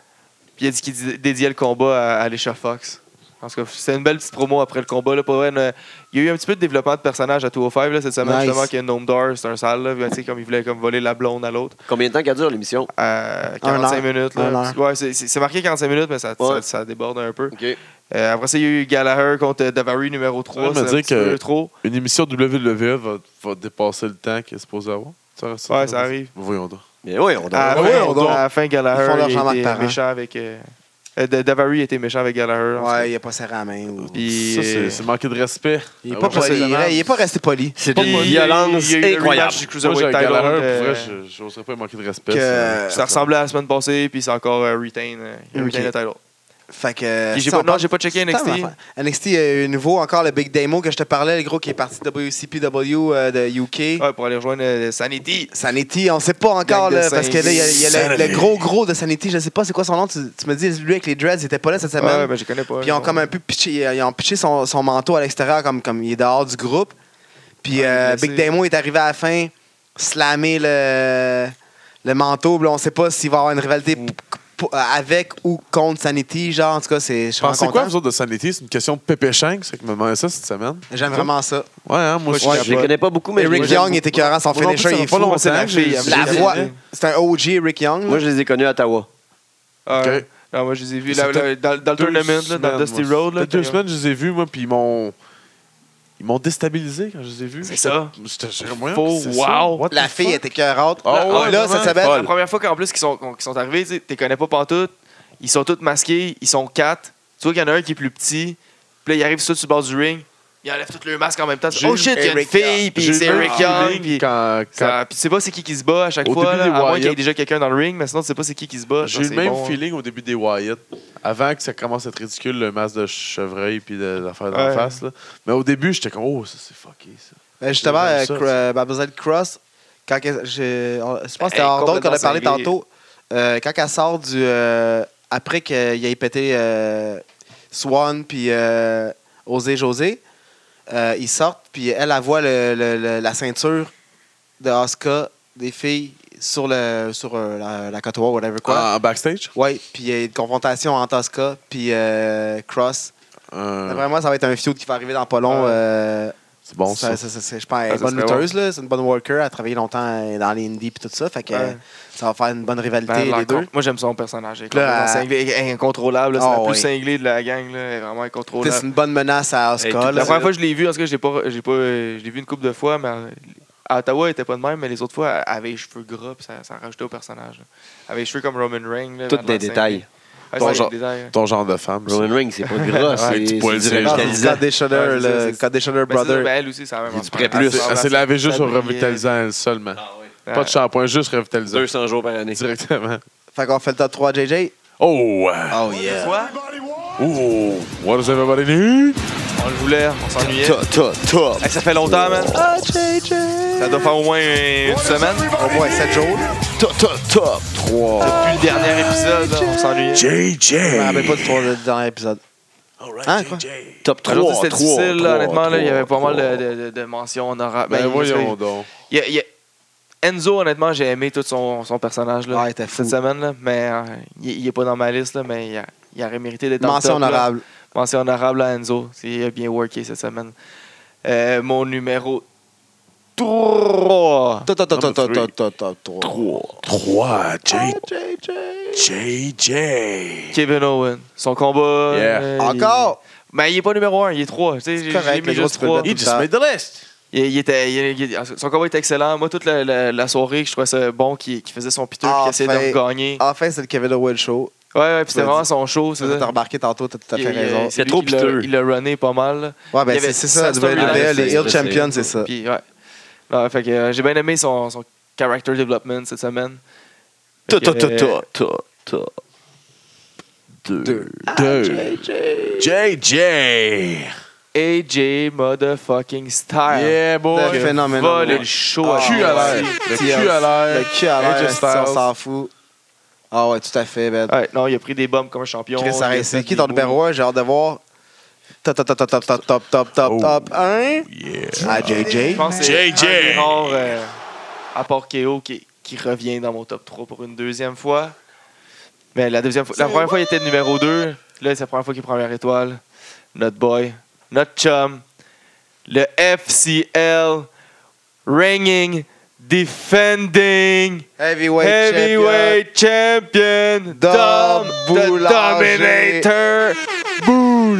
Speaker 4: Puis il a dit qu'il dé- dédiait le combat à, à Alicia Fox. En tout cas, c'était une belle petite promo après le combat. Là, pour vrai, une- il y a eu un petit peu de développement de personnage à 205 là, cette semaine,
Speaker 3: Nice.
Speaker 4: justement, que Noam Dar, c'est un sale, là, tu sais, comme il voulait comme voler la blonde à l'autre.
Speaker 2: Combien de temps qu'elle dure l'émission?
Speaker 4: À 45
Speaker 3: heure.
Speaker 4: minutes.
Speaker 3: Un
Speaker 4: Là,
Speaker 3: heure.
Speaker 4: ouais, c'est- c'est c'est marqué 45 minutes, mais ça,
Speaker 2: Ouais.
Speaker 4: ça, ça déborde un peu.
Speaker 2: OK.
Speaker 4: Euh, après ça, il y a eu Gallagher contre Davary numéro 3.
Speaker 6: Ouais, mais
Speaker 4: C'est un
Speaker 6: dire
Speaker 4: petit
Speaker 6: que-
Speaker 4: peu trop.
Speaker 6: Une émission WWE va, va dépasser le temps qu'elle est supposée avoir. Ça reste-
Speaker 4: Ouais, ça arrive.
Speaker 6: Voyons donc.
Speaker 2: Mais oui, on dort.
Speaker 4: À la
Speaker 6: ouais,
Speaker 4: fin,
Speaker 6: on dort.
Speaker 4: à la fin,
Speaker 3: Ils font leur
Speaker 4: Gallagher il
Speaker 3: chambre de
Speaker 4: était
Speaker 3: parents.
Speaker 4: méchant avec. euh, euh, Da- Davary était méchant avec Gallagher. en tout cas.
Speaker 3: Ouais, il a pas serré la main. ou-
Speaker 4: Puis,
Speaker 6: Ça, c'est
Speaker 4: euh,
Speaker 6: c'est manquer de respect.
Speaker 3: Il est
Speaker 6: Ah
Speaker 3: pas
Speaker 6: ouais, ça,
Speaker 3: poli.
Speaker 6: c'est
Speaker 3: Il est- Il est pas resté poli.
Speaker 2: C'est
Speaker 4: Puis,
Speaker 2: une
Speaker 4: il y a eu-
Speaker 2: violence
Speaker 4: il y a eu le
Speaker 2: incroyable.
Speaker 4: rematch du
Speaker 6: Moi, j'ai
Speaker 4: Cruiserweight
Speaker 6: un
Speaker 4: title,
Speaker 6: galéreur,
Speaker 4: euh,
Speaker 6: pour vrai, je- j'oserais pas lui manquer de respect. ça.
Speaker 3: Que...
Speaker 4: Ça ressemblait à la semaine passée, puis c'est encore euh, retain, euh, il a
Speaker 3: Ok.
Speaker 4: retain le title.
Speaker 3: Fait que.
Speaker 4: Puis j'ai
Speaker 3: ça,
Speaker 4: pas-
Speaker 3: on
Speaker 4: non,
Speaker 3: parle-
Speaker 4: j'ai pas checké
Speaker 3: c'est
Speaker 4: NXT.
Speaker 3: tant d'affaires. NXT, il y a eu euh, nouveau encore le Big Demo que je te parlais, le gros qui est parti de WCPW euh, de UK.
Speaker 4: Ouais, pour aller rejoindre euh, Sanity.
Speaker 3: Sanity, on sait pas encore,
Speaker 4: Gang de
Speaker 3: là, parce que là, il y a, il y a le- le,
Speaker 6: Sanity.
Speaker 3: gros gros de Sanity, je sais pas c'est quoi son nom, tu, tu me dis, lui avec les dreads, il était pas là cette semaine.
Speaker 4: Ouais, ben je connais pas.
Speaker 3: Puis ils ont
Speaker 4: non.
Speaker 3: comme un peu pitché, ils ont pitché son, son manteau à l'extérieur, comme, comme il est dehors du groupe. Puis
Speaker 4: Ouais,
Speaker 3: euh,
Speaker 4: blessé.
Speaker 3: Big Demo est arrivé à la fin, slammer le, le manteau. Puis là, on sait pas s'il va avoir une rivalité p- p- avec ou contre Sanity. Genre, en tout cas, c'est. je suis
Speaker 6: Pensez
Speaker 3: vraiment
Speaker 6: quoi,
Speaker 3: content.
Speaker 6: vous autres, de Sanity? C'est une question de Pépé Shank, c'est que me demandait ça cette semaine.
Speaker 3: J'aime vraiment ça.
Speaker 6: Ouais, hein, moi,
Speaker 4: Moi,
Speaker 6: je
Speaker 2: Je les connais pas beaucoup, mais
Speaker 3: Eric
Speaker 2: moi, j'aime
Speaker 3: Young est écœurant, son
Speaker 6: Moi non plus,
Speaker 3: finisher,
Speaker 6: ça
Speaker 3: il
Speaker 6: va
Speaker 3: est
Speaker 6: pas
Speaker 3: fou.
Speaker 6: longtemps
Speaker 4: c'est la
Speaker 6: que
Speaker 4: fille,
Speaker 6: j'ai-
Speaker 4: elle
Speaker 3: La
Speaker 4: J'ai-
Speaker 3: voix,
Speaker 4: j'ai-
Speaker 3: c'est un OG, Rick Young. là.
Speaker 2: Moi, je les ai connus à Ottawa.
Speaker 4: Ah,
Speaker 6: Ok.
Speaker 4: ouais. Non, moi, je les ai vus
Speaker 6: C'est
Speaker 4: là, là,
Speaker 6: peut-être
Speaker 4: dans, dans le
Speaker 6: deux
Speaker 4: tournament, là, dans
Speaker 6: semaines,
Speaker 4: le Dusty
Speaker 6: moi.
Speaker 4: Road. Là,
Speaker 6: Peut-être deux
Speaker 4: quand-
Speaker 6: semaines, je les ai vus, moi, puis ils m'ont. Ils m'ont déstabilisé quand je les ai vus.
Speaker 4: C'est ça.
Speaker 6: J'étais j'étais- voyons,
Speaker 4: Faux,
Speaker 6: hein, c'est
Speaker 4: wow.
Speaker 6: ça? What
Speaker 3: La
Speaker 6: the
Speaker 3: fille
Speaker 6: fuck?
Speaker 3: est écœurante.
Speaker 6: Ah
Speaker 3: Là,
Speaker 6: ouais,
Speaker 3: là,
Speaker 6: vraiment.
Speaker 3: ça s'appelle.
Speaker 4: La première fois qu'en plus qu'ils sont, qu'ils sont arrivés, tu sais, t'es connais pas pantoute. Ils sont tous masqués, ils sont quatre. Tu vois qu'il y en a un qui est plus petit. Puis là, ils arrivent sur le bord du ring. Ils enlèvent tout le masque en même temps.
Speaker 6: J'ai
Speaker 4: Oh shit, il y a une
Speaker 3: Eric
Speaker 4: fille, puis
Speaker 6: J'ai
Speaker 4: c'est
Speaker 6: eu le
Speaker 4: Eric
Speaker 6: feeling
Speaker 4: Young. puis-
Speaker 6: quand, quand
Speaker 4: Ça- Puis tu sais pas c'est qui qui se bat à chaque
Speaker 6: Au
Speaker 4: fois,
Speaker 6: début
Speaker 4: là,
Speaker 6: des
Speaker 4: à moins qu'il y ait
Speaker 6: Wyatt.
Speaker 4: déjà quelqu'un dans le ring, mais sinon tu sais pas c'est qui qui se bat.
Speaker 6: J'ai
Speaker 4: Ça,
Speaker 6: eu
Speaker 4: c'est
Speaker 6: le même
Speaker 4: bon, hein.
Speaker 6: feeling au début des Wyatt. Avant que ça commence à être ridicule, le masque de chevreuil puis de l'affaire dans la
Speaker 4: Ouais.
Speaker 6: face. là. Mais au début, j'étais comme, oh, ça, c'est fucké, ça.
Speaker 3: Euh, Justement,
Speaker 6: J'aime
Speaker 3: euh,
Speaker 6: ça,
Speaker 3: Cr-
Speaker 6: ça.
Speaker 3: euh, Mademoiselle Cross, quand qu'elle- je, on- je pense que c'était
Speaker 4: Elle est
Speaker 3: hors d'onde qu'on a
Speaker 4: complètement
Speaker 3: parlé
Speaker 4: cinglée.
Speaker 3: tantôt, euh, quand elle sort du. euh, après qu'il ait pété euh, Swan puis euh, Osé José. Euh, ils sortent, puis elle, elle voit le- le- le- la ceinture de Asuka des filles sur, le, sur euh, la, la côte Ouest, whatever quoi.
Speaker 6: En, en backstage?
Speaker 3: Ouais, puis il y a une confrontation entre Asuka puis euh, Cross.
Speaker 6: Euh,
Speaker 3: Vraiment, ça va être un feud qui va arriver dans pas long.
Speaker 4: Ouais.
Speaker 3: euh,
Speaker 6: c'est bon, ça.
Speaker 3: ça- ça- ça- c'est- je pense, elle est
Speaker 4: Ah, ça
Speaker 3: bonne
Speaker 4: serait
Speaker 3: lutteuse, là. C'est une bonne worker. Elle a travaillé longtemps euh, dans les indies et tout ça. Fait que
Speaker 4: Ouais.
Speaker 3: euh, ça va faire une bonne rivalité,
Speaker 4: Ben,
Speaker 3: les
Speaker 4: l'encon-
Speaker 3: deux.
Speaker 4: Moi, j'aime son personnage. Elle est,
Speaker 3: Puis là,
Speaker 4: complètement
Speaker 3: elle-
Speaker 4: cinglée. Elle est incontrôlable. là. C'est
Speaker 3: Ah,
Speaker 4: la plus
Speaker 3: ouais.
Speaker 4: cinglée de la gang. Là. Elle est vraiment
Speaker 3: Tu sais,
Speaker 4: incontrôlable.
Speaker 3: C'est une bonne menace à
Speaker 4: Elle est toute- la
Speaker 3: Asuka. là.
Speaker 4: première fois que je l'ai vue, en tout cas, je l'ai pas, j'ai pas, euh, je l'ai vue une couple de fois, mais euh, à Ottawa, elle était pas de même, mais les autres fois, elle avait les cheveux gras, puis ça, ça rajoutait au personnage. là. Elle avait les cheveux comme Roman Reigns. là,
Speaker 2: Tout
Speaker 4: vraiment
Speaker 2: des
Speaker 4: cinglé.
Speaker 2: détails.
Speaker 4: Ouais,
Speaker 6: Ton
Speaker 4: c'est
Speaker 6: genre-
Speaker 4: des détails.
Speaker 6: Ton genre de femme. ça.
Speaker 2: Roman Reigns, c'est pas gras,
Speaker 4: Avec
Speaker 2: c'est
Speaker 6: du poil
Speaker 2: c'est
Speaker 6: serré.
Speaker 3: Ah,
Speaker 2: revitalisant.
Speaker 3: God des Shudder,
Speaker 4: Ouais, c'est ça,
Speaker 3: le
Speaker 4: c'est-
Speaker 3: God des Shudder
Speaker 4: Ben, c'est ça,
Speaker 3: Brother.
Speaker 4: ben, elle aussi, c'est la même
Speaker 2: Il est du prêt
Speaker 4: affaire.
Speaker 2: plus.
Speaker 4: Elle se
Speaker 6: Elle s'est
Speaker 4: ramasse-
Speaker 6: lavée ah, juste au
Speaker 4: brillait.
Speaker 6: revitalisant elle, seulement.
Speaker 4: Ah,
Speaker 6: Pas de shampoing, juste revitalisant.
Speaker 2: 200 jours par année.
Speaker 6: Directement.
Speaker 3: Fait qu'on fait le top 3 JJ.
Speaker 6: Oh!
Speaker 3: Oh
Speaker 4: Quoi?
Speaker 6: Oh! What does everybody need?
Speaker 4: On le voulait, on s'ennuyait.
Speaker 5: Top, top, top.
Speaker 4: Hey, ça fait longtemps, man. Ça doit faire au moins euh, une semaine.
Speaker 3: Au moins 7 jours. là.
Speaker 5: Top, top, top. 3.
Speaker 4: Depuis le dernier épisode, là, on s'ennuyait.
Speaker 3: Je me
Speaker 5: JJ.
Speaker 3: rappelle pas du trois- du dernier épisode. Hein,
Speaker 6: Ben,
Speaker 3: quoi?
Speaker 5: Top
Speaker 4: Aujourd'hui,
Speaker 5: 3.
Speaker 4: c'était difficile, là, honnêtement. là, Il y avait pas mal de, de- de- de mentions honorables.
Speaker 6: Ben,
Speaker 4: Ben, il y a-
Speaker 6: voyons donc.
Speaker 4: il y a- il y a- Enzo, honnêtement, j'ai aimé tout son, son personnage là,
Speaker 3: Ouais, t'es fou.
Speaker 4: cette semaine, là, mais euh, il, il est pas dans ma liste, là, mais il, a- il aurait mérité d'être en
Speaker 3: Mention
Speaker 4: top, là.
Speaker 3: honorable.
Speaker 4: Mention honorable à Enzo. c'est- Il a bien worké cette semaine. Euh, mon numéro 3.
Speaker 5: Top, top, top, top,
Speaker 6: Number
Speaker 5: top, top, top, 3.
Speaker 6: 3.
Speaker 5: JJ.
Speaker 4: Kevin Owen. Son combat.
Speaker 6: Yeah.
Speaker 4: euh,
Speaker 3: Encore?
Speaker 4: il- Ben, il est pas numéro 1, il est 3.
Speaker 3: correct,
Speaker 4: J'ai
Speaker 3: le
Speaker 4: mis
Speaker 3: gros,
Speaker 4: juste
Speaker 3: tu peux le
Speaker 4: 3.
Speaker 3: mettre.
Speaker 6: He just made the list.
Speaker 4: Il, il était, il- il- il- son combat était excellent. Moi, toute la, la- la soirée, je trouvais ça bon qu'il qu'il faisait son
Speaker 3: Ah,
Speaker 4: piteux et qu'il essayait de me
Speaker 3: Enfin.
Speaker 4: gagner.
Speaker 3: Enfin, c'est le Kevin Owens show.
Speaker 4: Ouais, ouais, puis c'était
Speaker 3: Tu
Speaker 4: vraiment son show.
Speaker 3: Tu
Speaker 4: c'est
Speaker 3: as
Speaker 4: ça.
Speaker 3: remarqué tantôt, t'as tout à
Speaker 4: Il-
Speaker 3: fait
Speaker 4: il-
Speaker 3: raison.
Speaker 2: C'est
Speaker 4: lui
Speaker 2: trop
Speaker 4: qui l'a-
Speaker 2: piteux.
Speaker 4: Il l'a runné pas mal. là.
Speaker 3: Ouais,
Speaker 4: il y
Speaker 3: ben
Speaker 4: avait
Speaker 3: c'est c'est ça,
Speaker 4: sa
Speaker 3: la WWE,
Speaker 2: storyline,
Speaker 3: les
Speaker 2: c'est-
Speaker 3: Hill Champions, c'est ça.
Speaker 4: Puis, ouais. Ouais, fait que euh, j'ai bien aimé son, son character development cette semaine.
Speaker 5: Top,
Speaker 4: Fait que,
Speaker 5: top, top,
Speaker 4: euh,
Speaker 5: top, top, top. 2.
Speaker 6: Ah, 2.
Speaker 5: JJ.
Speaker 4: AJ motherfucking Styles.
Speaker 6: Yeah,
Speaker 3: Le
Speaker 6: boy.
Speaker 3: fait- Ah, phénoménal.
Speaker 4: Va le show
Speaker 3: Ah,
Speaker 6: Le cul à l'air.
Speaker 3: ouais.
Speaker 6: Le cul à l'air.
Speaker 4: E.
Speaker 3: Le cul à l'air,
Speaker 6: AJ
Speaker 3: si on
Speaker 6: Styles.
Speaker 3: s'en fout. Ah ouais, tout à fait, ben.
Speaker 4: Ouais, non, il a pris des bombes comme un champion.
Speaker 3: Chris
Speaker 4: Il a
Speaker 3: Arrête,
Speaker 4: fait
Speaker 3: c'est qui
Speaker 4: des
Speaker 3: ton numéro 1? J'ai hâte de voir. Top, top, top, top, top, top, top, top,
Speaker 4: Oh,
Speaker 3: top, top, 1.
Speaker 6: Yeah.
Speaker 3: Ah,
Speaker 4: Je
Speaker 3: JJ.
Speaker 4: pense que c'est
Speaker 5: JJ.
Speaker 4: un des rares, euh, à part KO qui, qui revient dans mon top 3 pour une deuxième fois. Mais la deuxième fois, la première fois, il était numéro 2. Là, c'est la première fois qu'il est première étoile. Notre boy, notre chum, le FCL, reigning, defending,
Speaker 3: Heavyweight champion.
Speaker 4: heavyweight champion, Dom, the
Speaker 3: Boulanger.
Speaker 4: Dominator,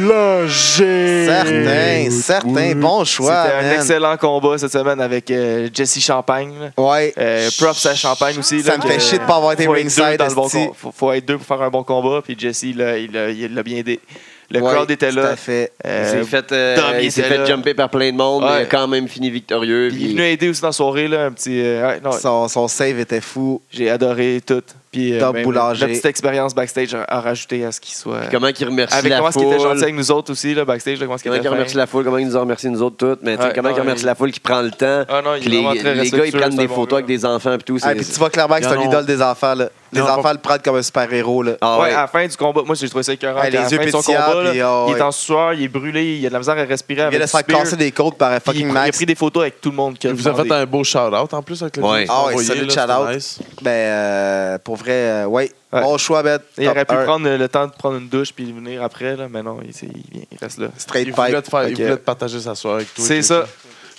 Speaker 4: Boulanger.
Speaker 3: Certain, certain, bon choix,
Speaker 4: Mmh. C'était un
Speaker 3: man.
Speaker 4: excellent combat cette semaine avec euh, Jesse Champagne. là.
Speaker 3: Ouais.
Speaker 4: Euh, props à Champagne aussi.
Speaker 3: Ça
Speaker 4: là,
Speaker 3: me
Speaker 4: que-
Speaker 3: fait chier de pas avoir été
Speaker 4: faut être deux
Speaker 3: ringside,
Speaker 4: dans le bon
Speaker 3: esti.
Speaker 4: com- faut, faut être deux pour faire un bon combat. Puis Jesse, là, il l'a il l'a bien aidé. Le
Speaker 3: Ouais,
Speaker 4: crowd était
Speaker 3: Tout
Speaker 4: là.
Speaker 3: à fait.
Speaker 2: Il
Speaker 4: Euh,
Speaker 2: s'est fait, euh,
Speaker 4: Dom, il
Speaker 2: il s'est
Speaker 4: était là.
Speaker 2: fait jumper par plein de monde, mais
Speaker 4: Ouais.
Speaker 2: il a quand même fini victorieux.
Speaker 4: puis il est
Speaker 2: puis-
Speaker 4: venu aider aussi dans la soirée. Là, un petit, euh, ouais, non,
Speaker 3: Son, son save était fou.
Speaker 4: J'ai adoré tout. Puis euh,
Speaker 3: Dom
Speaker 4: même
Speaker 3: Boulanger.
Speaker 4: La petite expérience backstage a, a rajouté à ce qu'il soit.
Speaker 2: Puis Comment il remercie
Speaker 4: avec
Speaker 2: la
Speaker 4: comment est-ce
Speaker 2: foule.
Speaker 4: qu'il était gentil avec nous autres aussi, là, backstage. Là, comment est-ce qu'il
Speaker 2: Comment
Speaker 4: était
Speaker 2: il remercie
Speaker 4: fin.
Speaker 2: la foule, comment il nous a remercié nous autres toutes, mais tu sais,
Speaker 4: Ouais,
Speaker 2: comment il
Speaker 4: ouais,
Speaker 2: remercie
Speaker 4: il-
Speaker 2: la foule qui prend le temps.
Speaker 4: Ah non,
Speaker 2: Puis
Speaker 4: il est vraiment
Speaker 2: les,
Speaker 4: très
Speaker 2: les gars, ils
Speaker 4: respectueux,
Speaker 2: prennent
Speaker 4: c'est
Speaker 2: des
Speaker 4: un bon
Speaker 2: photos
Speaker 4: gars.
Speaker 2: avec des enfants et tout.
Speaker 3: Ah,
Speaker 2: c'est-
Speaker 3: puis tu vois clairement que c'est
Speaker 6: Y'en
Speaker 3: un
Speaker 6: ont-
Speaker 3: idole des enfants. là. Les
Speaker 6: Y'en ont
Speaker 3: enfants
Speaker 6: pas-
Speaker 3: le prennent comme un super-héros. là.
Speaker 2: Ah
Speaker 4: ouais,
Speaker 2: ouais.
Speaker 4: à la fin du combat, moi j'ai trouvé ça écœurant.
Speaker 3: Ouais, les
Speaker 4: à la
Speaker 3: yeux
Speaker 4: fin de son
Speaker 3: pétillants,
Speaker 4: combat, là,
Speaker 3: puis, ah,
Speaker 4: il
Speaker 3: ouais.
Speaker 4: est en sueur, il est brûlé, il a de la misère à respirer.
Speaker 3: Il
Speaker 4: avec
Speaker 3: vient de
Speaker 4: du
Speaker 3: se faire
Speaker 4: spear.
Speaker 3: casser des côtes par un
Speaker 4: Puis
Speaker 3: fucking
Speaker 4: il, il a
Speaker 3: Max.
Speaker 4: pris des photos avec tout le monde. qui a
Speaker 6: Il vous a fait
Speaker 4: demandé.
Speaker 6: un beau shout-out en plus avec le
Speaker 2: Ouais.
Speaker 3: Ah ouais,
Speaker 6: envoyé,
Speaker 3: solide
Speaker 6: là,
Speaker 3: shout-out.
Speaker 6: c'était nice.
Speaker 3: Ben, euh, pour vrai, euh, ouais.
Speaker 4: Ouais.
Speaker 3: Bon choix, Ben.
Speaker 4: Il
Speaker 3: Top
Speaker 4: aurait pu
Speaker 3: un.
Speaker 4: prendre le temps de prendre une douche puis venir après, là, mais non, il, il, vient, il reste là.
Speaker 3: Straight
Speaker 6: Il voulait,
Speaker 3: pipe.
Speaker 6: te faire- il
Speaker 4: Ok.
Speaker 6: voulait te partager sa soirée avec toi.
Speaker 4: C'est
Speaker 6: Jay.
Speaker 4: ça.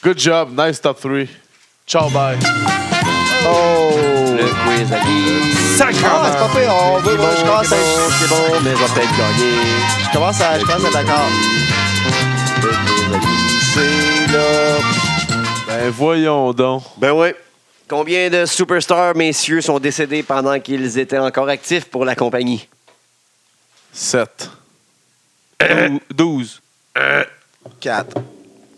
Speaker 6: Good job. Nice top 3. Ciao, bye.
Speaker 3: Oh!
Speaker 2: Le quiz à Guy.
Speaker 3: Ah, c'est pas pire. On
Speaker 2: C'est
Speaker 3: veut,
Speaker 2: bon,
Speaker 3: moi, je commence
Speaker 2: c'est
Speaker 3: à-
Speaker 4: hein.
Speaker 2: bon, c'est bon, mais on va peut-être gagner.
Speaker 3: je commence à je commence à être d'accord.
Speaker 2: C'est là.
Speaker 6: Ben voyons donc.
Speaker 2: Ben oui. Combien de superstars, messieurs, sont décédés pendant qu'ils étaient encore actifs pour la compagnie?
Speaker 6: 7.
Speaker 4: Euh. 12.
Speaker 3: 4,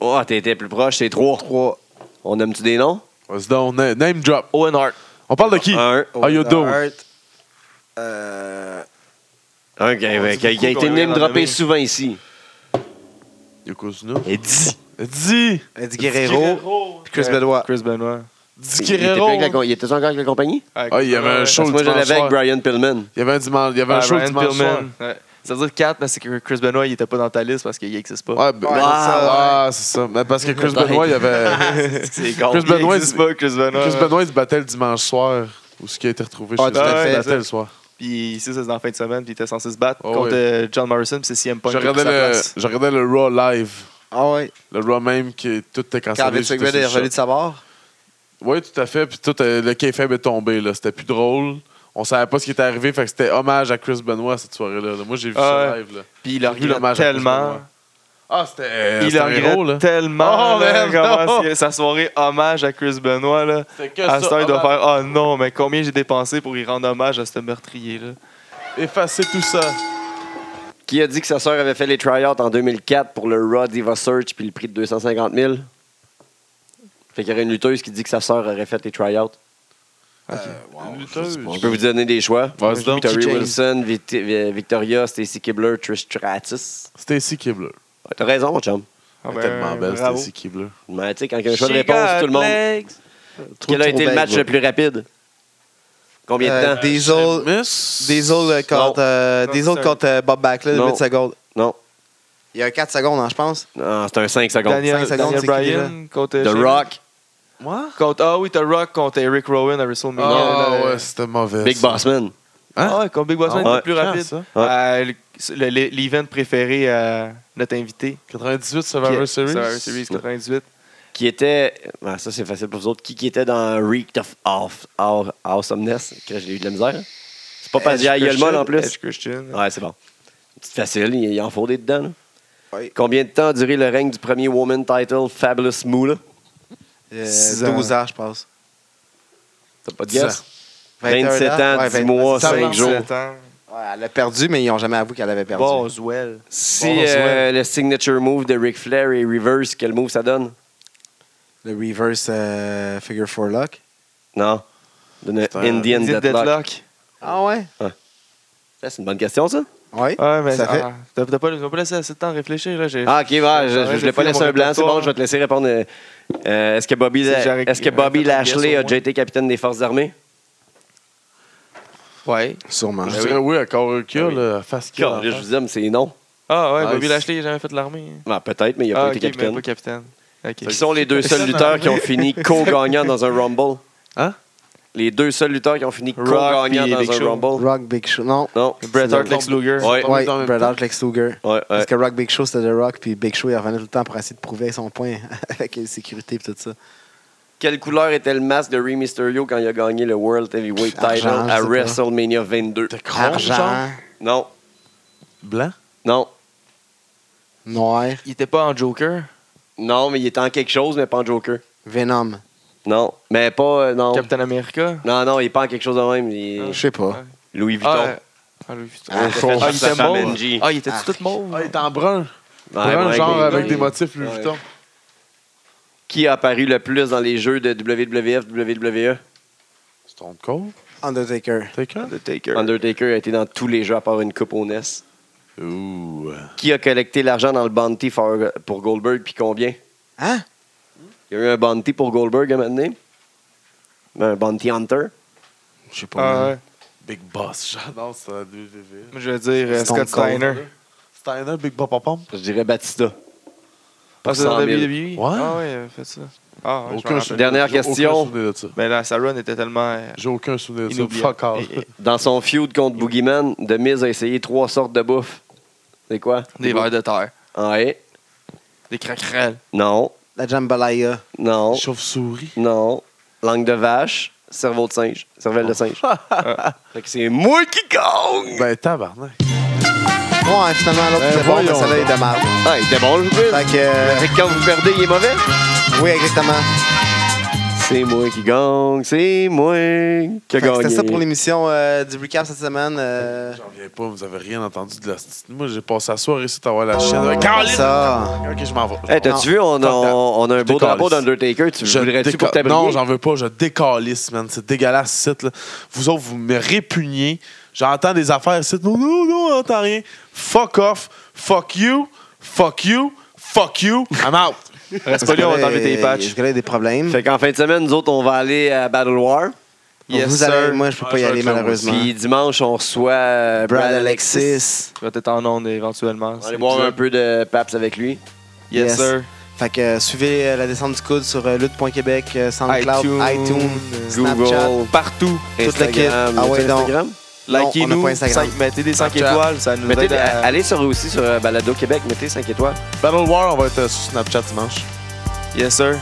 Speaker 2: Oh, t'étais plus proche, c'est trois.
Speaker 3: 3,
Speaker 2: On nomme-tu des noms?
Speaker 6: Vas-y donc, na- name drop.
Speaker 4: Owen Hart.
Speaker 6: On parle de qui?
Speaker 2: Un.
Speaker 6: How you doing?
Speaker 3: Euh,
Speaker 2: Un qui
Speaker 4: On
Speaker 2: a,
Speaker 4: dit
Speaker 2: ben, qui a- qui a
Speaker 4: beaucoup
Speaker 2: été
Speaker 4: qu'on
Speaker 2: name
Speaker 4: vient d'en
Speaker 2: droppé
Speaker 4: nommer.
Speaker 2: souvent ici.
Speaker 6: Yokozuna.
Speaker 2: Et dix.
Speaker 6: Di.
Speaker 3: Eddie Guerrero, puis Chris
Speaker 4: Ouais.
Speaker 3: Benoit.
Speaker 4: Chris Benoit.
Speaker 6: Di
Speaker 2: Il était, plus
Speaker 6: Guerrero.
Speaker 2: avec la com- il était encore avec la compagnie?
Speaker 4: Ouais,
Speaker 6: Ah, il y avait un
Speaker 4: ouais.
Speaker 6: show
Speaker 2: Parce que moi,
Speaker 6: dimanche
Speaker 2: j'allais avec
Speaker 6: soir.
Speaker 2: Brian Pillman.
Speaker 6: Il y avait un dimanche, il y avait un
Speaker 4: Ouais,
Speaker 2: ben,
Speaker 6: show
Speaker 4: Brian
Speaker 6: dimanche soir.
Speaker 4: Pillman. Ouais. C'est-à-dire 4, mais c'est que Chris Benoit, il était pas dans ta liste parce qu'il n'existe pas.
Speaker 6: Ouais, ben,
Speaker 3: Ouais,
Speaker 6: ouais,
Speaker 3: c'est ça,
Speaker 6: ouais, c'est ça. Mais parce que Chris Benoit, il y avait.
Speaker 4: c'est con.
Speaker 6: Chris
Speaker 4: Il
Speaker 6: Benoit,
Speaker 4: existe
Speaker 6: il-
Speaker 4: pas, Chris Benoit.
Speaker 6: Chris Benoit, il se battait le dimanche soir. Ou ce qui a été retrouvé
Speaker 3: Ouais,
Speaker 6: chez
Speaker 4: tout à Ah, fait,
Speaker 6: Il se
Speaker 4: c'est
Speaker 6: battait
Speaker 4: ça.
Speaker 6: le soir.
Speaker 4: Puis ici, c'est dans la fin de semaine, puis il était censé se battre
Speaker 6: Oh,
Speaker 4: contre
Speaker 6: ouais.
Speaker 4: euh, John Morrison, puis c'est CM Punk
Speaker 6: Je
Speaker 4: qui a pris
Speaker 6: regardais,
Speaker 4: sa
Speaker 6: le,
Speaker 4: place.
Speaker 6: je regardais le Raw live.
Speaker 3: Ah ouais.
Speaker 6: Le Raw même qui est- tout était
Speaker 3: Quand
Speaker 6: cancellé.
Speaker 3: Vince McMahon est revenu de sa barre.
Speaker 6: Oui, tout à fait. Puis tout euh, le kayfabe est tombé. là. C'était plus drôle. On savait pas ce qui était arrivé. Fait que c'était hommage à Chris Benoit cette soirée-là. là. Moi, j'ai vu
Speaker 4: Ah
Speaker 6: ça
Speaker 4: ouais.
Speaker 6: live. Là.
Speaker 4: Puis il le
Speaker 6: J'ai vu
Speaker 4: regrette
Speaker 6: l'hommage à Chris
Speaker 4: tellement.
Speaker 6: Benoit. Ah, c'était. euh,
Speaker 4: Il
Speaker 6: c'était
Speaker 4: le
Speaker 6: un héros,
Speaker 4: regrette
Speaker 6: là.
Speaker 4: tellement.
Speaker 6: Oh,
Speaker 4: là,
Speaker 6: man,
Speaker 4: comment
Speaker 6: non.
Speaker 4: c'est- sa soirée hommage à Chris Benoit. Là.
Speaker 6: C'était que
Speaker 4: À
Speaker 6: ça, ah, ben.
Speaker 4: ce temps, il doit
Speaker 6: hommage.
Speaker 4: faire Oh non, mais combien j'ai dépensé pour y rendre hommage à ce meurtrier-là.
Speaker 6: ben, Effacer tout ça.
Speaker 2: Qui a dit que sa sœur avait fait les tryouts en 2004 pour le Raw Diva Search puis le prix de 250 000? Fait qu'il y aurait une lutteuse qui dit que sa sœur aurait fait les tryouts. Je peux vous donner des choix.
Speaker 6: Vas-y donc.
Speaker 2: Terry
Speaker 3: James.
Speaker 2: Wilson, Victi- Vi- Victoria, Stacy Kibler, Trish Stratus.
Speaker 6: Stacy Kibler.
Speaker 2: Ouais, T'as raison, mon chum.
Speaker 4: Ah, ben,
Speaker 6: Tellement belle,
Speaker 4: bravo.
Speaker 6: Stacy Kibler.
Speaker 2: Mais tu sais, quand il y a un choix de réponse, tout le monde. Quel a été le match le plus rapide? Combien de
Speaker 3: Euh,
Speaker 2: temps?
Speaker 3: Diesel,
Speaker 6: Miss. Ah,
Speaker 3: Diesel euh, contre, euh,
Speaker 4: Non,
Speaker 3: Diesel
Speaker 4: c'est un-
Speaker 3: contre euh, Bob Backlund,
Speaker 2: Non.
Speaker 3: 8 secondes.
Speaker 2: Non.
Speaker 3: Il y a 4 secondes, hein, je pense.
Speaker 2: Non, c'est un 5 secondes.
Speaker 4: Daniel,
Speaker 3: Cinq
Speaker 4: Daniel
Speaker 3: secondes, c'est qui,
Speaker 4: Bryan contre.
Speaker 2: The
Speaker 4: Shane-
Speaker 2: Rock,
Speaker 6: Moi?
Speaker 4: Contre, ah oui, The Rock contre Eric Rowan à WrestleMania.
Speaker 6: Ah
Speaker 4: là,
Speaker 6: ouais,
Speaker 4: le-
Speaker 6: c'était mauvais.
Speaker 2: Big
Speaker 6: ça.
Speaker 2: Bossman.
Speaker 6: Hein?
Speaker 4: Ah ouais, contre Big Boss Man,
Speaker 2: Ah ouais.
Speaker 4: le plus
Speaker 6: Quand,
Speaker 4: rapide.
Speaker 6: ça?
Speaker 4: Euh, le- le- le- L'event préféré à notre invité.
Speaker 6: 98 Survivor Series.
Speaker 4: Survivor Series 98.
Speaker 2: qui était. Ah, ça, c'est facile pour vous autres. Qui, qui était dans Reeked of Off, Our Awesomeness? Que j'ai eu de la misère. hein? C'est pas parce que j'ai
Speaker 4: Edge
Speaker 2: aïeul molle en
Speaker 4: Christian-
Speaker 2: plus. Ah,
Speaker 4: Edge Christian.
Speaker 2: Ouais, c'est bon. C'est facile, il il en faut des dedans. là.
Speaker 3: Oui.
Speaker 2: Combien de temps a duré le règne du premier Woman Title Fabulous Moolah?
Speaker 3: Euh,
Speaker 4: Six
Speaker 3: 12 ans, je pense.
Speaker 2: T'as pas de
Speaker 6: Dix
Speaker 2: guess?
Speaker 6: ans.
Speaker 2: 27
Speaker 3: 21
Speaker 2: ans,
Speaker 3: ouais,
Speaker 2: 10
Speaker 3: 20
Speaker 2: mois,
Speaker 3: c'est ça.
Speaker 2: 5 jours.
Speaker 4: 27 ans.
Speaker 3: Ouais, elle a perdu, mais ils n'ont jamais avoué qu'elle avait perdu.
Speaker 4: Boswell.
Speaker 2: Si euh, le signature move de Ric Flair et reverse, quel move ça donne?
Speaker 3: Le reverse euh, figure four lock.
Speaker 2: Non. Donne un
Speaker 6: C'est un
Speaker 2: Indian
Speaker 4: Deadlock.
Speaker 2: Deadlock.
Speaker 4: Deadlock.
Speaker 3: Ah ouais?
Speaker 2: Ça, C'est une bonne question, ça?
Speaker 3: Oui.
Speaker 4: Ouais, mais
Speaker 3: Ça fait-
Speaker 4: ah, t'as t'as pas, ils m'ont pas laissé assez de temps à réfléchir. Là, j'ai-
Speaker 2: Ah, ok, ouais, je- je,
Speaker 4: Ouais,
Speaker 2: je l'ai pas
Speaker 4: j'ai
Speaker 2: laissé
Speaker 4: fait
Speaker 2: un
Speaker 4: mon
Speaker 2: blanc, c'est bon,
Speaker 4: répertoire.
Speaker 2: je vais te laisser répondre. euh, euh, Est-ce que Bobby,
Speaker 4: C'est Jarek-
Speaker 2: est-ce que Bobby
Speaker 4: Jarek Guess,
Speaker 2: Lashley
Speaker 4: au
Speaker 2: a
Speaker 4: moins.
Speaker 2: déjà été capitaine des Forces armées?
Speaker 4: Ah. Ouais.
Speaker 3: Sûrement.
Speaker 6: Je
Speaker 2: Ben
Speaker 6: dirais oui, à Karukia,
Speaker 2: Ah oui.
Speaker 6: là, à face qu'il y a
Speaker 2: Là,
Speaker 6: en
Speaker 2: je
Speaker 6: face.
Speaker 2: vous aime, c'est non.
Speaker 4: Ah ouais,
Speaker 6: Ah,
Speaker 4: Bobby
Speaker 6: il-
Speaker 4: Lashley, il a jamais fait de l'armée.
Speaker 2: Ah, Peut-être, mais il n'a
Speaker 4: ah,
Speaker 2: pas
Speaker 4: ok,
Speaker 2: été
Speaker 4: mais
Speaker 2: capitaine.
Speaker 4: pas capitaine. Ok.
Speaker 2: Qui sont les deux seuls
Speaker 4: Personne
Speaker 2: lutteurs qui ont fini co-gagnants dans un Rumble?
Speaker 6: Hein?
Speaker 2: Les deux seuls lutteurs qui ont fini
Speaker 4: Rock
Speaker 2: co-gagnants
Speaker 4: puis Big
Speaker 2: dans un
Speaker 4: Show.
Speaker 2: Rumble?
Speaker 3: Rock Big Show. Non.
Speaker 2: Non.
Speaker 4: Bret Hart, Lex Luger.
Speaker 2: Ouais,
Speaker 6: tombés
Speaker 3: Ouais,
Speaker 6: en même
Speaker 3: Bret
Speaker 6: temps.
Speaker 3: Hart, Lex Luger.
Speaker 2: ouais, ouais.
Speaker 3: Parce que Rock Big Show, c'était The Rock, puis Big Show, il revenait tout le temps pour essayer de prouver son point avec les sécurités et tout ça.
Speaker 2: Quelle couleur était le masque de Rey Mysterio quand il a gagné le World Heavyweight
Speaker 3: Pff,
Speaker 2: Title
Speaker 3: argent, je
Speaker 2: à
Speaker 3: sais pas.
Speaker 2: WrestleMania 22?
Speaker 3: Argent,
Speaker 2: Non,
Speaker 6: Blanc?
Speaker 2: non,
Speaker 3: noir,
Speaker 4: Il était pas en Joker.
Speaker 2: non, mais il était en quelque chose, mais pas en Joker.
Speaker 3: Venom.
Speaker 2: Non, mais pas. euh, non.
Speaker 4: Captain America.
Speaker 2: Non, non, il est pas en quelque chose de même. Il...
Speaker 6: Ah.
Speaker 4: Euh,
Speaker 3: Je sais pas.
Speaker 2: Louis Vuitton.
Speaker 4: Ah, euh, ah, Louis Vuitton.
Speaker 3: Ah,
Speaker 2: fait
Speaker 4: Ah,
Speaker 2: par
Speaker 4: il
Speaker 2: sa
Speaker 4: était
Speaker 2: femme,
Speaker 4: mauve.
Speaker 2: Angie.
Speaker 4: Ah, il était tout
Speaker 3: Arc.
Speaker 4: mauve.
Speaker 6: Ah, il est en brun.
Speaker 2: Ouais,
Speaker 6: brun,
Speaker 2: ouais,
Speaker 6: genre
Speaker 2: ouais.
Speaker 6: avec des
Speaker 4: ouais.
Speaker 6: motifs Louis
Speaker 2: Ouais.
Speaker 6: Vuitton.
Speaker 2: Qui a apparu le plus dans les jeux de WWF, WWE?
Speaker 6: Stone Cold?
Speaker 3: Undertaker.
Speaker 6: Taker?
Speaker 4: Undertaker.
Speaker 2: Undertaker a été dans tous les jeux à part une coupe au NES.
Speaker 6: Ouh.
Speaker 2: Qui a collecté l'argent dans le bounty for- pour Goldberg, puis combien?
Speaker 3: Hein?
Speaker 2: Il y a eu un bounty pour Goldberg à un moment donné. Ben, Un bounty hunter.
Speaker 3: Je sais
Speaker 4: Ah,
Speaker 3: pas.
Speaker 4: ouais.
Speaker 6: Big Boss, j'adore ça, la WWE.
Speaker 4: Moi, Je veux dire euh,
Speaker 3: Stone
Speaker 4: Scott
Speaker 3: Cold.
Speaker 4: Steiner.
Speaker 6: Steiner, Big Bob Pom?
Speaker 2: Je dirais Batista.
Speaker 4: Ah, c'est dans
Speaker 2: 100 000.
Speaker 4: WWE?
Speaker 6: Ouais.
Speaker 4: Ah ouais, il a fait ça. Ah, ouais, je me
Speaker 6: Aucun
Speaker 4: rappelle.
Speaker 6: sou-
Speaker 2: Dernière
Speaker 6: j'ai
Speaker 2: question.
Speaker 6: Aucun souvenir de ça.
Speaker 4: Mais là, sa run était tellement euh,
Speaker 6: J'ai aucun souvenir de ça.
Speaker 4: inoubliable.
Speaker 6: Fuck all.
Speaker 4: Et- et-
Speaker 2: Dans son feud contre Boogeyman, The Miz a essayé trois sortes de bouffe. C'est quoi?
Speaker 4: Des vers de terre.
Speaker 2: Ouais.
Speaker 4: Des craquerelles.
Speaker 2: Non.
Speaker 3: La jambalaya.
Speaker 2: Non.
Speaker 6: Chauve-souris.
Speaker 2: Non. Langue de vache. Cerveau de singe. Cervelle de singe. fait que c'est moi qui gagne!
Speaker 6: Ben, tabarnak.
Speaker 3: Ouais, finalement, l'autre,
Speaker 6: Ben,
Speaker 3: c'est bon, mais
Speaker 6: voyons.
Speaker 3: celle-là, il est de marde.
Speaker 2: Ah, il était bon le quiz.
Speaker 3: Fait que,
Speaker 2: Fait
Speaker 3: euh,
Speaker 2: que quand vous perdez, il est mauvais.
Speaker 3: oui, exactement.
Speaker 2: C'est moi qui gagne. C'est moi qui a
Speaker 3: Fait que
Speaker 2: gagné.
Speaker 3: C'était ça pour l'émission euh, du recap cette semaine. euh,
Speaker 6: J'en viens pas, vous avez rien entendu de la. Moi, j'ai passé la soirée ici à voir la chienne. avec-
Speaker 3: Ah, ça.
Speaker 6: Ok, je m'en vais.
Speaker 2: Hey,
Speaker 3: Non.
Speaker 2: Eh, t'as-tu vu, on a, on a un beau
Speaker 6: décalisse.
Speaker 2: drapeau d'Undertaker. Tu
Speaker 6: Je
Speaker 2: voudrais-tu
Speaker 6: déca-
Speaker 2: pour ta
Speaker 6: Non,
Speaker 2: briller?
Speaker 6: j'en veux pas. Je décalisse, man. C'est dégueulasse, ce site. Là. Vous autres, vous me répugnez. J'entends des affaires, site. Non, non, non, on entend rien. Fuck off. Fuck you. Fuck you. Fuck you. I'm out.
Speaker 4: Reste pas là, on va t'enlever tes
Speaker 3: Je
Speaker 4: patchs.
Speaker 3: connais des problèmes.
Speaker 2: Fait qu'en fin de semaine, nous autres, on va aller à Battle War.
Speaker 4: Yes,
Speaker 3: Vous
Speaker 4: sir. Ah,
Speaker 3: allez- moi, je peux
Speaker 6: Ouais,
Speaker 3: pas y
Speaker 6: je vais
Speaker 3: aller,
Speaker 6: le faire, moi
Speaker 3: malheureusement.
Speaker 2: Puis dimanche, on reçoit euh,
Speaker 3: Brad Alexis.
Speaker 4: Il va être en onde éventuellement.
Speaker 2: On va aller boire un peu de paps avec lui.
Speaker 4: Yes,
Speaker 3: Yes.
Speaker 4: sir.
Speaker 3: Fait que euh, suivez euh, la descente du coude sur euh, lutte.québec, euh, SoundCloud,
Speaker 4: iTunes,
Speaker 3: iTunes,
Speaker 4: euh,
Speaker 3: Snapchat.
Speaker 2: Google.
Speaker 4: Partout.
Speaker 3: Tout le kit.
Speaker 2: Instagram.
Speaker 3: Ah ouais,
Speaker 2: As-tu
Speaker 3: donc.
Speaker 2: Instagram?
Speaker 3: Non, on a
Speaker 4: Likez-nous.
Speaker 3: pas Instagram.
Speaker 4: cinq- Mettez des 5
Speaker 6: Snapchat.
Speaker 4: étoiles. Ça nous
Speaker 2: Mettez-
Speaker 4: aide à...
Speaker 2: Allez sur, aussi sur euh, Balado Québec, mettez 5 étoiles.
Speaker 6: Battle War, on va être euh, sur Snapchat dimanche.
Speaker 4: Yes, sir.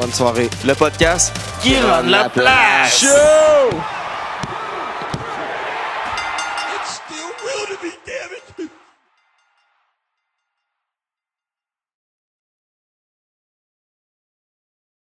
Speaker 3: Bonne soirée.
Speaker 4: Le podcast.
Speaker 2: Qui rend la place?
Speaker 4: Show!